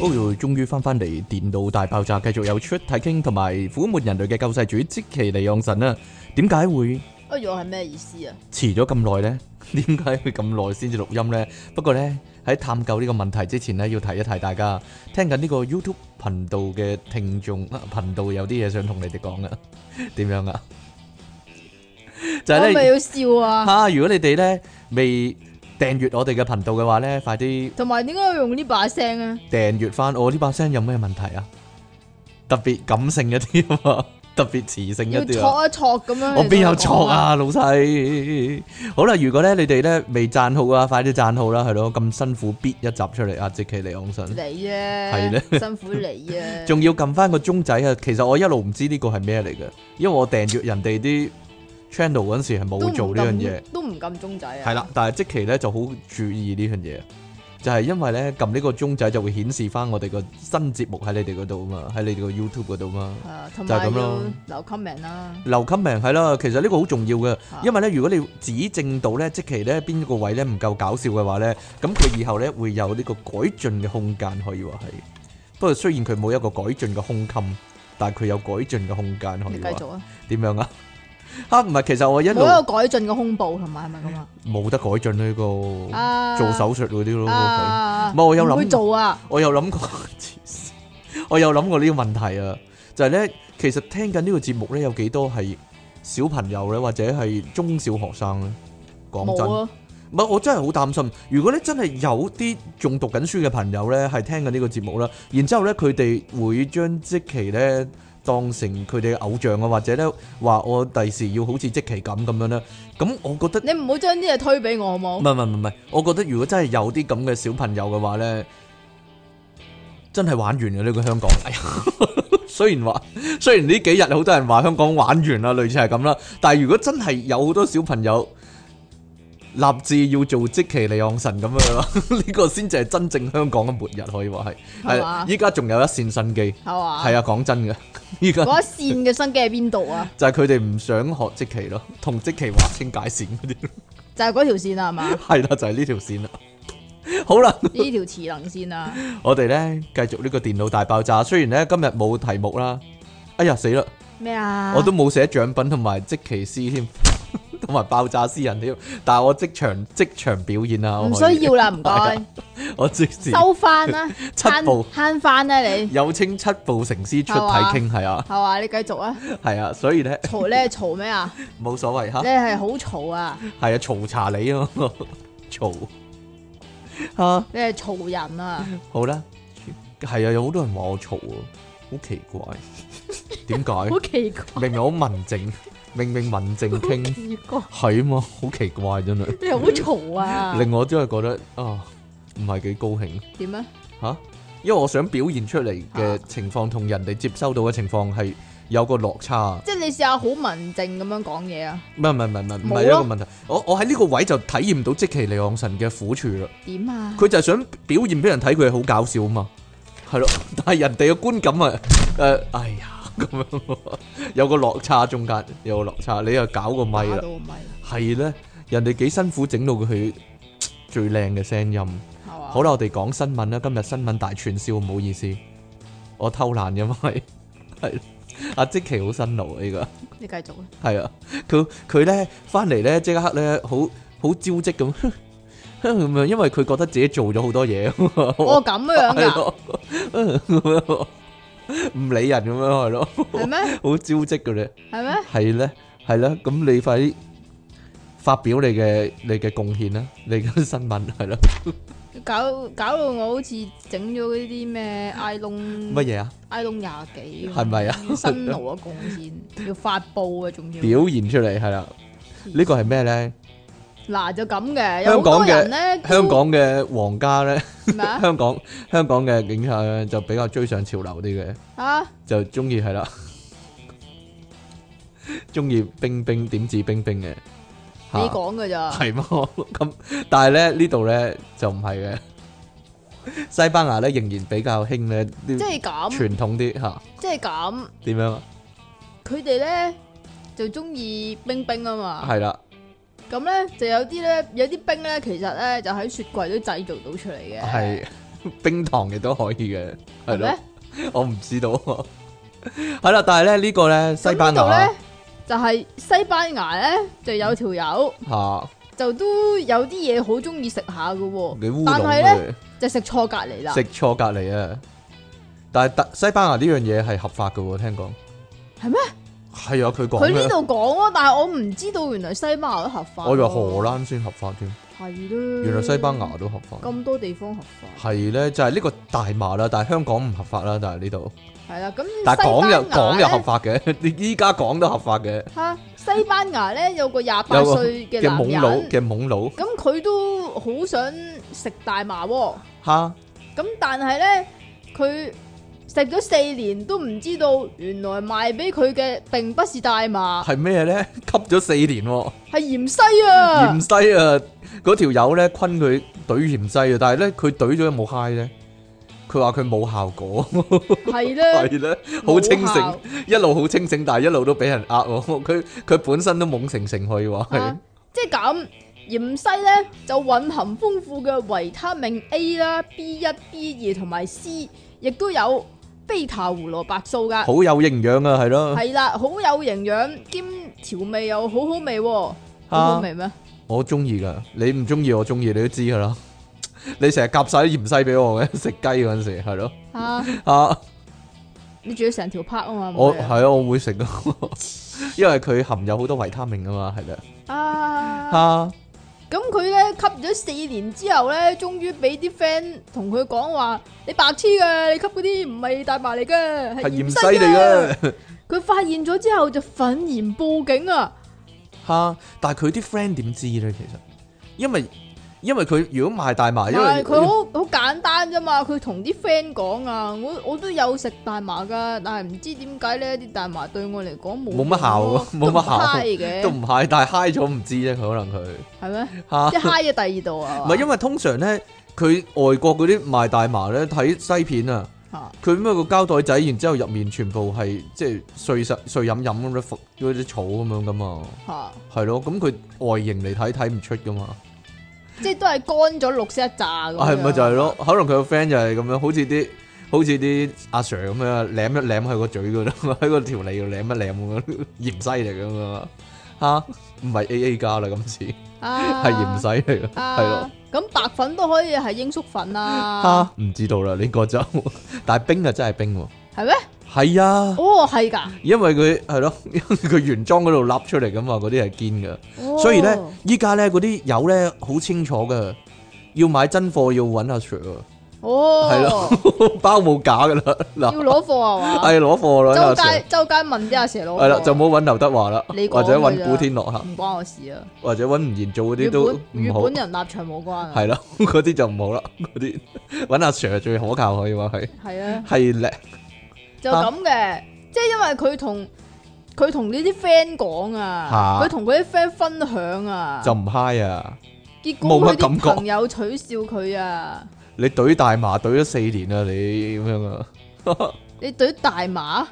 [SPEAKER 2] 哦終於翻翻嚟電腦大爆炸，繼續有出體傾同埋苦悶人類嘅救世主即其尼昂神啊！點解會？
[SPEAKER 1] 哎呦係咩意思啊？
[SPEAKER 2] 遲咗咁耐呢？ [LAUGHS] 點解會咁耐先至錄音呢？不過呢，喺探究呢個問題之前呢，要提一提大家，聽緊呢個 YouTube 頻道嘅聽眾啊，頻道有啲嘢想同你哋講啊， [LAUGHS] 點樣啊？ [LAUGHS] 就
[SPEAKER 1] 我咪
[SPEAKER 2] 係呢，
[SPEAKER 1] 要笑啊！
[SPEAKER 2] 啊，如果你哋呢未訂閱我哋嘅頻道嘅話呢，快啲
[SPEAKER 1] 同埋點解要用呢把聲啊？
[SPEAKER 2] 訂閱翻我呢把聲有咩問題啊？特別感性一啲啊嘛， [LAUGHS] 特別磁性一
[SPEAKER 1] 要
[SPEAKER 2] 啲
[SPEAKER 1] 戳
[SPEAKER 2] 啊。
[SPEAKER 1] 一戳咁樣。
[SPEAKER 2] 我
[SPEAKER 1] 邊
[SPEAKER 2] 邊有錯？啊，老細？好啦，如果咧你哋咧未讚好啊，快啲讚好啦，係咯，咁辛苦逼一集出嚟啊，即其嚟昂神，
[SPEAKER 1] 你啫，
[SPEAKER 2] 係咧
[SPEAKER 1] 辛苦你啫。
[SPEAKER 2] [LAUGHS] 仲要撳翻個鐘仔啊！其實我一路唔知呢個係咩嚟嘅，因為我訂閱人哋啲 channel 嗰陣時係
[SPEAKER 1] 都唔
[SPEAKER 2] 冇
[SPEAKER 1] 撳
[SPEAKER 2] 做呢樣嘢，，
[SPEAKER 1] 都唔撳鐘仔啊。
[SPEAKER 2] 係啦，，但係即其咧就好注意呢樣嘢。就係因為咧撳呢個鐘仔就會顯示翻我哋個新節目喺你哋嗰度啊嘛，喺你哋個 YouTube 嗰度啊嘛。
[SPEAKER 1] 啊，同
[SPEAKER 2] 就係
[SPEAKER 1] 埋
[SPEAKER 2] 咁
[SPEAKER 1] 要
[SPEAKER 2] 咯
[SPEAKER 1] 留 comment 啦。
[SPEAKER 2] 留 comment 係啦，其實呢個好重要嘅，
[SPEAKER 1] 啊
[SPEAKER 2] 因為咧，如果你指正到咧，即其咧邊個位咧唔夠搞笑嘅話咧，咁佢以後咧會有呢個改進嘅空間，可以話係。不過雖然佢冇一個改進嘅胸襟，但係佢有改進嘅空間，可
[SPEAKER 1] 你
[SPEAKER 2] 以
[SPEAKER 1] 繼
[SPEAKER 2] 話
[SPEAKER 1] 續啊，
[SPEAKER 2] 點樣啊？ [LAUGHS] 嚇唔係，其實我一
[SPEAKER 1] 冇一
[SPEAKER 2] 路
[SPEAKER 1] 個改進嘅胸部，同埋係咪
[SPEAKER 2] [LAUGHS]
[SPEAKER 1] 咁啊？
[SPEAKER 2] 冇得改進呢個
[SPEAKER 1] 啊，
[SPEAKER 2] 做手術嗰啲咯。係
[SPEAKER 1] 啊，
[SPEAKER 2] 唔係我有諗
[SPEAKER 1] 唔會做啊，
[SPEAKER 2] 我有諗過，黐線我有諗過呢個問題啊，就係咧，其實聽緊呢個節目咧，有幾多係小朋友咧，或者係中小學生咧？講真
[SPEAKER 1] 冇。啊，
[SPEAKER 2] 唔係，我真係好擔心。如果咧真係有啲仲讀緊書嘅朋友咧，係聽緊呢個節目啦，然之後咧佢哋會將即期咧當成佢哋嘅偶像啊，或者咧話我第時要好似即期咁咁樣咧，咁我覺得
[SPEAKER 1] 你唔好將啲嘢推俾我好
[SPEAKER 2] 唔
[SPEAKER 1] 冇？
[SPEAKER 2] 係唔係唔係，我覺得如果真係有啲咁嘅小朋友嘅話咧，真係玩完嘅呢個香港。哎呀， [LAUGHS] 雖然話雖然呢幾日好多人話香港玩完啦，類似係咁啦，但係如果真係有好多小朋友立志要做即其利昂神咁樣啦， [LAUGHS] 呢個先至係真正香港嘅末日，可以話係
[SPEAKER 1] 係嘛
[SPEAKER 2] 係。依家仲有一線生機，
[SPEAKER 1] 係嘛？
[SPEAKER 2] 係啊，講真嘅， [LAUGHS] 依家
[SPEAKER 1] 嗰一線嘅生機喺邊度
[SPEAKER 2] [LAUGHS]
[SPEAKER 1] 啊？
[SPEAKER 2] 就係佢哋唔想學即其咯，同即其劃清界線嗰啲， [LAUGHS]
[SPEAKER 1] 就係嗰條線啊，係嘛？
[SPEAKER 2] 係啦，就係呢條線啦。好啦。
[SPEAKER 1] 呢條磁能線啊，
[SPEAKER 2] 我哋咧繼續呢個電腦大爆炸，雖然咧今日冇題目啦，哎呀死啦，
[SPEAKER 1] 咩啊？
[SPEAKER 2] 我都冇寫獎品同埋即其詩添， [LAUGHS] 同埋爆炸詩人添，但係我即場即場表演啊，我
[SPEAKER 1] 唔
[SPEAKER 2] 可以
[SPEAKER 1] 需要啦，唔該，
[SPEAKER 2] [LAUGHS] 我即時
[SPEAKER 1] 收翻啦，
[SPEAKER 2] 啊 [LAUGHS] 七步
[SPEAKER 1] 慳慳翻啦，你
[SPEAKER 2] 有稱七步成詩出體傾係啊
[SPEAKER 1] 係嘛？你繼續啊，
[SPEAKER 2] 係啊，所以咧
[SPEAKER 1] 嘈你係嘈咩啊？
[SPEAKER 2] 冇所謂吓
[SPEAKER 1] 你，係好嘈啊，
[SPEAKER 2] 係啊嘈查你啊， [LAUGHS] 嘈啊
[SPEAKER 1] 你係嘈人啊，
[SPEAKER 2] 好啦，係啊有好多人話我嘈啊，好奇怪，點解
[SPEAKER 1] 好？奇怪，
[SPEAKER 2] 明明好文靜，明明文靜傾。
[SPEAKER 1] 奇怪，
[SPEAKER 2] 係啊嘛，好奇怪真係，
[SPEAKER 1] 你係好嘈啊？
[SPEAKER 2] 令我真係覺得啊，唔係幾高興
[SPEAKER 1] 點啊？
[SPEAKER 2] 吓、因為我想表現出嚟嘅
[SPEAKER 1] 啊
[SPEAKER 2] 情況同人哋接收到嘅情況係有個落差，
[SPEAKER 1] 即係你試下好文靜咁樣講嘢啊？
[SPEAKER 2] 唔係唔係唔係唔係唔係
[SPEAKER 1] 冇
[SPEAKER 2] 一
[SPEAKER 1] 咯
[SPEAKER 2] 個問題，我我喺呢個位就體驗到即其利昂神嘅苦處啦，
[SPEAKER 1] 點啊？
[SPEAKER 2] 佢就係想表現俾人睇佢係好搞笑啊嘛，係咯， [LAUGHS] 但係人哋嘅觀感啊，誒、哎呀咁樣， [LAUGHS] 有個落差中間有個落差，你又搞個咪啦
[SPEAKER 1] 打。到咪
[SPEAKER 2] 係咧，人哋幾辛苦整到佢最靚嘅聲音。
[SPEAKER 1] 係嘛？
[SPEAKER 2] 好啦，我哋講新聞啦，今日新聞大串燒，唔好意思，我偷懶因為 [LAUGHS] 係阿即奇好辛勞啊呢個。
[SPEAKER 1] 你繼續啊，
[SPEAKER 2] 係啊，佢佢咧翻嚟咧即刻咧好好招積咁 [LAUGHS] 咁樣，因為佢覺得自己做咗好多嘢， [LAUGHS]
[SPEAKER 1] 我咁樣噶，
[SPEAKER 2] 係咯，咁樣 [LAUGHS] 唔理人咁樣係咯，
[SPEAKER 1] 係咩？
[SPEAKER 2] 好招積嘅咧。
[SPEAKER 1] 係咩？
[SPEAKER 2] 係咧，係咧，咁你快啲發表你嘅你嘅貢獻啦，你嘅新聞係咯，
[SPEAKER 1] 搞搞到我好似整咗嗰啲咩 i l o n
[SPEAKER 2] 乜嘢啊？
[SPEAKER 1] iPhone 廿幾
[SPEAKER 2] 係咪啊
[SPEAKER 1] 要辛勞啊，貢
[SPEAKER 2] [LAUGHS]
[SPEAKER 1] 獻要發布啊，仲要
[SPEAKER 2] 表現出嚟係啦，呢個係咩咧？
[SPEAKER 1] 嗱就咁嘅，有
[SPEAKER 2] 香
[SPEAKER 1] 好
[SPEAKER 2] 港
[SPEAKER 1] 多
[SPEAKER 2] 嘅
[SPEAKER 1] 人咧，叫
[SPEAKER 2] 香港嘅皇家咧，
[SPEAKER 1] 咩啊？
[SPEAKER 2] 香港香港嘅警察咧就比較追上潮流啲嘅，
[SPEAKER 1] 啊，
[SPEAKER 2] 就中意係啦，中意冰冰點指冰冰嘅，
[SPEAKER 1] 你
[SPEAKER 2] [LAUGHS] 嚇
[SPEAKER 1] 講嘅咋？
[SPEAKER 2] 係嘛？咁但係咧呢度咧就唔係嘅，西班牙咧仍然比較興咧
[SPEAKER 1] 即係
[SPEAKER 2] 啲
[SPEAKER 1] 咁，
[SPEAKER 2] 傳統啲嚇，
[SPEAKER 1] 即係咁，
[SPEAKER 2] 點樣啊？
[SPEAKER 1] 佢哋咧就中意冰冰啊嘛。
[SPEAKER 2] 係啦。
[SPEAKER 1] 咁咧就有啲咧，有啲冰咧，其實咧就喺雪櫃都製造到出嚟嘅。
[SPEAKER 2] 系 [LAUGHS] 冰糖亦都可以嘅，系
[SPEAKER 1] 係
[SPEAKER 2] 咯
[SPEAKER 1] 咩？，
[SPEAKER 2] [LAUGHS] 我唔知道。系啦，但系咧呢個咧西班
[SPEAKER 1] 咁呢
[SPEAKER 2] 牙
[SPEAKER 1] 度咧就係西班牙咧就有條友
[SPEAKER 2] 吓，
[SPEAKER 1] 就都有啲嘢好中意食下嘅喎，
[SPEAKER 2] 你烏
[SPEAKER 1] 但
[SPEAKER 2] 龍
[SPEAKER 1] 係咧
[SPEAKER 2] 嘅
[SPEAKER 1] 就食錯隔離啦。
[SPEAKER 2] 食錯隔離啊！但係特西班牙呢樣嘢係合法嘅喎，聽講
[SPEAKER 1] 係咩？
[SPEAKER 2] 係啊，佢講
[SPEAKER 1] 佢呢度
[SPEAKER 2] 嘅，
[SPEAKER 1] 講咯，但係我唔知道原來西班牙都合法。
[SPEAKER 2] 我以為荷蘭先合法添，
[SPEAKER 1] 係咯，
[SPEAKER 2] 原來西班牙都合法。
[SPEAKER 1] 咁多地方合法，
[SPEAKER 2] 係咧，就係呢個大麻啦，但係香港唔合法啦，但係呢度，
[SPEAKER 1] 係啦。咁
[SPEAKER 2] 但係講又
[SPEAKER 1] 西班牙
[SPEAKER 2] 講又合
[SPEAKER 1] 呢
[SPEAKER 2] 法嘅， [LAUGHS] 你依家講都合法嘅，
[SPEAKER 1] 嚇西班牙咧有個廿八
[SPEAKER 2] 有個
[SPEAKER 1] 歲嘅
[SPEAKER 2] 嘅
[SPEAKER 1] 男
[SPEAKER 2] 懵佬
[SPEAKER 1] 人，
[SPEAKER 2] 嘅懵佬
[SPEAKER 1] 咁佢都好想食大麻喎。
[SPEAKER 2] 嚇。
[SPEAKER 1] 啊咁但係咧，佢食咗四年都唔知道，原來賣俾佢嘅並不是大麻，
[SPEAKER 2] 係咩咧？ [LAUGHS] 吸咗四年喎，
[SPEAKER 1] 係芫荽啊
[SPEAKER 2] 芫！荽啊，嗰條友咧坤佢懟芫荽啊，但係咧佢懟咗有冇 high 咧？佢話佢冇
[SPEAKER 1] [LAUGHS]
[SPEAKER 2] 效果，
[SPEAKER 1] 係
[SPEAKER 2] 係
[SPEAKER 1] 咧，
[SPEAKER 2] 咧， [LAUGHS] 好清
[SPEAKER 1] 冇效
[SPEAKER 2] 醒，一路好清醒，但係一路都俾人呃喎。佢佢本身都懵成成去喎，係
[SPEAKER 1] 啊即係咁。芫荽咧就蕴含豐富嘅維他命 A 啦、B 一、B 二同埋 C，亦都有貝塔胡蘿蔔素噶。
[SPEAKER 2] 好有營養啊，係 [LAUGHS] 咯。
[SPEAKER 1] 系啦，好有營養，兼調味又好好味、喎，好好
[SPEAKER 2] 啊
[SPEAKER 1] 味咩？
[SPEAKER 2] 我中意噶，你唔中意我中意，你都知噶啦。 [LAUGHS] 你成日夾晒啲芫荽俾我嘅，食雞嗰陣時係咯。
[SPEAKER 1] 啊，
[SPEAKER 2] 啊，
[SPEAKER 1] 你仲要成條 part 啊嘛，
[SPEAKER 2] 我
[SPEAKER 1] 冇嘢
[SPEAKER 2] 係啊，我會食
[SPEAKER 1] [LAUGHS]
[SPEAKER 2] 啊，因為佢含有好多維他命啊嘛，係啦，
[SPEAKER 1] 啊。
[SPEAKER 2] 嚇
[SPEAKER 1] 咁佢咧吸咗四年之後咧，終於俾啲 friend 同佢講話：你白痴嘅，你吸嗰啲唔係大麻嚟嘅，係
[SPEAKER 2] 係
[SPEAKER 1] 芫啊荽
[SPEAKER 2] 芫荽嚟
[SPEAKER 1] 嘅。
[SPEAKER 2] 嘅
[SPEAKER 1] 佢發現咗之後就憤然報警啊！
[SPEAKER 2] 嚇，但係佢啲 friend 點知咧？其實因為因為佢如果賣大麻，
[SPEAKER 1] 唔
[SPEAKER 2] 因
[SPEAKER 1] 係
[SPEAKER 2] 為
[SPEAKER 1] 啊佢好好簡單啫嘛，佢同啲 friend 講啊，我我都有食大麻噶，但係唔知點解咧啲大麻對我嚟講冇
[SPEAKER 2] 冇乜效喎
[SPEAKER 1] 都唔
[SPEAKER 2] 冇乜效
[SPEAKER 1] high
[SPEAKER 2] 都
[SPEAKER 1] 嘅，
[SPEAKER 2] 唔係，但係嗨咗唔知啫，佢可能佢
[SPEAKER 1] 係咩？
[SPEAKER 2] [LAUGHS] 嚇
[SPEAKER 1] 即。係 high 咗第二度啊？
[SPEAKER 2] 唔係因
[SPEAKER 1] 為
[SPEAKER 2] 為通常咧，佢外國嗰啲賣大麻咧，睇西片啊，佢咩個膠袋仔，然之後入面全部係即係碎實碎飲飲咁樣服嗰啲草咁樣噶嘛，
[SPEAKER 1] 嚇
[SPEAKER 2] 係咯，咁佢外形嚟睇睇唔出噶嘛，
[SPEAKER 1] 即係都係乾咗綠色一紮咁樣。
[SPEAKER 2] 啊係咪就係咯？
[SPEAKER 1] 啊
[SPEAKER 2] 可能佢個 friend 就係咁樣，好似啲好似啲阿 Sir 咁樣舐一舐喺個嘴嗰度， [LAUGHS] 喺個條脷度舐一舐咁樣，芫 [LAUGHS] 荽嚟噶嘛嚇，唔係 A A 加啦今次，
[SPEAKER 1] 啊？
[SPEAKER 2] 係芫荽嚟嘅，
[SPEAKER 1] 啊
[SPEAKER 2] 係咯。。
[SPEAKER 1] 咁白粉都可以係罂粟粉啊，
[SPEAKER 2] 吓，唔知道啦，呢個就， [LAUGHS] 但係冰啊真係冰喎，
[SPEAKER 1] 係咩？
[SPEAKER 2] 係啊，
[SPEAKER 1] 哦，係㗎。
[SPEAKER 2] 因為佢係咯，因為佢原裝嗰度笠出嚟噶嘛，嗰啲係堅噶，
[SPEAKER 1] 哦
[SPEAKER 2] [LAUGHS] 所以咧，依家咧嗰啲油咧好清楚噶，要買真貨要揾阿 Sir 啊，係
[SPEAKER 1] 哦，
[SPEAKER 2] [LAUGHS] 包冇假噶啦，
[SPEAKER 1] 要
[SPEAKER 2] 嗱，
[SPEAKER 1] 攞貨啊嘛，
[SPEAKER 2] [LAUGHS] 係攞貨啦，
[SPEAKER 1] 周
[SPEAKER 2] 阿
[SPEAKER 1] 街
[SPEAKER 2] Sir，
[SPEAKER 1] 周街問啲阿蛇攞貨，
[SPEAKER 2] 係啦，就冇揾劉德華啦，
[SPEAKER 1] 你講
[SPEAKER 2] 或者
[SPEAKER 1] 㗎
[SPEAKER 2] 揾
[SPEAKER 1] 咋
[SPEAKER 2] 古天樂吓，
[SPEAKER 1] 唔關我事啊。
[SPEAKER 2] 或者揾吳彥祖嗰
[SPEAKER 1] 與
[SPEAKER 2] 啲都
[SPEAKER 1] 本與
[SPEAKER 2] 唔好
[SPEAKER 1] 本，人立場冇關啊。
[SPEAKER 2] 係啦， [LAUGHS] 嗰啲就唔好啦，嗰啲揾阿 Sir 最可靠可以話係，
[SPEAKER 1] 係啊，
[SPEAKER 2] 係咧，
[SPEAKER 1] 就咁嘅，即係因為佢同佢同呢啲 friend 講啊，
[SPEAKER 2] 嚇
[SPEAKER 1] 佢同佢啲 friend 分享啊，
[SPEAKER 2] 就唔 high 啊。
[SPEAKER 1] 結果佢
[SPEAKER 2] 冇乜感
[SPEAKER 1] 啲
[SPEAKER 2] 覺
[SPEAKER 1] 朋友取笑佢啊，
[SPEAKER 2] 你懟大麻懟咗四年啦，你咁樣啊？
[SPEAKER 1] 你對大麻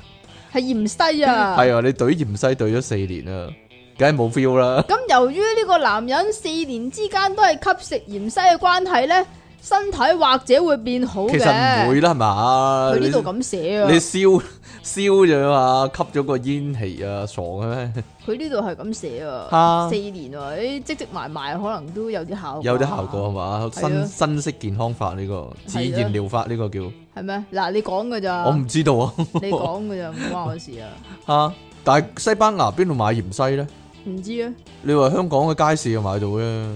[SPEAKER 1] 係芫荽啊，
[SPEAKER 2] 係啊，你懟芫荽懟咗四年啦，梗係冇 feel 啦。
[SPEAKER 1] 咁由於呢個男人四年之間都係吸食芫荽嘅關係咧，身體或者會變好嘅。
[SPEAKER 2] 其實唔會啦，係嘛？
[SPEAKER 1] 佢呢度咁寫啊
[SPEAKER 2] 你，燒燒咗嘛，吸咗個煙氣啊，傻嘅咩？
[SPEAKER 1] 佢呢度係咁寫啊，
[SPEAKER 2] 嚇
[SPEAKER 1] 四，年啊，誒積積埋埋可能都有啲效果，啊
[SPEAKER 2] 有啲效果係嘛？
[SPEAKER 1] 係啊
[SPEAKER 2] 新新式健康法呢個自然療法呢個叫，
[SPEAKER 1] 係咩？嗱，你講噶咋，
[SPEAKER 2] 我唔知道啊 [LAUGHS]
[SPEAKER 1] 你講噶咋，唔關我事啊，
[SPEAKER 2] 嚇。但係西班牙邊度買芫荽咧？
[SPEAKER 1] 唔知啊，
[SPEAKER 2] 你話香港嘅街市又買到咧，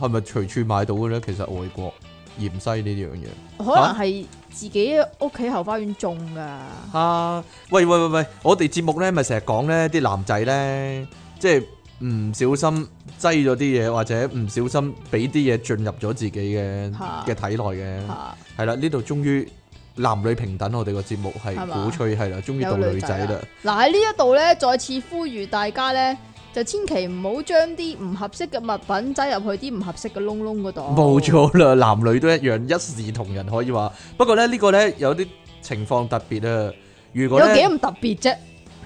[SPEAKER 2] 係咪隨處買到嘅咧？其實外國芫荽呢樣嘢。
[SPEAKER 1] 可能係自己屋企後花園種噶，
[SPEAKER 2] 啊！喂喂喂喂，我哋節目咧咪成日講咧啲男仔咧，即係唔小心擠咗啲嘢，或者唔小心俾啲嘢進入咗自己嘅
[SPEAKER 1] 嚇
[SPEAKER 2] 嘅體內嘅，
[SPEAKER 1] 嚇
[SPEAKER 2] 係啦，呢度終於男女平等，我哋個節目係
[SPEAKER 1] 係嘛
[SPEAKER 2] 鼓吹係啦，終於到
[SPEAKER 1] 有
[SPEAKER 2] 女
[SPEAKER 1] 女
[SPEAKER 2] 仔
[SPEAKER 1] 仔啊
[SPEAKER 2] 啦
[SPEAKER 1] 啦，。嗱喺呢一度咧，再次呼籲大家咧，就千祈唔好將啲唔合適嘅物品擠入去啲唔合適嘅窿窿嗰度。
[SPEAKER 2] 冇錯啦，男女都一樣，一視同仁可以話。不過咧呢個咧有啲情況特別啊，如果
[SPEAKER 1] 有
[SPEAKER 2] 咧
[SPEAKER 1] 幾。咁特別啫？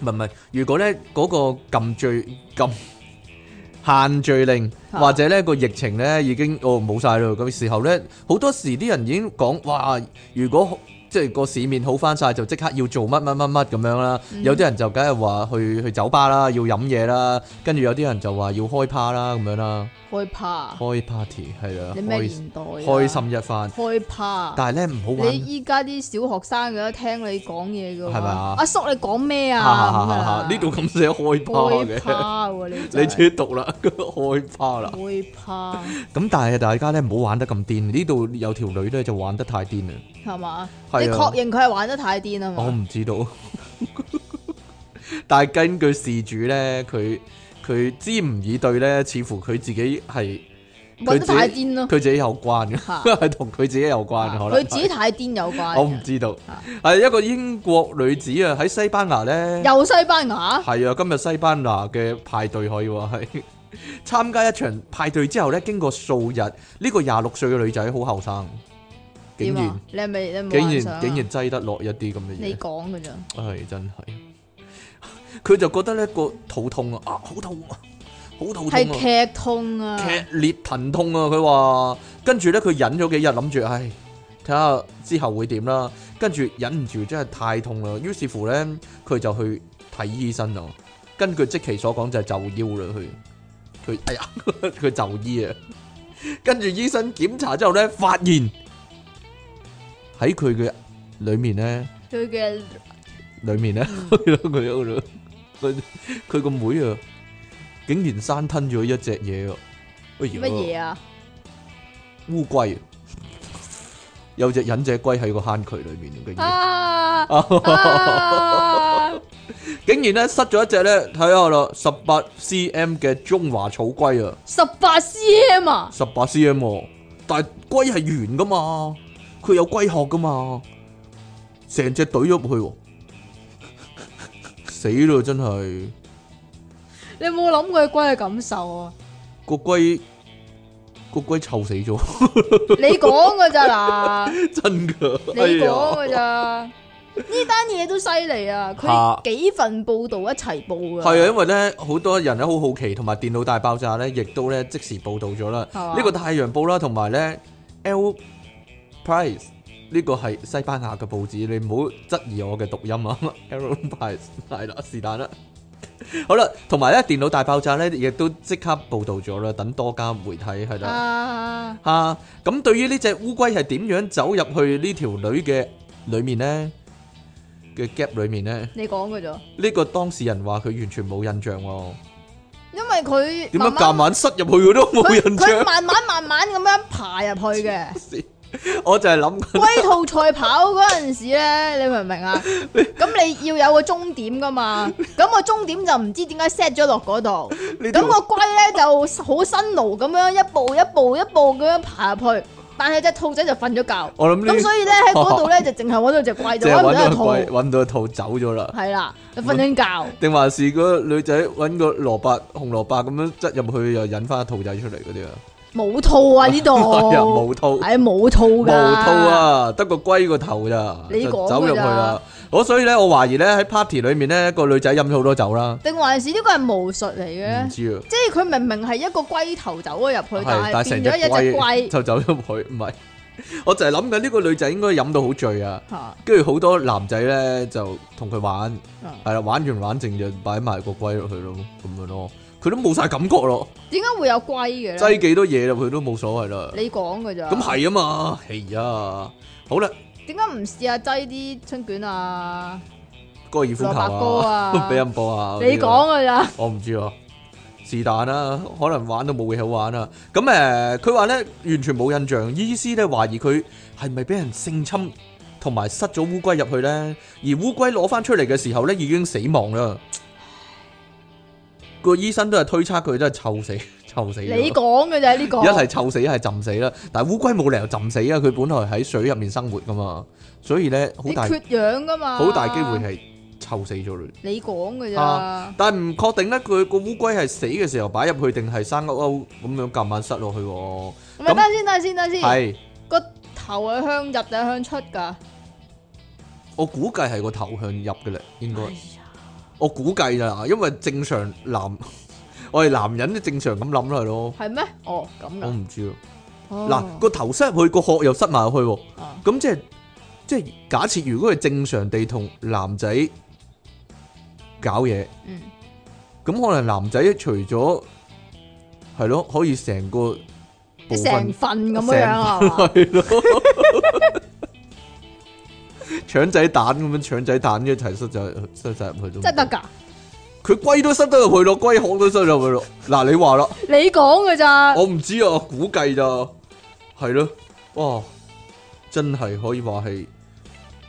[SPEAKER 2] 唔係唔係，如果咧嗰個禁聚禁限聚令，
[SPEAKER 1] 啊
[SPEAKER 2] 或者咧個疫情咧已經哦冇晒啦，咁時候咧好多時啲人已經講哇，如果即係個市面好翻晒，就即刻要做乜乜乜乜咁樣啦。有啲人就梗係話去去酒吧啦，要飲嘢啦，跟住有啲人就話要開趴啦咁樣啦，
[SPEAKER 1] 害怕？
[SPEAKER 2] 開 party 係啦，
[SPEAKER 1] 你咩
[SPEAKER 2] 開
[SPEAKER 1] 年代啊？
[SPEAKER 2] 開心一番。
[SPEAKER 1] 害怕？
[SPEAKER 2] 但係咧唔好
[SPEAKER 1] 你
[SPEAKER 2] 玩。
[SPEAKER 1] 依家啲小學生嘅都聽你講嘢噶，
[SPEAKER 2] 係咪啊
[SPEAKER 1] 阿叔你講咩啊？咁啊
[SPEAKER 2] 呢度咁寫開趴
[SPEAKER 1] 害
[SPEAKER 2] 嘅，
[SPEAKER 1] 怕喎你
[SPEAKER 2] 你
[SPEAKER 1] 真
[SPEAKER 2] 自
[SPEAKER 1] 係
[SPEAKER 2] 己讀啦，開趴啦。
[SPEAKER 1] 害怕
[SPEAKER 2] 咁但係大家咧唔好玩得咁癲，呢度有條女咧就玩得太癲啦。
[SPEAKER 1] 係嘛？你
[SPEAKER 2] 係
[SPEAKER 1] 確
[SPEAKER 2] 啊，
[SPEAKER 1] 認佢係玩得太癲啊
[SPEAKER 2] 我
[SPEAKER 1] 嘛？
[SPEAKER 2] 唔知道。 [LAUGHS] 但係根據事主咧，佢佢知唔以對咧，似乎佢自己係
[SPEAKER 1] 玩得
[SPEAKER 2] 佢自己
[SPEAKER 1] 太癲咯
[SPEAKER 2] 佢，自己有關嘅，
[SPEAKER 1] 嗯嚇
[SPEAKER 2] 係 [LAUGHS] 同佢自己有關嘅可能
[SPEAKER 1] 佢
[SPEAKER 2] 係。
[SPEAKER 1] 自己太癲有關嘅。
[SPEAKER 2] 我唔知道
[SPEAKER 1] 啊，
[SPEAKER 2] 係一個英國女子啊，喺西班牙咧。
[SPEAKER 1] 又西班牙
[SPEAKER 2] 係啊，今日西班牙嘅派對可以話係 [LAUGHS] 參加一場派對之後咧，經過數日，呢、個廿六歲嘅女仔好後生，竟
[SPEAKER 1] 點
[SPEAKER 2] 然
[SPEAKER 1] 啊？你係咪你係咪
[SPEAKER 2] 竟
[SPEAKER 1] 幻想啊
[SPEAKER 2] 然竟然擠得落一啲咁嘅
[SPEAKER 1] 你
[SPEAKER 2] 嘢，
[SPEAKER 1] 講噶咋？
[SPEAKER 2] 唉、真係， [LAUGHS] 佢就覺得呢個肚痛啊，啊好痛啊，好肚痛
[SPEAKER 1] 係
[SPEAKER 2] 啊，
[SPEAKER 1] 劇痛啊！
[SPEAKER 2] 劇烈疼痛啊，佢話，跟住咧佢忍咗幾日，諗住唉，睇下之後會點啦，跟住忍唔住真係太痛啦，於是乎咧佢就去睇醫生啊，根據即期所講就係就腰啦，佢佢哎呀， [LAUGHS] 佢就醫啊，跟住醫生檢查之後咧，發現喺佢嘅裏面咧。
[SPEAKER 1] 佢嘅
[SPEAKER 2] 里面咧，
[SPEAKER 1] 嗯
[SPEAKER 2] [LAUGHS] 去咯佢嗰度，佢佢個妹啊，竟然生吞咗一隻嘢啊！哎呀
[SPEAKER 1] 乜嘢啊？
[SPEAKER 2] 烏龜，啊有隻忍者龜喺個坑渠裏面， [LAUGHS] 竟然
[SPEAKER 1] 啊啊！
[SPEAKER 2] [LAUGHS] 竟然咧塞咗一隻咧，睇下啦，十八 cm 嘅中華草龜啊，
[SPEAKER 1] 十八 cm 啊！
[SPEAKER 2] 十八 cm，喎但係龜係圓噶嘛，佢有龜殼噶嘛，成隻懟咗入去喎，死咯真係！
[SPEAKER 1] 你有冇諗過龜嘅感受啊？
[SPEAKER 2] [LAUGHS] 個龜個龜臭死
[SPEAKER 1] [LAUGHS]
[SPEAKER 2] 咗，
[SPEAKER 1] 你講噶咋嗱？
[SPEAKER 2] 真哎噶！
[SPEAKER 1] 你講噶咋？呢單嘢都犀利啊！
[SPEAKER 2] 嚇
[SPEAKER 1] 佢幾份報道一齊報
[SPEAKER 2] 系
[SPEAKER 1] 噶。
[SPEAKER 2] 啊，因為咧好多人咧好好奇，同埋電腦大爆炸咧，亦都咧即時報導咗啦。
[SPEAKER 1] 係嘛
[SPEAKER 2] 呢個《太陽報》啦，同埋咧 L Price 呢個係西班牙嘅報紙，你唔好質疑我嘅讀音啊。L [LAUGHS] Price 係啦，是但啦。好啦，同埋咧電腦大爆炸咧，亦都即刻報導咗啦，等多家媒體係啦。
[SPEAKER 1] 啊！
[SPEAKER 2] 啊，咁對於呢只烏龜係點樣走入去呢條女嘅裏面呢？嘅 gap 裏面呢？
[SPEAKER 1] 你講噶咋？
[SPEAKER 2] 呢、個當事人話佢完全冇印象喎、
[SPEAKER 1] 因為佢
[SPEAKER 2] 點
[SPEAKER 1] 慢
[SPEAKER 2] 樣
[SPEAKER 1] 慢
[SPEAKER 2] 夾硬塞入去佢都冇
[SPEAKER 1] 佢
[SPEAKER 2] 印
[SPEAKER 1] 佢
[SPEAKER 2] 象？
[SPEAKER 1] 慢慢慢慢咁樣爬入去嘅。
[SPEAKER 2] [LAUGHS] 我就係諗緊
[SPEAKER 1] 龜兔賽跑嗰陣時咧，你明唔明
[SPEAKER 2] [LAUGHS]
[SPEAKER 1] 啊？咁你要有個終點噶嘛？咁個終點就唔知點解 set 咗落嗰度。咁
[SPEAKER 2] 呢條
[SPEAKER 1] 個龜咧就好辛勞咁樣一步一步一步咁樣爬入去，但係只兔仔就瞓咗覺。
[SPEAKER 2] 我諗
[SPEAKER 1] 咁
[SPEAKER 2] 呢，
[SPEAKER 1] 所以咧喺嗰度咧就淨係揾到只
[SPEAKER 2] [LAUGHS]
[SPEAKER 1] 龜，就
[SPEAKER 2] 淨係
[SPEAKER 1] 揾唔到
[SPEAKER 2] 揾到
[SPEAKER 1] 只
[SPEAKER 2] 個龜，
[SPEAKER 1] 兔。
[SPEAKER 2] 揾到個兔走咗啦，
[SPEAKER 1] 係啦，就瞓緊覺。
[SPEAKER 2] 定還是個女仔揾個蘿蔔紅蘿蔔咁樣擠入去，又引翻個兔仔出嚟嗰啲啊？
[SPEAKER 1] 冇兔啊呢
[SPEAKER 2] [LAUGHS]
[SPEAKER 1] 度，
[SPEAKER 2] 哎呀，冇兔。
[SPEAKER 1] 係冇兔
[SPEAKER 2] 無兔
[SPEAKER 1] 噶，！
[SPEAKER 2] 啊，得個龜個頭咋，
[SPEAKER 1] 你
[SPEAKER 2] 就
[SPEAKER 1] 講㗎
[SPEAKER 2] 走入去啦。我所以咧，我懷疑咧喺 party 裏面咧，個女仔飲咗好多酒啦，
[SPEAKER 1] 定還是呢個係巫術嚟嘅咧
[SPEAKER 2] 唔？知啊。
[SPEAKER 1] 即係佢明明係一個龜頭走咗入去，
[SPEAKER 2] 係
[SPEAKER 1] 但係
[SPEAKER 2] 係
[SPEAKER 1] 變咗一隻龜
[SPEAKER 2] 就走入去，唔係。我就係諗緊呢個女仔應該飲到好醉啊，
[SPEAKER 1] 嚇。
[SPEAKER 2] 跟住好多男仔咧就同佢玩，
[SPEAKER 1] 啊
[SPEAKER 2] 係啦，玩完玩剩就擺埋個龜落去咯，咁樣咯，佢都冇晒感覺咯，
[SPEAKER 1] 點解會有龜嘅咧？
[SPEAKER 2] 擠幾多嘢入去都冇所謂啦。
[SPEAKER 1] 你講嘅咋？
[SPEAKER 2] 咁係啊嘛，係啊，好啦，
[SPEAKER 1] 點解唔試下擠啲春卷啊？
[SPEAKER 2] 高爾夫球
[SPEAKER 1] 蘿蔔糕
[SPEAKER 2] 啊，
[SPEAKER 1] 啊
[SPEAKER 2] [LAUGHS] 俾人波啊，
[SPEAKER 1] 你講嘅咋？
[SPEAKER 2] 我唔知啊，是但啦，可能玩都冇嘢好玩啊。咁誒，呃佢話咧完全冇印象，醫師咧懷疑佢係咪俾人性侵，同埋塞咗烏龜入去咧，而烏龜攞翻出嚟嘅時候咧已經死亡啦。個醫生都係推測佢都係臭死， [LAUGHS] 臭死咗。
[SPEAKER 1] 你講嘅咋呢個？
[SPEAKER 2] 一係臭死，一係浸死啦。但係烏龜冇理由浸死啊，佢本來喺水入面生活噶嘛，所以咧好
[SPEAKER 1] 你啊
[SPEAKER 2] 大
[SPEAKER 1] 缺氧噶嘛？
[SPEAKER 2] 好大機會係臭死咗啦。
[SPEAKER 1] 你講嘅
[SPEAKER 2] 啊
[SPEAKER 1] 咋？
[SPEAKER 2] 但唔確定咧，佢個烏龜係死嘅時候擺入去定係生勾勾咁樣夾硬塞落去喎？
[SPEAKER 1] 唔係，等下先，等下先，等下先。
[SPEAKER 2] 係，
[SPEAKER 1] 個頭係向入定係向出㗎？
[SPEAKER 2] 我估計係個頭向入嘅咧，應該
[SPEAKER 1] 哎。呀
[SPEAKER 2] 我估計咋，因為正常男， [LAUGHS] 我哋男人都正常咁諗落去咯。
[SPEAKER 1] 係咩？哦，咁㗎。
[SPEAKER 2] 我唔知啊。
[SPEAKER 1] 哦
[SPEAKER 2] 嗱，個頭塞入去，個殼又塞埋入去喎。
[SPEAKER 1] 啊
[SPEAKER 2] 咁即係即係假設如果係正常地同男仔搞嘢，
[SPEAKER 1] 嗯，
[SPEAKER 2] 咁可能男仔除咗係咯，可以成個
[SPEAKER 1] 即
[SPEAKER 2] 部
[SPEAKER 1] 係
[SPEAKER 2] 分
[SPEAKER 1] 成。份咁樣樣啊係嘛？
[SPEAKER 2] 系咯，腸仔蛋咁樣，腸仔蛋一齊塞就塞晒入去都唔
[SPEAKER 1] 真係得㗎？
[SPEAKER 2] 佢龜都塞得入去咯，龜殼都塞入去咯。嗱，你話啦，
[SPEAKER 1] 你講嘅咋？
[SPEAKER 2] 我唔知啊，我估計咋，係咯，哇，真係可以話係。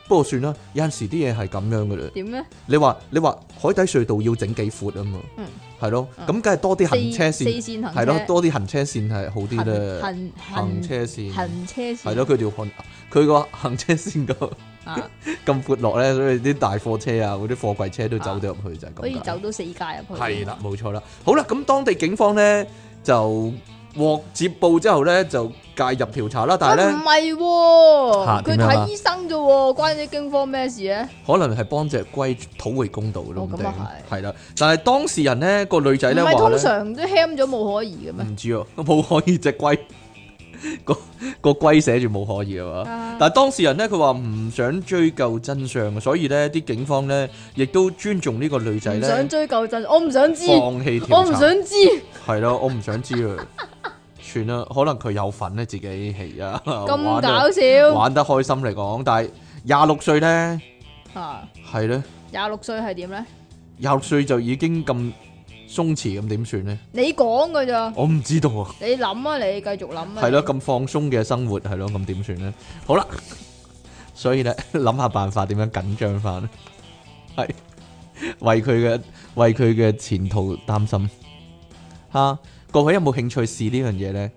[SPEAKER 2] 不過算啦，有陣時啲嘢係咁樣嘅嘞。
[SPEAKER 1] 點咧？
[SPEAKER 2] 你話你話海底隧道要整幾闊啊嘛
[SPEAKER 1] 嗯，
[SPEAKER 2] 係咯，
[SPEAKER 1] 嗯
[SPEAKER 2] 咁梗係多啲行車
[SPEAKER 1] 四四
[SPEAKER 2] 線，
[SPEAKER 1] 線行車
[SPEAKER 2] 係咯，多啲行車線係好啲咧。
[SPEAKER 1] 行
[SPEAKER 2] 行
[SPEAKER 1] 行
[SPEAKER 2] 車線。
[SPEAKER 1] 行車線
[SPEAKER 2] 係咯，佢條行佢個 [LAUGHS] 行車線咁
[SPEAKER 1] 啊，
[SPEAKER 2] 咁闊落咧，所以啲大貨車啊，嗰啲貨櫃車都走咗入去就係
[SPEAKER 1] 可以
[SPEAKER 2] 咁解。
[SPEAKER 1] 走到四界入去。
[SPEAKER 2] 係啦，冇錯啦。好啦，咁當地警方咧就獲接報之後咧就介入調查啦，但係
[SPEAKER 1] 喂，
[SPEAKER 2] 咧
[SPEAKER 1] 唔係喎，
[SPEAKER 2] 嚇
[SPEAKER 1] 佢
[SPEAKER 2] 點樣啊
[SPEAKER 1] 睇醫生啫喎，關啲警方咩事咧？
[SPEAKER 2] 可能係幫只龜討回公道都唔
[SPEAKER 1] 哦咁
[SPEAKER 2] 定
[SPEAKER 1] 啊。係
[SPEAKER 2] 係啦，但係當事人咧個女仔
[SPEAKER 1] 唔
[SPEAKER 2] 咧
[SPEAKER 1] 係
[SPEAKER 2] 話
[SPEAKER 1] 通
[SPEAKER 2] 咧
[SPEAKER 1] 常都 ham 咗冇可疑嘅咩？
[SPEAKER 2] 唔知啊， [LAUGHS] 冇可以只龜個個龜寫住冇可以啊嘛。
[SPEAKER 1] 啊
[SPEAKER 2] 但係當事人咧，佢話唔想追究真相，所以咧啲警方咧亦都尊重呢個女仔
[SPEAKER 1] 唔
[SPEAKER 2] 咧，
[SPEAKER 1] 想追究真，我唔想知，
[SPEAKER 2] 放棄
[SPEAKER 1] 我
[SPEAKER 2] 調
[SPEAKER 1] 唔
[SPEAKER 2] 查。
[SPEAKER 1] 想知，
[SPEAKER 2] 係咯，我唔想知啊。 [LAUGHS] 算啦，可能佢有份咧，自己係啊，
[SPEAKER 1] 咁
[SPEAKER 2] 玩得
[SPEAKER 1] 搞笑
[SPEAKER 2] 玩得開心嚟講，但係廿六歲咧
[SPEAKER 1] 啊！
[SPEAKER 2] 係咧，
[SPEAKER 1] 廿六歲係點咧？
[SPEAKER 2] 廿六歲就已經咁鬆弛，咁點算咧？
[SPEAKER 1] 你講噶咋？
[SPEAKER 2] 我唔知道啊。
[SPEAKER 1] 你諗啊，你繼續諗啊。
[SPEAKER 2] 係咯，咁放鬆嘅生活係咯，咁點算咧？好啦，所以咧 [LAUGHS] 諗下辦法點樣緊張翻，係為佢嘅為佢嘅前途擔心。吓，各位有冇興趣試呢樣嘢咧？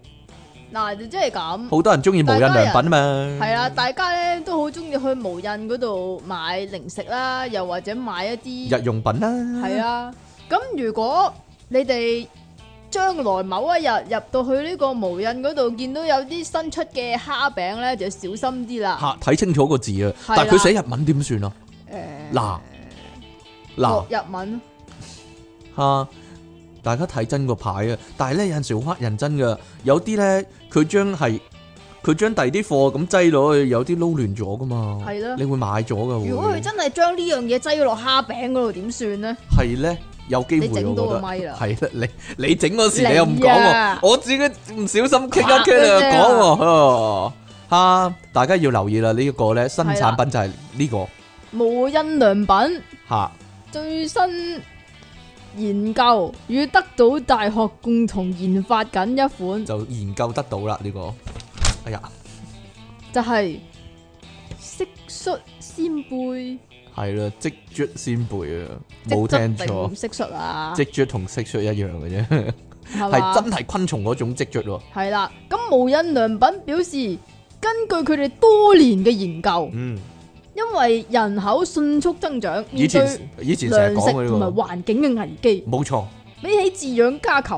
[SPEAKER 1] 嗯嗱，就即係咁。
[SPEAKER 2] 好多人中意無印良品啊嘛，
[SPEAKER 1] 係啦，大家咧都好中意去無印嗰度買零食啦，又或者買一啲
[SPEAKER 2] 日用品啦，
[SPEAKER 1] 係啊，咁如果你哋將來某一日入到去呢個無印嗰度，見到有啲新出嘅蝦餅咧，就要小心啲啦。
[SPEAKER 2] 吓睇清楚個字啊，
[SPEAKER 1] 係啦
[SPEAKER 2] 但係佢寫日文點算啊？
[SPEAKER 1] 诶，
[SPEAKER 2] 嗱嗱
[SPEAKER 1] 學。日文
[SPEAKER 2] 吓，大家睇真個牌啊！但係咧有陣時好黑人真噶，有啲咧佢將係佢將第二啲貨咁擠落去，有啲撈亂咗噶嘛。
[SPEAKER 1] 係咯
[SPEAKER 2] 你會買咗噶。
[SPEAKER 1] 如果佢
[SPEAKER 2] 會
[SPEAKER 1] 真係將呢樣嘢擠落蝦餅嗰度，點算呢？
[SPEAKER 2] 係咧，有機
[SPEAKER 1] 你
[SPEAKER 2] 會
[SPEAKER 1] 整
[SPEAKER 2] 我
[SPEAKER 1] 到
[SPEAKER 2] 覺
[SPEAKER 1] 個
[SPEAKER 2] 得
[SPEAKER 1] 咪啦
[SPEAKER 2] 係啦，你你整嗰時你又唔講
[SPEAKER 1] 你
[SPEAKER 2] 喎
[SPEAKER 1] 啊，
[SPEAKER 2] 我自己唔小心傾一
[SPEAKER 1] 嚇 [LAUGHS]
[SPEAKER 2] 傾你又
[SPEAKER 1] 嗰隻啊
[SPEAKER 2] 講喎。嚇！大家要留意啦，呢一個咧新
[SPEAKER 1] 係
[SPEAKER 2] 產
[SPEAKER 1] 啦
[SPEAKER 2] 品就係呢個
[SPEAKER 1] 無印良品
[SPEAKER 2] 嚇。
[SPEAKER 1] 最新研究與德島大學共同研發緊一款，
[SPEAKER 2] 就研究得到啦呢個。哎呀，
[SPEAKER 1] 就係蟋蟀仙貝，
[SPEAKER 2] 係啦，積卒先輩啊，
[SPEAKER 1] 即
[SPEAKER 2] 冇聽
[SPEAKER 1] 則
[SPEAKER 2] 錯
[SPEAKER 1] 定。蟋蟀啊，
[SPEAKER 2] 積雀同蟋蟀一樣嘅啫，
[SPEAKER 1] 係嘛
[SPEAKER 2] 係真係昆蟲嗰種積雀喎。
[SPEAKER 1] 系啦，咁無印良品表示，根據佢哋多年嘅研究，
[SPEAKER 2] 嗯，
[SPEAKER 1] 因為人口迅速增長，
[SPEAKER 2] 以
[SPEAKER 1] 面
[SPEAKER 2] 前
[SPEAKER 1] 對
[SPEAKER 2] 以前成
[SPEAKER 1] 糧
[SPEAKER 2] 日講嘅
[SPEAKER 1] 食同埋
[SPEAKER 2] 呢個，
[SPEAKER 1] 環境嘅危機，
[SPEAKER 2] 冇錯，
[SPEAKER 1] 比起飼養家禽，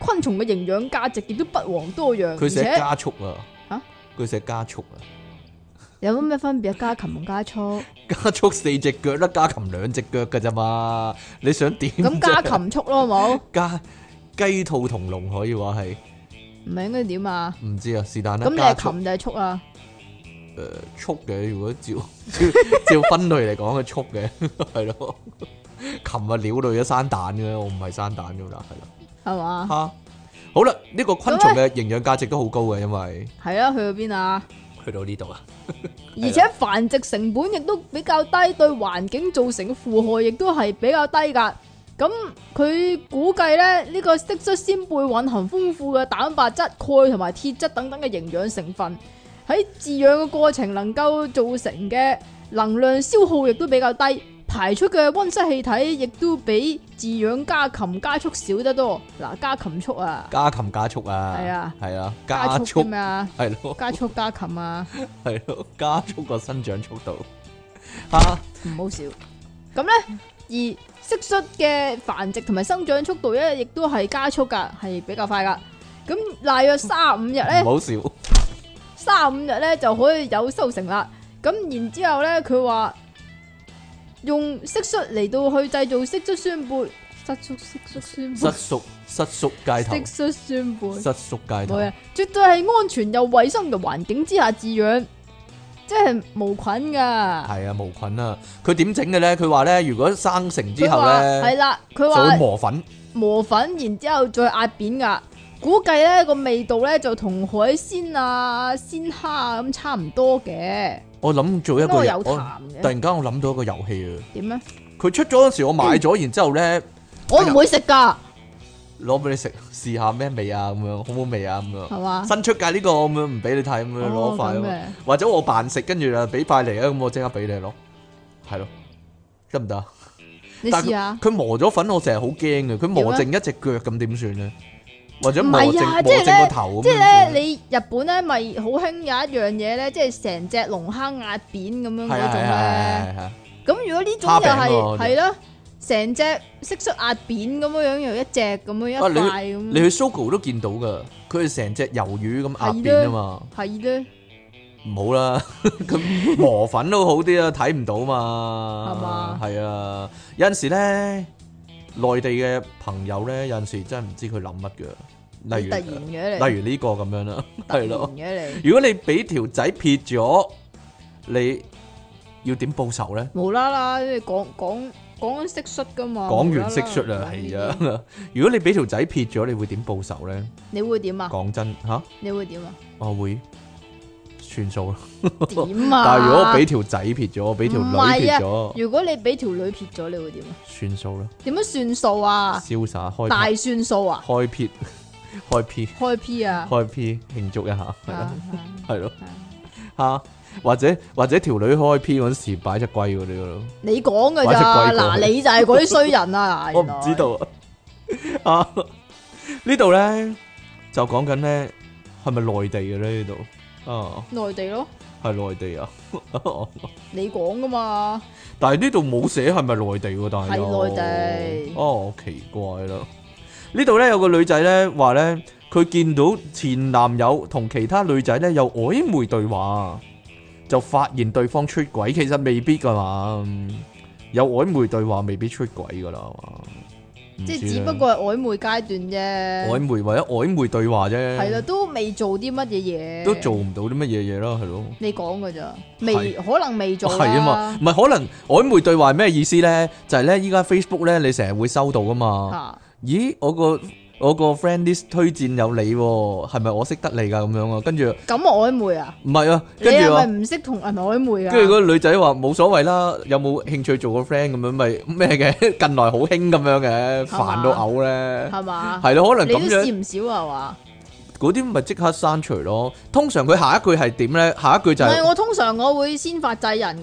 [SPEAKER 1] 昆蟲嘅營養價值亦都不遑多讓。
[SPEAKER 2] 佢
[SPEAKER 1] 而
[SPEAKER 2] 寫
[SPEAKER 1] 且
[SPEAKER 2] 加速啊，
[SPEAKER 1] 吓
[SPEAKER 2] 佢寫加速啊， [LAUGHS]
[SPEAKER 1] 有咩分別啊？家禽同家畜，
[SPEAKER 2] 加速四隻腳啦，加禽兩隻腳嘅咋嘛？你想 [LAUGHS] 點啫？
[SPEAKER 1] 咁家禽畜咯，好冇？
[SPEAKER 2] 加雞兔同籠可以話係，
[SPEAKER 1] 唔係應該點啊？
[SPEAKER 2] 唔知啊，是但啦。
[SPEAKER 1] 咁你
[SPEAKER 2] [LAUGHS] 加
[SPEAKER 1] 係
[SPEAKER 2] 速
[SPEAKER 1] 禽定係畜啊？
[SPEAKER 2] 誒速嘅，如果照 [LAUGHS] 照照分類嚟講係速嘅，係咯。 [LAUGHS] 禽啊鳥類啊生蛋嘅，我唔係生蛋㗎啦，係啦。
[SPEAKER 1] 係嘛？
[SPEAKER 2] 吓，好啦，呢、個昆蟲嘅營養價值都好高嘅，因為
[SPEAKER 1] 係啊，去到邊啊？
[SPEAKER 2] 去到呢度啊，
[SPEAKER 1] 而且繁殖成本亦都比較低，對環境造成嘅負荷亦都係比較低㗎。咁佢估計咧，呢、個蟋蟀先貝蕴含豐富嘅蛋白質、鈣同埋鐵質等等嘅營養成分，喺飼養嘅過程能夠造成嘅能量消耗亦都比較低，排出嘅温室氣體亦都比飼養家禽家畜少得多。嗱，家禽畜啊，
[SPEAKER 2] 加禽加畜啊，
[SPEAKER 1] 係啊，
[SPEAKER 2] 係啊，
[SPEAKER 1] 家
[SPEAKER 2] 加
[SPEAKER 1] 畜
[SPEAKER 2] 速
[SPEAKER 1] 嘅咩啊？
[SPEAKER 2] 係咯，
[SPEAKER 1] 家畜家禽啊！
[SPEAKER 2] 係咯，加速個生長速度
[SPEAKER 1] 唔
[SPEAKER 2] 吓，
[SPEAKER 1] 好笑。咁咧，而蟋蟀嘅繁殖同埋生長速度咧，亦都係加速噶，係比較快噶。咁大約三十五日
[SPEAKER 2] 唔
[SPEAKER 1] 咧，
[SPEAKER 2] 好笑，
[SPEAKER 1] 三十五日咧就可以有收成啦。咁然之後咧，佢話用蟋蟀嚟到去製造蟋蟀酸貝，蟋蟀蟋蟀酸
[SPEAKER 2] 失
[SPEAKER 1] 貝，
[SPEAKER 2] 熟失熟街頭
[SPEAKER 1] 蟋，蟀酸貝。
[SPEAKER 2] 失熟街頭
[SPEAKER 1] 冇，嘢，絕對係安全又衞生嘅環境之下飼養，即係無菌噶。
[SPEAKER 2] 係啊，無菌啊，佢點整嘅咧？佢話咧，如果生成之後
[SPEAKER 1] 係
[SPEAKER 2] 咧，
[SPEAKER 1] 啦，佢
[SPEAKER 2] 就
[SPEAKER 1] 話
[SPEAKER 2] 會。磨粉，
[SPEAKER 1] 磨粉，然之後再壓扁噶。估計咧個味道咧就同海鮮啊、鮮蝦啊咁差唔多嘅，
[SPEAKER 2] 我諗做一
[SPEAKER 1] 不
[SPEAKER 2] 個
[SPEAKER 1] 過
[SPEAKER 2] 遊，
[SPEAKER 1] 有
[SPEAKER 2] 我
[SPEAKER 1] 痰
[SPEAKER 2] 突
[SPEAKER 1] 嘅。
[SPEAKER 2] 然間我諗到一個遊戲啊，
[SPEAKER 1] 點咧？
[SPEAKER 2] 佢出咗嗰時我買咗，然之後咧。
[SPEAKER 1] 我唔會食噶，
[SPEAKER 2] 攞俾你食，試下咩味啊咁樣，好唔好味啊咁樣。
[SPEAKER 1] 係嘛？
[SPEAKER 2] 新出界呢個咁樣唔俾你睇咁樣攞
[SPEAKER 1] 哦
[SPEAKER 2] 塊
[SPEAKER 1] 咁
[SPEAKER 2] 咁樣，
[SPEAKER 1] 嘅
[SPEAKER 2] 或者我扮食跟住啊俾塊嚟啊咁我即刻俾你咯，係咯，得唔得啊？
[SPEAKER 1] 你
[SPEAKER 2] 但
[SPEAKER 1] 試下。
[SPEAKER 2] 佢磨咗粉我成日好驚嘅，佢磨剩
[SPEAKER 1] 點
[SPEAKER 2] 一隻腳咁點算咧？或者磨
[SPEAKER 1] 唔
[SPEAKER 2] 剩
[SPEAKER 1] 係啊
[SPEAKER 2] 磨
[SPEAKER 1] 即係
[SPEAKER 2] 剩個啊
[SPEAKER 1] 咧
[SPEAKER 2] 頭咁
[SPEAKER 1] 即
[SPEAKER 2] 點
[SPEAKER 1] 係
[SPEAKER 2] 算呢
[SPEAKER 1] 咧，你日本咧咪好興有一樣嘢咧，即係成隻龍蝦壓扁咁樣
[SPEAKER 2] 係
[SPEAKER 1] 嗰
[SPEAKER 2] 啊
[SPEAKER 1] 種
[SPEAKER 2] 係啊係
[SPEAKER 1] 咧。
[SPEAKER 2] 啊係啊，
[SPEAKER 1] 咁如果呢種
[SPEAKER 2] 蝦
[SPEAKER 1] 又
[SPEAKER 2] 餅喎
[SPEAKER 1] 係係啦，成隻蟋蟀壓扁咁樣樣，又一隻咁樣一
[SPEAKER 2] 啊你
[SPEAKER 1] 塊
[SPEAKER 2] 你
[SPEAKER 1] 咁，
[SPEAKER 2] 去 Sogo 都見到噶，佢係成隻魷魚咁壓扁啊嘛，
[SPEAKER 1] 係咧
[SPEAKER 2] 唔好
[SPEAKER 1] [LAUGHS]
[SPEAKER 2] 啦，佢磨粉都好啲啊，睇唔到嘛，
[SPEAKER 1] 係嘛
[SPEAKER 2] 係啊，有陣時咧，內地嘅朋友咧，有陣時真係唔知佢諗乜嘅，例
[SPEAKER 1] 你突然
[SPEAKER 2] 如
[SPEAKER 1] 嘅你，
[SPEAKER 2] 例如呢個咁樣啦，
[SPEAKER 1] 突
[SPEAKER 2] 係
[SPEAKER 1] 然
[SPEAKER 2] 咯，
[SPEAKER 1] 嘅你。
[SPEAKER 2] 如果你俾條仔撇咗，你要點報仇咧？
[SPEAKER 1] 无啦啦，即系讲讲讲蟋蟀噶嘛。
[SPEAKER 2] 講
[SPEAKER 1] 無啦
[SPEAKER 2] 完
[SPEAKER 1] 啦
[SPEAKER 2] 識出啦，
[SPEAKER 1] 講呢
[SPEAKER 2] 係
[SPEAKER 1] 啲，
[SPEAKER 2] 啊， [LAUGHS] 如果你俾條仔撇咗，你會點報仇咧？
[SPEAKER 1] 你會點啊？
[SPEAKER 2] [LAUGHS] 講真吓，
[SPEAKER 1] 你會點啊？
[SPEAKER 2] 我會算數啦。
[SPEAKER 1] 點啊？
[SPEAKER 2] 但係如果我俾條仔撇咗，我俾條
[SPEAKER 1] 唔
[SPEAKER 2] 女
[SPEAKER 1] 係
[SPEAKER 2] 撇
[SPEAKER 1] 啊
[SPEAKER 2] 咗，
[SPEAKER 1] 如果你俾條女撇咗，你會點啊？
[SPEAKER 2] 算數啦，
[SPEAKER 1] 點樣算數啊？
[SPEAKER 2] 瀟灑開
[SPEAKER 1] 大
[SPEAKER 2] 拍
[SPEAKER 1] 算數啊？
[SPEAKER 2] 開撇 [LAUGHS] 開撇
[SPEAKER 1] 開 P 啊？
[SPEAKER 2] 開撇慶祝一下，係
[SPEAKER 1] 啊
[SPEAKER 2] 啦，係咯
[SPEAKER 1] 啊
[SPEAKER 2] 嚇，或者或者條女開 P 嗰陣時擺只龜嗰啲咯，
[SPEAKER 1] 你講
[SPEAKER 2] [LAUGHS]
[SPEAKER 1] 噶
[SPEAKER 2] 或者
[SPEAKER 1] 咋？
[SPEAKER 2] 貴過
[SPEAKER 1] 嗱，你就係嗰啲衰人啊！
[SPEAKER 2] [LAUGHS] 我唔知道啊。啊呢度咧就講緊咧係咪內地嘅咧？呢度啊
[SPEAKER 1] 原來內地咯，
[SPEAKER 2] 係內地啊，
[SPEAKER 1] 你講噶嘛？
[SPEAKER 2] 但係呢度冇寫係咪內地喎，但係又
[SPEAKER 1] 係內地
[SPEAKER 2] 哦，奇怪啦。呢度咧有個女仔咧話咧，佢見到前男友同其他女仔咧有曖昧對話，就發現對方出軌，其實未必噶嘛。有曖昧對話未必出軌噶啦，係嘛唔
[SPEAKER 1] 即係
[SPEAKER 2] 知
[SPEAKER 1] 只
[SPEAKER 2] 咧
[SPEAKER 1] 不過係曖昧階段啫。
[SPEAKER 2] 曖昧或者曖昧對話啫，
[SPEAKER 1] 係啦，都未做啲乜嘢嘢，
[SPEAKER 2] 都做唔到啲乜嘢嘢咯，係咯。
[SPEAKER 1] 你講噶咋？
[SPEAKER 2] 係
[SPEAKER 1] 未可能未做
[SPEAKER 2] 係啊嘛，唔係可能曖昧對話係咩意思咧？就係咧依家 Facebook 咧，你成日會收到噶嘛。
[SPEAKER 1] 嚇
[SPEAKER 2] 咦，我個我個 friend list 推薦有你喎，係咪我識得你噶咁樣啊？跟住
[SPEAKER 1] 咁曖昧啊？
[SPEAKER 2] 唔係啊，
[SPEAKER 1] 你
[SPEAKER 2] 跟
[SPEAKER 1] 係
[SPEAKER 2] 住
[SPEAKER 1] 咪
[SPEAKER 2] 啊，
[SPEAKER 1] 唔識同人曖昧啊？
[SPEAKER 2] 跟住嗰個女仔話冇所謂啦，有冇興趣做個 friend 咁樣咪咩嘅？ [LAUGHS] 近來好興咁樣嘅，
[SPEAKER 1] 係嘛
[SPEAKER 2] 煩到嘔咧，
[SPEAKER 1] 係嘛？
[SPEAKER 2] 係咯，可
[SPEAKER 1] 你都
[SPEAKER 2] 能咁樣
[SPEAKER 1] 試唔少啊？係嘛？
[SPEAKER 2] 嗰啲咪即刻刪除咯。通常佢下一句係點咧？下一句就
[SPEAKER 1] 唔
[SPEAKER 2] 係
[SPEAKER 1] 係，我通常我會先發制人嘅，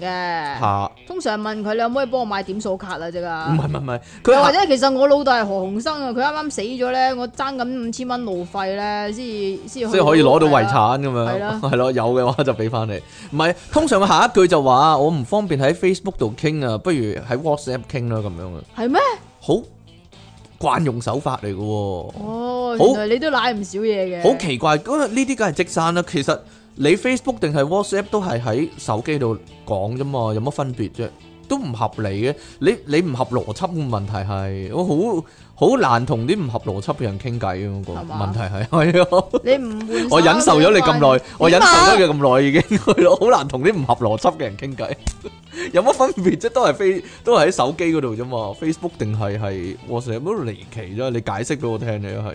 [SPEAKER 2] 下
[SPEAKER 1] 通常問佢你可唔可以幫我買點數卡啊？即
[SPEAKER 2] 唔
[SPEAKER 1] 噶。
[SPEAKER 2] 係唔係唔係，佢
[SPEAKER 1] 又或
[SPEAKER 2] 下
[SPEAKER 1] 者其實我老豆係何鴻生啊，佢啱啱死咗咧，我爭緊五千蚊路費咧，先先
[SPEAKER 2] 即係可以攞到遺。產咁
[SPEAKER 1] 係啊
[SPEAKER 2] 樣，
[SPEAKER 1] 啦
[SPEAKER 2] 係咯，有嘅話就俾翻你。唔係，通常佢下一句就話我唔方便喺 Facebook 度傾啊，不如喺 WhatsApp 傾啦咁樣啊。
[SPEAKER 1] 係咩？
[SPEAKER 2] 好慣用手法嚟嘅喎，
[SPEAKER 1] 哦，
[SPEAKER 2] 好
[SPEAKER 1] 原來你都賴唔少嘢嘅。
[SPEAKER 2] 好奇怪。咁呢啲梗係即刪啦。其實你 Facebook 定係 WhatsApp 都係喺手機度講啫嘛，有乜分別啫？都唔合理嘅。你你唔合邏輯嘅問題係，我好好難同啲唔合邏輯嘅人傾偈啊。個
[SPEAKER 1] 係嘛
[SPEAKER 2] 問題係係啊。
[SPEAKER 1] 你唔換手啊
[SPEAKER 2] 我忍受咗你咁耐，我忍受
[SPEAKER 1] 點啊
[SPEAKER 2] 咗你咁耐已 [LAUGHS] 經，係咯，好難同啲唔合邏輯嘅人傾偈。 [LAUGHS] 有乜分別啫？都係飛，都係喺手機嗰度啫嘛。Facebook 定係係 WhatsApp 都離奇啫。你解釋俾我聽，你係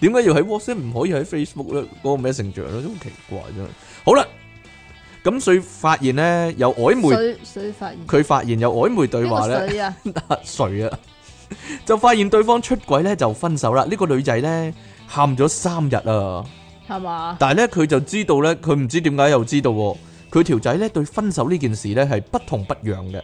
[SPEAKER 2] 點解要喺 WhatsApp 唔可以喺 Facebook 咧？嗰個 Messenger 咧都好奇怪真係。好啦，咁所以發現咧有曖昧，
[SPEAKER 1] 水水發現
[SPEAKER 2] 佢發現有曖昧對話咧
[SPEAKER 1] 呢個。水啊，
[SPEAKER 2] [LAUGHS] 水啊，就發現對方出軌咧就分手啦。呢、個女仔咧喊咗三日啊！
[SPEAKER 1] 係嘛？
[SPEAKER 2] 但系咧，佢就知道咧，佢唔知點解又知道喎，佢條仔咧對分手呢件事咧係不痛不痒嘅，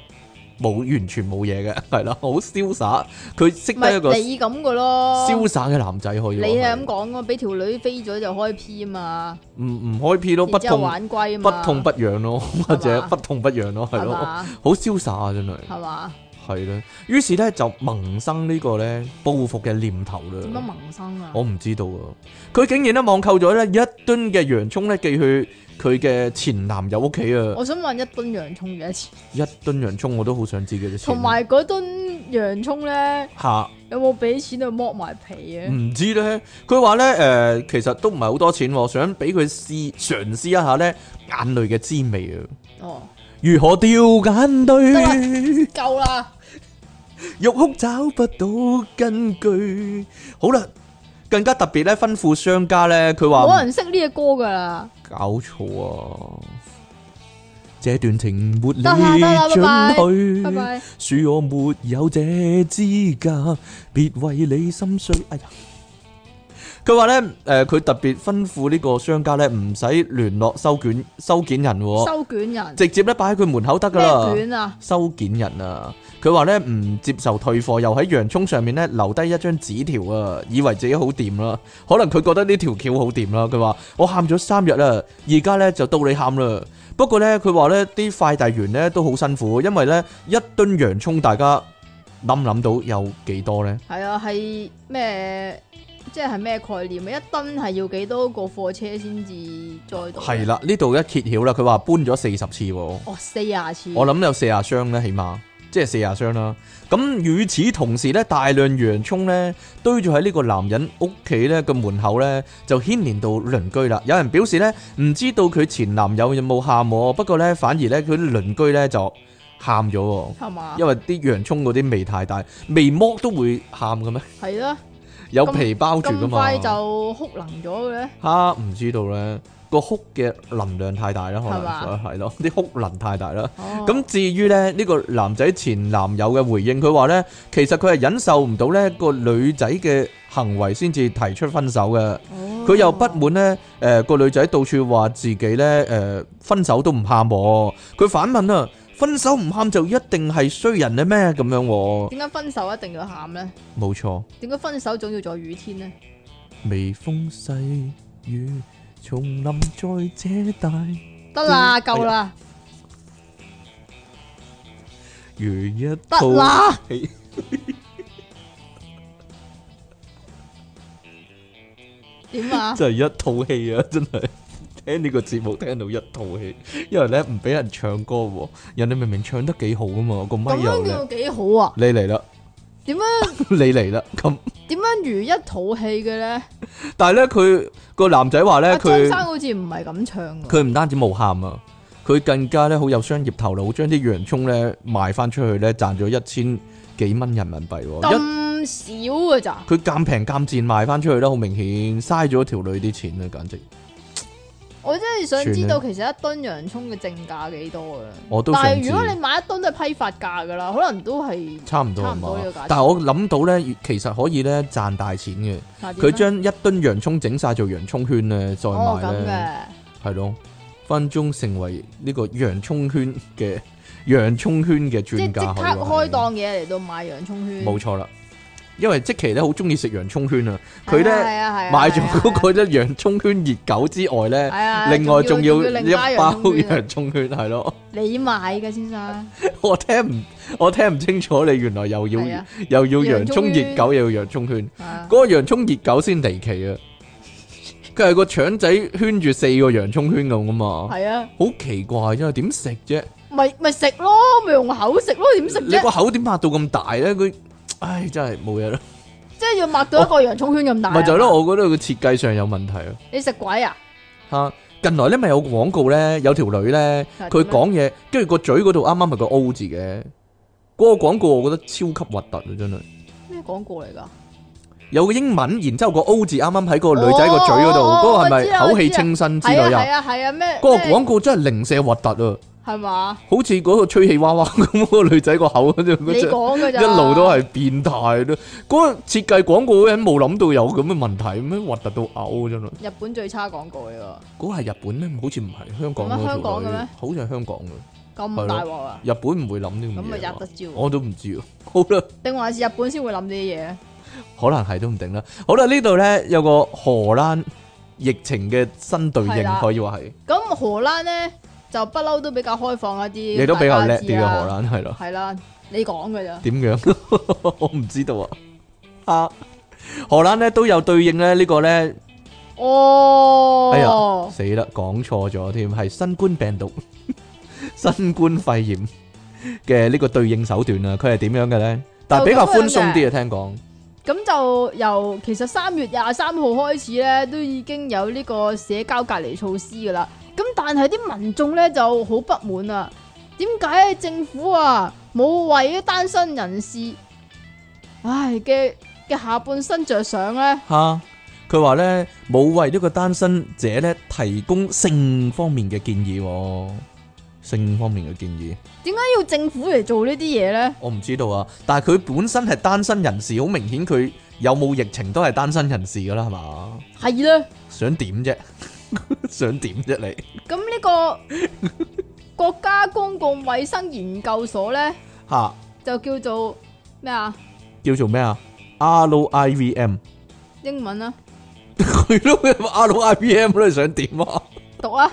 [SPEAKER 2] 冇完全冇嘢嘅， [LAUGHS] 係啦，好瀟灑。佢識
[SPEAKER 1] 唔
[SPEAKER 2] 得一個
[SPEAKER 1] 係
[SPEAKER 2] 瀟
[SPEAKER 1] 你咁嘅咯，
[SPEAKER 2] 灑嘅男仔可以
[SPEAKER 1] 你
[SPEAKER 2] 話係。
[SPEAKER 1] 係咁講啊，俾條女飛咗就開 P 啊嘛，
[SPEAKER 2] 唔唔開 P 咯，不
[SPEAKER 1] 然之後
[SPEAKER 2] 痛
[SPEAKER 1] 玩龜啊
[SPEAKER 2] 不
[SPEAKER 1] 嘛，
[SPEAKER 2] 痛不痒咯， [LAUGHS] 或者
[SPEAKER 1] 嘛
[SPEAKER 2] 不痛不痒咯，係
[SPEAKER 1] 係
[SPEAKER 2] 咯，
[SPEAKER 1] 嘛？
[SPEAKER 2] 好瀟灑啊，真係
[SPEAKER 1] 係嘛？
[SPEAKER 2] 係啦。於是咧就萌生呢個咧報復嘅念頭
[SPEAKER 1] 點樣
[SPEAKER 2] 啦。
[SPEAKER 1] 萌生啊？
[SPEAKER 2] 我唔知道啊！佢竟然咧網購咗咧一噸嘅洋葱咧寄去佢嘅前男友屋企啊！
[SPEAKER 1] 我想問一噸洋葱幾多錢？
[SPEAKER 2] 一噸洋葱我都好想知嘅啫。
[SPEAKER 1] 同埋嗰噸洋葱咧，
[SPEAKER 2] 嚇，
[SPEAKER 1] 有冇俾錢去剝埋皮啊？
[SPEAKER 2] 唔知咧，佢話咧誒，其實都唔係好多錢喎，想俾佢試嘗試一下咧眼淚嘅滋味啊！
[SPEAKER 1] 哦，
[SPEAKER 2] 如何掉眼淚，
[SPEAKER 1] 夠啦，
[SPEAKER 2] 欲哭找不到根據。好啦，更加特別咧，吩咐商家咧，佢
[SPEAKER 1] 冇
[SPEAKER 2] 話
[SPEAKER 1] 人識呢個歌噶啦，
[SPEAKER 2] 搞錯啊！這段情沒你
[SPEAKER 1] 得啦得啦拜拜
[SPEAKER 2] 准許。
[SPEAKER 1] 拜拜。
[SPEAKER 2] 恕我沒有這資格，別為你心碎。哎呀，佢話咧，誒、佢特別吩咐呢個商家咧，唔使聯絡收件收件人喎，
[SPEAKER 1] 收卷人
[SPEAKER 2] 直接咧擺喺佢門口得噶啦
[SPEAKER 1] 咩。卷啊？
[SPEAKER 2] 收件人啊，佢話咧唔接受退貨，又喺洋葱上面咧留低一張紙條啊，以為自己好掂啦，可能佢覺得呢條橋好掂啦。佢話我喊咗三日啦，而家咧就到你喊啦。不過咧，佢話咧啲快遞員咧都好辛苦，因為咧一噸洋葱，大家諗唔諗到有幾多咧？
[SPEAKER 1] 係啊，係咩？即係咩概念啊？一噸係要幾多個貨車先至載到？
[SPEAKER 2] 係，啦，呢度一揭曉啦，佢話搬咗四十次喎。
[SPEAKER 1] 哦，四廿次，
[SPEAKER 2] 我諗有四廿箱咧，起碼即係四廿箱啦。咁與此同時咧，大量洋葱咧堆咗喺呢個男人屋企咧個門口咧，就牽連到鄰居啦。有人表示咧，唔知道佢前男友有冇喊喎，不過咧反而咧佢啲鄰居咧就喊咗喎，
[SPEAKER 1] 係嘛？
[SPEAKER 2] 因為啲洋葱嗰啲味太大，未剝都會喊嘅咩？ [LAUGHS]
[SPEAKER 1] 係啦，
[SPEAKER 2] 有皮包住
[SPEAKER 1] 咁
[SPEAKER 2] 噶嘛
[SPEAKER 1] 快？就哭能咗嘅咧？
[SPEAKER 2] 吓，唔知道咧。個哭嘅能量太大啦，可
[SPEAKER 1] 係嘛
[SPEAKER 2] 能係咯，啲哭能太大啦。
[SPEAKER 1] 哦
[SPEAKER 2] 咁至於咧呢個男仔前男友嘅回應，佢話咧其實佢係忍受唔到咧個女仔嘅行為先至提出分手嘅。
[SPEAKER 1] 哦
[SPEAKER 2] 佢又不滿呢，誒、個女仔到處話自己呢，誒、分手都唔喊喎，佢反問啊，分手唔喊就一定係衰人咧咩咁樣喎？
[SPEAKER 1] 點解分手一定要喊咧？
[SPEAKER 2] 冇錯，
[SPEAKER 1] 點解分手總要在雨天咧？
[SPEAKER 2] 微風細雨，叢林在這大，
[SPEAKER 1] 得啦，夠啦，
[SPEAKER 2] 如一
[SPEAKER 1] 得
[SPEAKER 2] 套
[SPEAKER 1] 啦，
[SPEAKER 2] 戲。
[SPEAKER 1] 點啊？
[SPEAKER 2] [LAUGHS] 真係一套戲啊！真係 [LAUGHS] 聽呢個節目聽到一套戲，因為咧唔俾人唱歌喎，人哋明明唱得幾好啊嘛，個咪
[SPEAKER 1] 咁
[SPEAKER 2] 又
[SPEAKER 1] 樣
[SPEAKER 2] 叻
[SPEAKER 1] 叫幾好啊？
[SPEAKER 2] 你嚟啦， [LAUGHS]
[SPEAKER 1] 點樣
[SPEAKER 2] 你嚟啦，咁
[SPEAKER 1] 點樣如一肚氣嘅咧？
[SPEAKER 2] 但係咧佢個男仔話咧
[SPEAKER 1] 阿張
[SPEAKER 2] 佢
[SPEAKER 1] 生。好似唔係咁唱㗎。
[SPEAKER 2] 佢唔單止冇喊啊，佢更加咧好有商業頭腦，將啲洋葱咧賣翻出去咧賺咗一千幾蚊人民幣喎，一
[SPEAKER 1] 咁少㗎咋？
[SPEAKER 2] 佢鑑平鑑賤賣翻出去啦，好明顯嘥咗條女啲錢啊，簡直
[SPEAKER 1] 我真係想知
[SPEAKER 2] 算
[SPEAKER 1] 道
[SPEAKER 2] 啦
[SPEAKER 1] 其實一噸洋葱嘅正價幾多啊？
[SPEAKER 2] 我都
[SPEAKER 1] 但
[SPEAKER 2] 想
[SPEAKER 1] 係
[SPEAKER 2] 知
[SPEAKER 1] 如果你買一噸都係批發價㗎啦，可能都係
[SPEAKER 2] 差唔多係
[SPEAKER 1] 差唔多呢個價
[SPEAKER 2] 嘛
[SPEAKER 1] 錢？
[SPEAKER 2] 但係我諗到咧，其實可以咧賺大錢嘅，
[SPEAKER 1] 嗱點啊
[SPEAKER 2] 佢
[SPEAKER 1] 咧
[SPEAKER 2] 將一噸洋葱整晒做洋葱圈咧，再
[SPEAKER 1] 哦
[SPEAKER 2] 賣
[SPEAKER 1] 咁
[SPEAKER 2] 咧，
[SPEAKER 1] 嘅。
[SPEAKER 2] 係咯、分鐘成為呢個洋葱圈嘅 [LAUGHS] 洋葱圈
[SPEAKER 1] 即
[SPEAKER 2] 嘅
[SPEAKER 1] 即
[SPEAKER 2] 專
[SPEAKER 1] 刻
[SPEAKER 2] 家可以話
[SPEAKER 1] 開
[SPEAKER 2] 係，
[SPEAKER 1] 檔嘢嚟到賣洋葱圈，
[SPEAKER 2] 冇錯啦，因為即期咧好中意食洋葱圈啊，
[SPEAKER 1] 係啊
[SPEAKER 2] 佢咧
[SPEAKER 1] 係啊係啊
[SPEAKER 2] 買咗嗰個一洋葱圈熱狗之外
[SPEAKER 1] 係
[SPEAKER 2] 咧，
[SPEAKER 1] 啊，
[SPEAKER 2] [LAUGHS] 另外仲要
[SPEAKER 1] 另加
[SPEAKER 2] 一
[SPEAKER 1] 洋葱
[SPEAKER 2] 包
[SPEAKER 1] 圈啊
[SPEAKER 2] 洋葱圈係咯， [LAUGHS]
[SPEAKER 1] 你買嘅先生，
[SPEAKER 2] 我聽唔我聽唔清楚，你原來又
[SPEAKER 1] 係
[SPEAKER 2] 要
[SPEAKER 1] 啊
[SPEAKER 2] 又要
[SPEAKER 1] 洋
[SPEAKER 2] 洋葱
[SPEAKER 1] 葱圈
[SPEAKER 2] 熱狗，又要洋葱圈，
[SPEAKER 1] 啊
[SPEAKER 2] 嗰個洋葱熱狗先離奇啊！佢係個腸仔圈住四個洋葱圈咁噶嘛，
[SPEAKER 1] 係啊，
[SPEAKER 2] 好奇怪因為點食啫？
[SPEAKER 1] 咪咪食咯，咪用口食咯，點食
[SPEAKER 2] 你
[SPEAKER 1] 啫？
[SPEAKER 2] 個口點擘到咁大咧？佢唉真係冇嘢啦，
[SPEAKER 1] 即係要擘到一個洋葱圈咁大，啊
[SPEAKER 2] 咪就係，咯，我覺得佢設計上有問題啊！
[SPEAKER 1] 你食鬼啊？
[SPEAKER 2] 吓，近來咧咪有個廣告咧，有條女咧，
[SPEAKER 1] 係
[SPEAKER 2] 佢
[SPEAKER 1] 點啊
[SPEAKER 2] 講嘢，跟住個嘴嗰度啱啱咪個 O 字嘅，嗰、個廣告我覺得超級核突啊，真係。
[SPEAKER 1] 咩廣告嚟㗎？
[SPEAKER 2] 有個英文，然之後個 O 字啱啱喺個女仔個嘴嗰度，
[SPEAKER 1] 哦
[SPEAKER 2] 嗰、個係
[SPEAKER 1] 我知
[SPEAKER 2] 咪
[SPEAKER 1] 啊
[SPEAKER 2] 口氣清新之
[SPEAKER 1] 係啊
[SPEAKER 2] 類
[SPEAKER 1] 係
[SPEAKER 2] 啊？
[SPEAKER 1] 啊係啊，咩
[SPEAKER 2] 嗰個
[SPEAKER 1] 咩
[SPEAKER 2] 廣告真係零舍核突啊，
[SPEAKER 1] 係嘛？
[SPEAKER 2] 好似嗰個吹氣娃娃咁，嗰個女仔個口嗰
[SPEAKER 1] 你
[SPEAKER 2] 度嗰隻
[SPEAKER 1] 講㗎咋？
[SPEAKER 2] 一路都係變態咯。嗰、個設計廣告嗰個人冇諗到有咁嘅問題，咩核突到嘔真係。
[SPEAKER 1] 日本最差廣告嚟㗎，
[SPEAKER 2] 嗰個係日本咩？好似唔係香港
[SPEAKER 1] 唔係
[SPEAKER 2] 嗰
[SPEAKER 1] 啊香港
[SPEAKER 2] 條
[SPEAKER 1] 嘅
[SPEAKER 2] 女
[SPEAKER 1] 咩，
[SPEAKER 2] 好似係香港嘅。
[SPEAKER 1] 咁大鑊啊！
[SPEAKER 2] 日本唔會諗呢咁
[SPEAKER 1] 咁啊咪
[SPEAKER 2] 嘅嘢
[SPEAKER 1] 入得
[SPEAKER 2] 嘛，
[SPEAKER 1] 招，
[SPEAKER 2] 我都唔知啊。好 [LAUGHS] 啦，
[SPEAKER 1] 定還是日本先會諗呢啲嘢？
[SPEAKER 2] 可能係都唔定啦。好啦，呢度咧有個荷蘭疫情嘅新對
[SPEAKER 1] 係
[SPEAKER 2] 應，
[SPEAKER 1] 啦
[SPEAKER 2] 可以話係，
[SPEAKER 1] 咁荷蘭咧就不嬲都比較開放一啲，
[SPEAKER 2] 亦都比較叻
[SPEAKER 1] 大
[SPEAKER 2] 啲嘅
[SPEAKER 1] 家知啊
[SPEAKER 2] 荷。蘭係咯。
[SPEAKER 1] 係啦，你講嘅咋？
[SPEAKER 2] 點樣？ [LAUGHS] 我唔知道啊。啊，荷蘭咧都有對應咧呢個咧，
[SPEAKER 1] 哦，
[SPEAKER 2] 哎呀死啦，講錯咗添，係新冠病毒、 [LAUGHS] 新冠肺炎嘅呢個對應手段啊。佢係點樣嘅咧？但係比較寬鬆啲啊，聽講。
[SPEAKER 1] 咁就由其實三月廿三號開始咧，都已經有呢個社交隔離措施噶啦。咁但係啲民眾咧就好不滿啊！點解政府啊冇為啲單身人士，唉嘅嘅下半身着想咧？
[SPEAKER 2] 吓，佢話咧冇為呢個單身者咧提供性方面嘅建議喎，性方面嘅建議，
[SPEAKER 1] 點解要政府嚟做呢啲嘢咧？
[SPEAKER 2] 我唔知道啊。但係佢本身係單身人士，好明顯佢有冇疫情都係單身人士噶啦，係嘛？
[SPEAKER 1] 係啦。
[SPEAKER 2] 想點啫？ [LAUGHS] 想點啫你？
[SPEAKER 1] 咁呢
[SPEAKER 2] [LAUGHS]
[SPEAKER 1] 個國家公共衛生研究所咧，
[SPEAKER 2] 吓、
[SPEAKER 1] 就叫做咩啊？
[SPEAKER 2] 叫做咩啊？R I V M
[SPEAKER 1] 英文啊，
[SPEAKER 2] 佢都 R I V M 你想點啊？
[SPEAKER 1] 讀啊！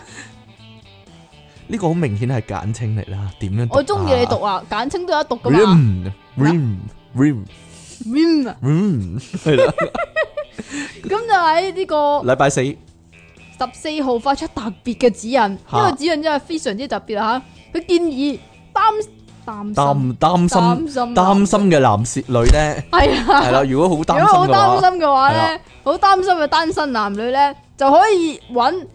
[SPEAKER 2] 呢個好明顯係簡稱嚟啦，點樣、
[SPEAKER 1] 我中意你讀。啊，簡稱都有得讀噶嘛。
[SPEAKER 2] Rim rim rim
[SPEAKER 1] Rim 啊
[SPEAKER 2] rim 係啦。
[SPEAKER 1] 咁就喺呢個
[SPEAKER 2] 禮拜四。
[SPEAKER 1] 十四號發出特別嘅指引，呢個指引真係非常之特別啊！吓，佢建議擔擔心
[SPEAKER 2] 擔擔心
[SPEAKER 1] 擔心啊
[SPEAKER 2] 擔心嘅男士女
[SPEAKER 1] [LAUGHS]
[SPEAKER 2] 咧，
[SPEAKER 1] 係啊。
[SPEAKER 2] 係啦，如果好
[SPEAKER 1] 如果好
[SPEAKER 2] 擔心嘅
[SPEAKER 1] 擔
[SPEAKER 2] 話，
[SPEAKER 1] 心嘅話
[SPEAKER 2] 係啊
[SPEAKER 1] 咧，好擔心嘅單身男女咧，就可以揾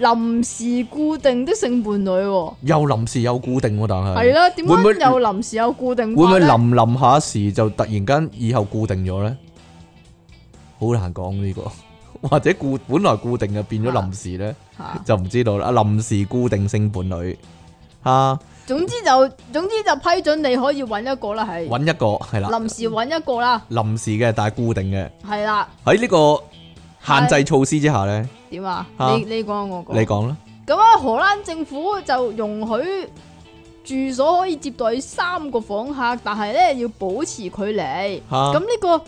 [SPEAKER 1] 臨時固定的性伴侶喎。
[SPEAKER 2] 又臨時又固定喎，但係
[SPEAKER 1] 係啦，點解
[SPEAKER 2] 會唔會
[SPEAKER 1] 又臨時有固定
[SPEAKER 2] 會唔
[SPEAKER 1] 法
[SPEAKER 2] 會
[SPEAKER 1] 咧？
[SPEAKER 2] 臨臨下時就突然間以後固定咗咧？
[SPEAKER 1] 啊
[SPEAKER 2] 好難講呢個，或者固本來固定嘅變咗臨時咧，
[SPEAKER 1] 吓。
[SPEAKER 2] 就唔知道啦。臨時固定性伴侶啊，
[SPEAKER 1] 总之就总之就批准你可以搵一個啦，係
[SPEAKER 2] 揾一個係啦，
[SPEAKER 1] 臨時搵一個啦，
[SPEAKER 2] 臨時嘅但係固定嘅。
[SPEAKER 1] 係啦，
[SPEAKER 2] 喺呢個限制措施之下咧，
[SPEAKER 1] 點啊？
[SPEAKER 2] 啊
[SPEAKER 1] 你你讲我講。
[SPEAKER 2] 你講啦，
[SPEAKER 1] 咁啊，荷蘭政府就容許住所可以接待三個訪客，但係咧要保持距離。
[SPEAKER 2] 嚇
[SPEAKER 1] 咁呢、個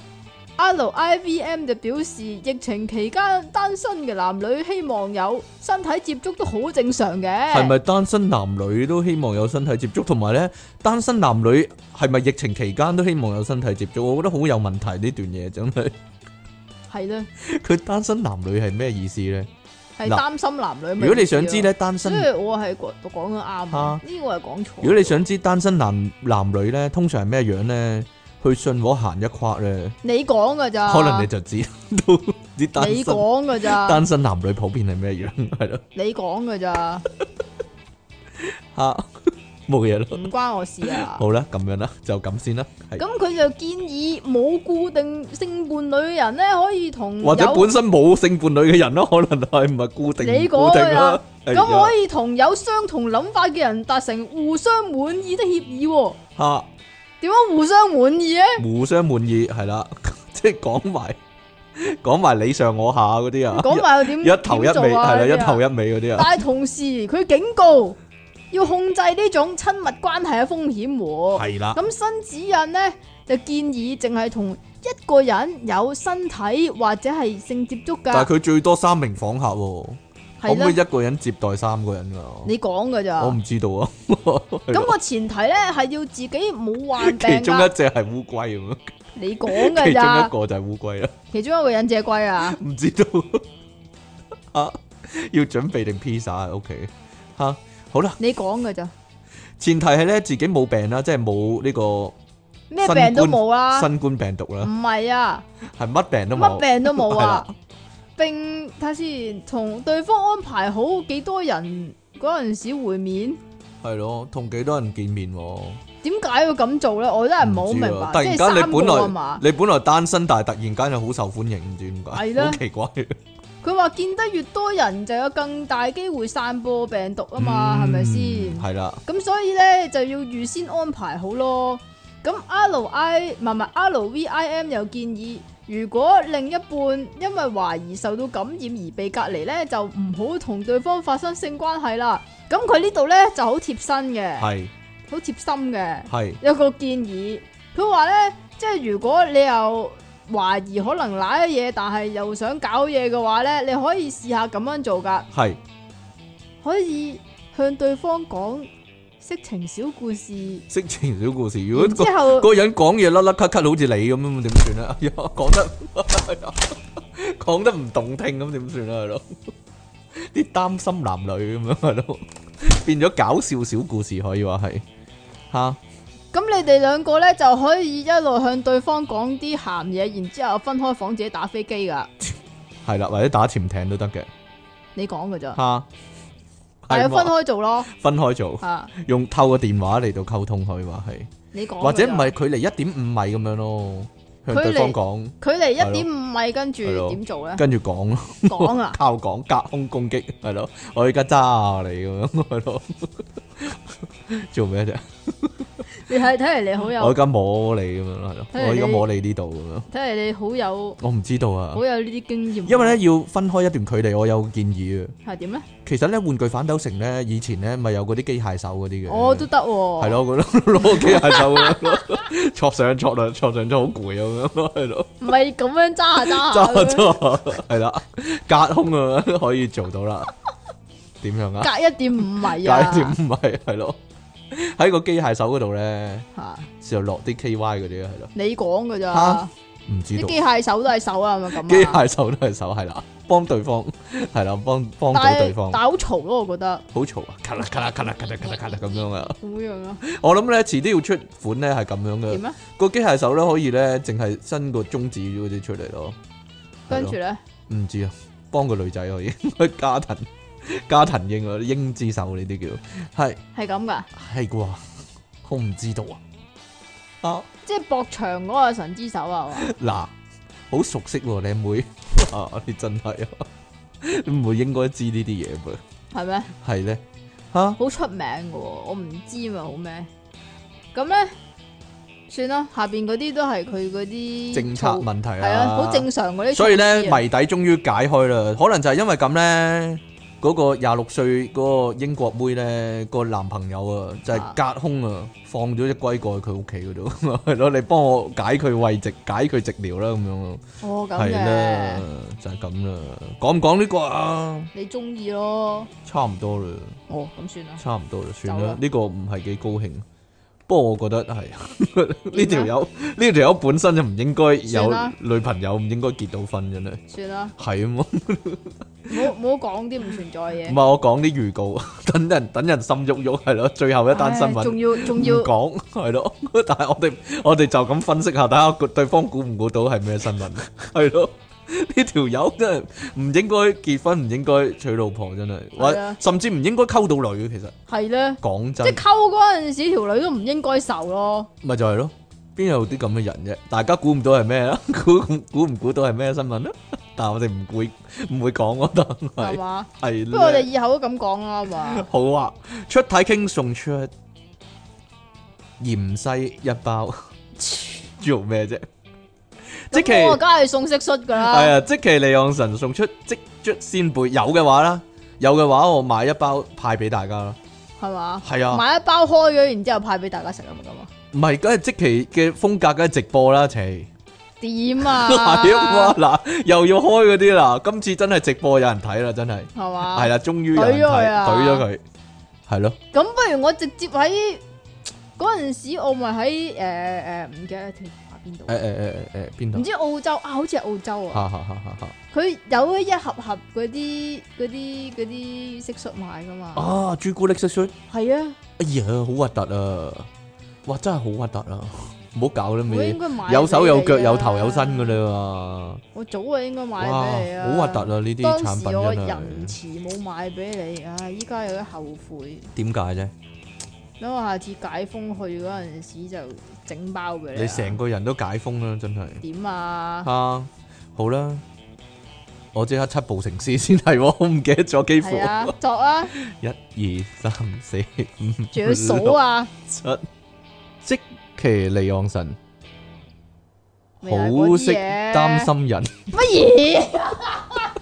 [SPEAKER 1] LIVM 就表示，疫情期間單身嘅男女希望有身體接觸都好正常嘅。
[SPEAKER 2] 係咪單身男女都希望有身體接觸，同埋咧單身男女係咪疫情期間都希望有身體接觸？我覺得好有問題呢段嘢真係。 [LAUGHS]
[SPEAKER 1] 係咧，
[SPEAKER 2] 佢單身男女係咩意思咧？
[SPEAKER 1] 係
[SPEAKER 2] 嗱
[SPEAKER 1] 擔心男女。
[SPEAKER 2] 如果你想知，咧，單
[SPEAKER 1] 所
[SPEAKER 2] 身
[SPEAKER 1] 以我啊係講講得啱，
[SPEAKER 2] 啊
[SPEAKER 1] 呢個係講錯。
[SPEAKER 2] 如果你想知單身男男女咧，通常係咩樣咧？去信和行一框咧，
[SPEAKER 1] 你講噶咋？
[SPEAKER 2] 可能你就 [LAUGHS] 知道啲單
[SPEAKER 1] 你
[SPEAKER 2] 身
[SPEAKER 1] 講噶咋？
[SPEAKER 2] 單身男女普遍係咩樣，係咯
[SPEAKER 1] 你講噶咋？
[SPEAKER 2] 吓 [LAUGHS] 冇嘢咯。
[SPEAKER 1] 唔關我事啊。
[SPEAKER 2] [LAUGHS] 好啦，咁樣啦，就咁先啦。係
[SPEAKER 1] 咁佢就建議冇固定性伴侶嘅人咧，可以同
[SPEAKER 2] 或者
[SPEAKER 1] 有
[SPEAKER 2] 本身冇性伴侶嘅人咯，可能係唔係固定
[SPEAKER 1] 你講
[SPEAKER 2] 唔固定
[SPEAKER 1] 佢
[SPEAKER 2] 啦
[SPEAKER 1] 啦。
[SPEAKER 2] 係
[SPEAKER 1] 咁
[SPEAKER 2] 啊
[SPEAKER 1] 可以同有相同諗法嘅人達成互相滿意的協議喎。
[SPEAKER 2] 吓
[SPEAKER 1] 點樣互相滿意咧？
[SPEAKER 2] 互相滿意係啦， [LAUGHS] 即係講埋 [LAUGHS] 講埋你上我下嗰啲啊，
[SPEAKER 1] 講埋又點
[SPEAKER 2] [LAUGHS] 一一頭一尾
[SPEAKER 1] 點
[SPEAKER 2] 係
[SPEAKER 1] 做啊
[SPEAKER 2] 啦，
[SPEAKER 1] 呢啲
[SPEAKER 2] 一
[SPEAKER 1] 啊
[SPEAKER 2] 頭一尾嗰啲啊
[SPEAKER 1] 但。係同時佢警告要控制呢種親密關係嘅風險喎。
[SPEAKER 2] 系啦，
[SPEAKER 1] 咁新指引呢，就建議淨係同一個人有身體或者係性接觸
[SPEAKER 2] 但
[SPEAKER 1] 㗎，
[SPEAKER 2] 系佢最多三名訪客喎，可唔
[SPEAKER 1] 係
[SPEAKER 2] 可以
[SPEAKER 1] 啦，
[SPEAKER 2] 一個人接待三個人噶？
[SPEAKER 1] 你講㗎咋
[SPEAKER 2] 我？唔知道啊。
[SPEAKER 1] 咁個前提咧係要自己冇患病
[SPEAKER 2] 其中一
[SPEAKER 1] 㗎，
[SPEAKER 2] 隻係烏龜咁樣，
[SPEAKER 1] 你講
[SPEAKER 2] 其
[SPEAKER 1] 㗎
[SPEAKER 2] 中一
[SPEAKER 1] 咋？
[SPEAKER 2] 個就係烏龜啦，
[SPEAKER 1] 其中一個人隻龜啊，
[SPEAKER 2] 唔知道啊，要準備定 pizza à? 喺屋企吓。好啦，
[SPEAKER 1] 你講㗎咋？
[SPEAKER 2] 前提係咧自己冇病啦，即係冇呢個
[SPEAKER 1] 咩病都冇啦，
[SPEAKER 2] 新冠病毒
[SPEAKER 1] 唔
[SPEAKER 2] 啦，
[SPEAKER 1] 係啊，
[SPEAKER 2] 係乜病都
[SPEAKER 1] 乜
[SPEAKER 2] 冇。
[SPEAKER 1] 病都冇啊
[SPEAKER 2] [LAUGHS] 係。
[SPEAKER 1] 並睇下先，同對方安排好幾多人嗰陣時會面，
[SPEAKER 2] 係咯，同幾多人見面喎？
[SPEAKER 1] 點解要咁做咧？我真係唔係好
[SPEAKER 2] 唔知喎
[SPEAKER 1] 明
[SPEAKER 2] 突
[SPEAKER 1] 白，即
[SPEAKER 2] 然
[SPEAKER 1] 係
[SPEAKER 2] 間
[SPEAKER 1] 三
[SPEAKER 2] 你本
[SPEAKER 1] 個啊
[SPEAKER 2] 來
[SPEAKER 1] 嘛。
[SPEAKER 2] 你本來單身，但係突然間又好受歡迎，唔知點解，
[SPEAKER 1] 係啦
[SPEAKER 2] [LAUGHS] 好奇怪。
[SPEAKER 1] 佢話見得越多人就有更大機會散播病毒啊
[SPEAKER 2] 嗯
[SPEAKER 1] 嘛，係咪先？
[SPEAKER 2] 系啦，
[SPEAKER 1] 咁所以咧就要預先安排好咯。咁 R I 唔係唔係 R V I M 又建議，如果另一半因為懷疑受到感染而被隔離咧，就唔好同對方發生性關係啦。咁佢呢度咧就好貼身嘅，
[SPEAKER 2] 係
[SPEAKER 1] 好貼心嘅，
[SPEAKER 2] 係
[SPEAKER 1] 有個建議。佢話咧，即係如果你又懷疑可能舐嘢，但係又想搞嘢嘅話咧，你可以試下咁樣做㗎。
[SPEAKER 2] 係
[SPEAKER 1] 可以向對方講色情小故事，
[SPEAKER 2] 色情小故事。如果
[SPEAKER 1] 然之
[SPEAKER 2] 個
[SPEAKER 1] 後
[SPEAKER 2] 個人講嘢甩甩咳咳，好似你咁樣，點算咧？ [LAUGHS] 哎呀，講得講得 [LAUGHS] 唔動聽咁，點算啊咧？係咯，啲擔心男女咁樣係咯，變咗搞笑小故事可以話係吓
[SPEAKER 1] 咁你哋兩個呢就可以一路向對方講啲鹹嘢，然之後分開房自己打飛機噶。
[SPEAKER 2] 係啦，或者打潛艇都得嘅
[SPEAKER 1] 你講噶咋？
[SPEAKER 2] 吓，
[SPEAKER 1] 但係
[SPEAKER 2] 嘛
[SPEAKER 1] 啊分開做咯，
[SPEAKER 2] 分開做，
[SPEAKER 1] 吓
[SPEAKER 2] 用透過電話嚟到溝通可以話係。
[SPEAKER 1] 你講㗎咋。
[SPEAKER 2] 或者唔係距離一點五米咁樣咯，向
[SPEAKER 1] 哦啊距離
[SPEAKER 2] 對方講，
[SPEAKER 1] 距離
[SPEAKER 2] 係咯
[SPEAKER 1] 一點五米，跟住
[SPEAKER 2] 係咯
[SPEAKER 1] 點
[SPEAKER 2] [LAUGHS]
[SPEAKER 1] 做呢？
[SPEAKER 2] 跟住講咯，，
[SPEAKER 1] 講啊
[SPEAKER 2] [LAUGHS] 靠講隔空攻擊，係咯，我而家揸你咁樣，係咯， [LAUGHS] 做咩啫？
[SPEAKER 1] 你係睇嚟你好
[SPEAKER 2] 我而
[SPEAKER 1] 有，
[SPEAKER 2] 家摸你咁樣，係咯，
[SPEAKER 1] 睇嚟
[SPEAKER 2] 我而家
[SPEAKER 1] 你
[SPEAKER 2] 摸你呢度咁樣，
[SPEAKER 1] 睇嚟你好有，
[SPEAKER 2] 我唔知道啊
[SPEAKER 1] 好，有呢啲經驗。
[SPEAKER 2] 因為咧要分開一段距離，我有個建議啊。
[SPEAKER 1] 係點呢？
[SPEAKER 2] 其實咧玩具反斗城咧，以前咧咪有嗰啲機械手嗰啲嘅，
[SPEAKER 1] 哦我都得喎。
[SPEAKER 2] 係，咯，嗰啲攞個機械手咁樣，戳上戳落戳上真係好攰咁樣，係咯。
[SPEAKER 1] 唔係咁樣揸下
[SPEAKER 2] [LAUGHS] 揸
[SPEAKER 1] 揸下，
[SPEAKER 2] 揸系啦，隔空啊可以做到啦。點樣啊？
[SPEAKER 1] 隔一點五米
[SPEAKER 2] 隔
[SPEAKER 1] 啊。
[SPEAKER 2] 一點唔係係咯，喺個機械手嗰度咧
[SPEAKER 1] 嚇
[SPEAKER 2] 就落啲 K Y 嗰啲啊，係咯，
[SPEAKER 1] 你講噶咋
[SPEAKER 2] 嚇？唔知
[SPEAKER 1] 啲
[SPEAKER 2] 道
[SPEAKER 1] 機械手都係手啊，係咪咁啊？
[SPEAKER 2] 機械手都係手係啦，幫對方係啦，幫幫到
[SPEAKER 1] 但
[SPEAKER 2] 對
[SPEAKER 1] 係
[SPEAKER 2] 方，
[SPEAKER 1] 但係好嘈咯，我覺得
[SPEAKER 2] 好嘈啊！咔啦咔啦咔啦咔啦咔啦咔啦咁樣啊！
[SPEAKER 1] 咁樣咯。
[SPEAKER 2] 我諗咧遲啲要出款咧係咁樣
[SPEAKER 1] 點
[SPEAKER 2] 嘅，
[SPEAKER 1] 啊？
[SPEAKER 2] 個機械手咧可以咧淨係伸個中指嗰啲出嚟咯，係
[SPEAKER 1] 跟
[SPEAKER 2] 咯
[SPEAKER 1] 住咧，
[SPEAKER 2] 唔知啊，幫個女仔可以 [LAUGHS] 加藤加藤英啊，英之手呢啲叫係
[SPEAKER 1] 係咁噶，
[SPEAKER 2] 係啩？我唔知道啊！啊
[SPEAKER 1] 即係博長嗰個
[SPEAKER 2] [LAUGHS]
[SPEAKER 1] 神之手啊，係嘛
[SPEAKER 2] 嗱，好熟悉喎、靚妹啊！你真係啊， [LAUGHS] 唔會應該知呢啲嘢噃，
[SPEAKER 1] 係咩？
[SPEAKER 2] 係咧吓
[SPEAKER 1] 好出名嘅喎，我唔知咪好咩？咁咧，算啦，下邊嗰啲都係佢嗰啲
[SPEAKER 2] 政策
[SPEAKER 1] 措
[SPEAKER 2] 問題
[SPEAKER 1] 係啊，好正常嗰啲措施啊。
[SPEAKER 2] 所以咧謎底終於解開啦，可能就係因為咁咧，嗰、個廿六歲嗰個英國妹咧、個男朋友啊，就係、隔空啊放咗只龜過去佢屋企嗰度， [LAUGHS] 係咯，你幫我解佢慰藉，解佢寂療啦咁樣咯，
[SPEAKER 1] 哦咁
[SPEAKER 2] 係啦
[SPEAKER 1] 嘅，，
[SPEAKER 2] 就係咁啦，講唔講呢個啊？
[SPEAKER 1] 你中意咯。
[SPEAKER 2] 差唔多啦，
[SPEAKER 1] 哦，咁算啦。
[SPEAKER 2] 差唔多啦，算
[SPEAKER 1] 走
[SPEAKER 2] 啦
[SPEAKER 1] 啦，
[SPEAKER 2] 呢個唔係幾高興。不過我覺得係 [LAUGHS] 呢條友呢條友本身就唔應該
[SPEAKER 1] 算
[SPEAKER 2] 有
[SPEAKER 1] 啦
[SPEAKER 2] 女朋友，唔應該結到婚真係
[SPEAKER 1] 算啦，
[SPEAKER 2] 係啊嘛。
[SPEAKER 1] [LAUGHS] 唔
[SPEAKER 2] [LAUGHS]
[SPEAKER 1] 好唔好講啲唔存在嘅
[SPEAKER 2] 唔。係我講啲預告， [LAUGHS] 等人等人心喐喐係咯，最後一單新
[SPEAKER 1] 唉
[SPEAKER 2] 聞
[SPEAKER 1] 仲要仲要
[SPEAKER 2] 唔講係咯，但係我哋我哋就咁分析下，睇下個對方估唔估到係咩新
[SPEAKER 1] [LAUGHS]
[SPEAKER 2] 聞係咯。呢條友真係唔應該結婚，唔應該娶老婆，真係，
[SPEAKER 1] 係
[SPEAKER 2] 或
[SPEAKER 1] 啊
[SPEAKER 2] 甚至唔應該溝到女。其實
[SPEAKER 1] 係咧，
[SPEAKER 2] 講
[SPEAKER 1] 即係
[SPEAKER 2] 真，
[SPEAKER 1] 溝嗰陣時條女都唔應該受咯。
[SPEAKER 2] 咪就係咯，邊有啲咁嘅人啫？大家估唔到係咩啊？ [LAUGHS] 估估唔估到係咩新聞啊？ [LAUGHS] 但係我哋唔會唔會講嗰度
[SPEAKER 1] 係
[SPEAKER 2] 係
[SPEAKER 1] 嘛？
[SPEAKER 2] 係
[SPEAKER 1] 不過我
[SPEAKER 2] 咧
[SPEAKER 1] 哋以後都咁講啦嘛。
[SPEAKER 2] 好啊，出體傾送出芫茜一包， [LAUGHS] 做咩啫？即期
[SPEAKER 1] 咁我梗係送蟋蟀噶
[SPEAKER 2] 係
[SPEAKER 1] 啦。
[SPEAKER 2] 啊，即期利昂神送出即卒先貝，有嘅話啦，有嘅話我買一包派俾大家啦。
[SPEAKER 1] 係嘛？
[SPEAKER 2] 係啊，
[SPEAKER 1] 買一包開咗，然之後派俾大家食啊嘛咁啊？
[SPEAKER 2] 唔係梗係即期嘅風格，梗係直播啦，齊
[SPEAKER 1] 點
[SPEAKER 2] [LAUGHS] 係啊嘛
[SPEAKER 1] 啊？
[SPEAKER 2] 嗱，又要開嗰啲啦，今次真係直播有人睇啦，真係
[SPEAKER 1] 係嘛？
[SPEAKER 2] 係啦，終於有
[SPEAKER 1] 懟咗
[SPEAKER 2] 人睇，
[SPEAKER 1] 佢啊
[SPEAKER 2] 懟咗佢，係咯，
[SPEAKER 1] 咁不如我直接喺嗰陣時，我咪喺誒誒唔記得條下邊度，啊
[SPEAKER 2] 誒誒誒誒誒邊
[SPEAKER 1] 唔
[SPEAKER 2] 度？
[SPEAKER 1] 知澳洲啊，好似係澳洲啊。
[SPEAKER 2] 哈哈哈哈哈！
[SPEAKER 1] 佢有一盒盒嗰啲嗰啲嗰啲蟋蟀賣噶嘛，
[SPEAKER 2] 啊，朱古力色水。
[SPEAKER 1] 係啊，
[SPEAKER 2] 哎呀，好核突啊！哇，真係好核突啊！唔好搞啦，
[SPEAKER 1] 我
[SPEAKER 2] 咪
[SPEAKER 1] 應該買。
[SPEAKER 2] 有手有腳
[SPEAKER 1] 啊
[SPEAKER 2] 有頭有身噶，啦
[SPEAKER 1] 我早啊應該
[SPEAKER 2] 嘛！
[SPEAKER 1] 買
[SPEAKER 2] 哇，
[SPEAKER 1] 俾你啊。
[SPEAKER 2] 好核突啊！呢啲
[SPEAKER 1] 當
[SPEAKER 2] 產
[SPEAKER 1] 時我
[SPEAKER 2] 品
[SPEAKER 1] 仁
[SPEAKER 2] 真係
[SPEAKER 1] 慈冇買俾你，唉，依家有啲後悔。
[SPEAKER 2] 點解啫？
[SPEAKER 1] 啊等我下次解封去嗰陣時就整包俾你啊。
[SPEAKER 2] 你成個人都解封啦，真係
[SPEAKER 1] 點啊？
[SPEAKER 2] 啊！好啦，我即刻七步成詩先係喎，我唔記得咗幾乎
[SPEAKER 1] 係啊，作啊，
[SPEAKER 2] [LAUGHS] 一二三四五
[SPEAKER 1] 仲要數啊，
[SPEAKER 2] 七，即其利昂神
[SPEAKER 1] 未
[SPEAKER 2] 好
[SPEAKER 1] 係嗰啲
[SPEAKER 2] 識
[SPEAKER 1] 嘢
[SPEAKER 2] 擔心人。 [LAUGHS]
[SPEAKER 1] 乜 [LAUGHS] 嘢？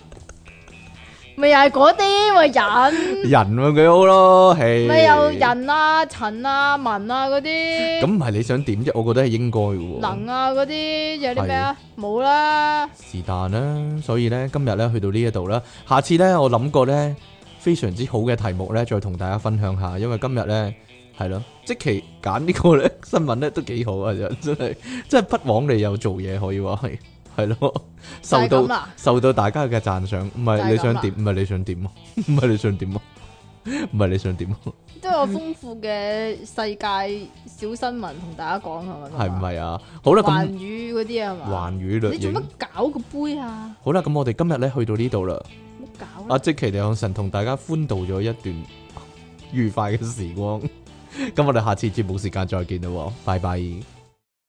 [SPEAKER 1] 咪又係嗰啲咪人，
[SPEAKER 2] 人咪幾好咯，係
[SPEAKER 1] 咪有人啊、陳啊、文啊嗰啲，
[SPEAKER 2] 咁唔係你想點啫？我覺得係應該嘅喎。
[SPEAKER 1] 能啊嗰啲，有啲咩啊？冇啦，
[SPEAKER 2] 是但啦，所以咧今日咧去到呢一度啦，下次咧我諗過咧非常之好嘅題目咧，再同大家分享下，因為今日咧係咯，即期揀呢 [LAUGHS] 個咧新聞咧都幾好啊，真係真係不枉你有做嘢可以話係係咯，
[SPEAKER 1] 就
[SPEAKER 2] 受
[SPEAKER 1] 係咁
[SPEAKER 2] 到
[SPEAKER 1] 啦，
[SPEAKER 2] 受到大家嘅讚賞，唔
[SPEAKER 1] 就
[SPEAKER 2] 係
[SPEAKER 1] 係
[SPEAKER 2] 你
[SPEAKER 1] 咁
[SPEAKER 2] 想
[SPEAKER 1] 啦
[SPEAKER 2] 點？唔係你想點 [LAUGHS] 啊？唔係你想點啊？唔係你想點啊？
[SPEAKER 1] 都有豐富嘅世界小新聞同大家講係咪咁啊？
[SPEAKER 2] 係唔係啊？好啦，
[SPEAKER 1] 環
[SPEAKER 2] 咁
[SPEAKER 1] 宇嗰啲啊嘛？
[SPEAKER 2] 環宇
[SPEAKER 1] 你
[SPEAKER 2] 律
[SPEAKER 1] 做
[SPEAKER 2] 影
[SPEAKER 1] 乜。搞個杯啊？
[SPEAKER 2] 好啦，咁我哋今日咧去到呢度啦。
[SPEAKER 1] 唔好搞
[SPEAKER 2] 阿
[SPEAKER 1] 啦，
[SPEAKER 2] 即其利向神同大家歡度咗一段愉快嘅時光。咁我哋下次節目時間再見啦喎，拜拜。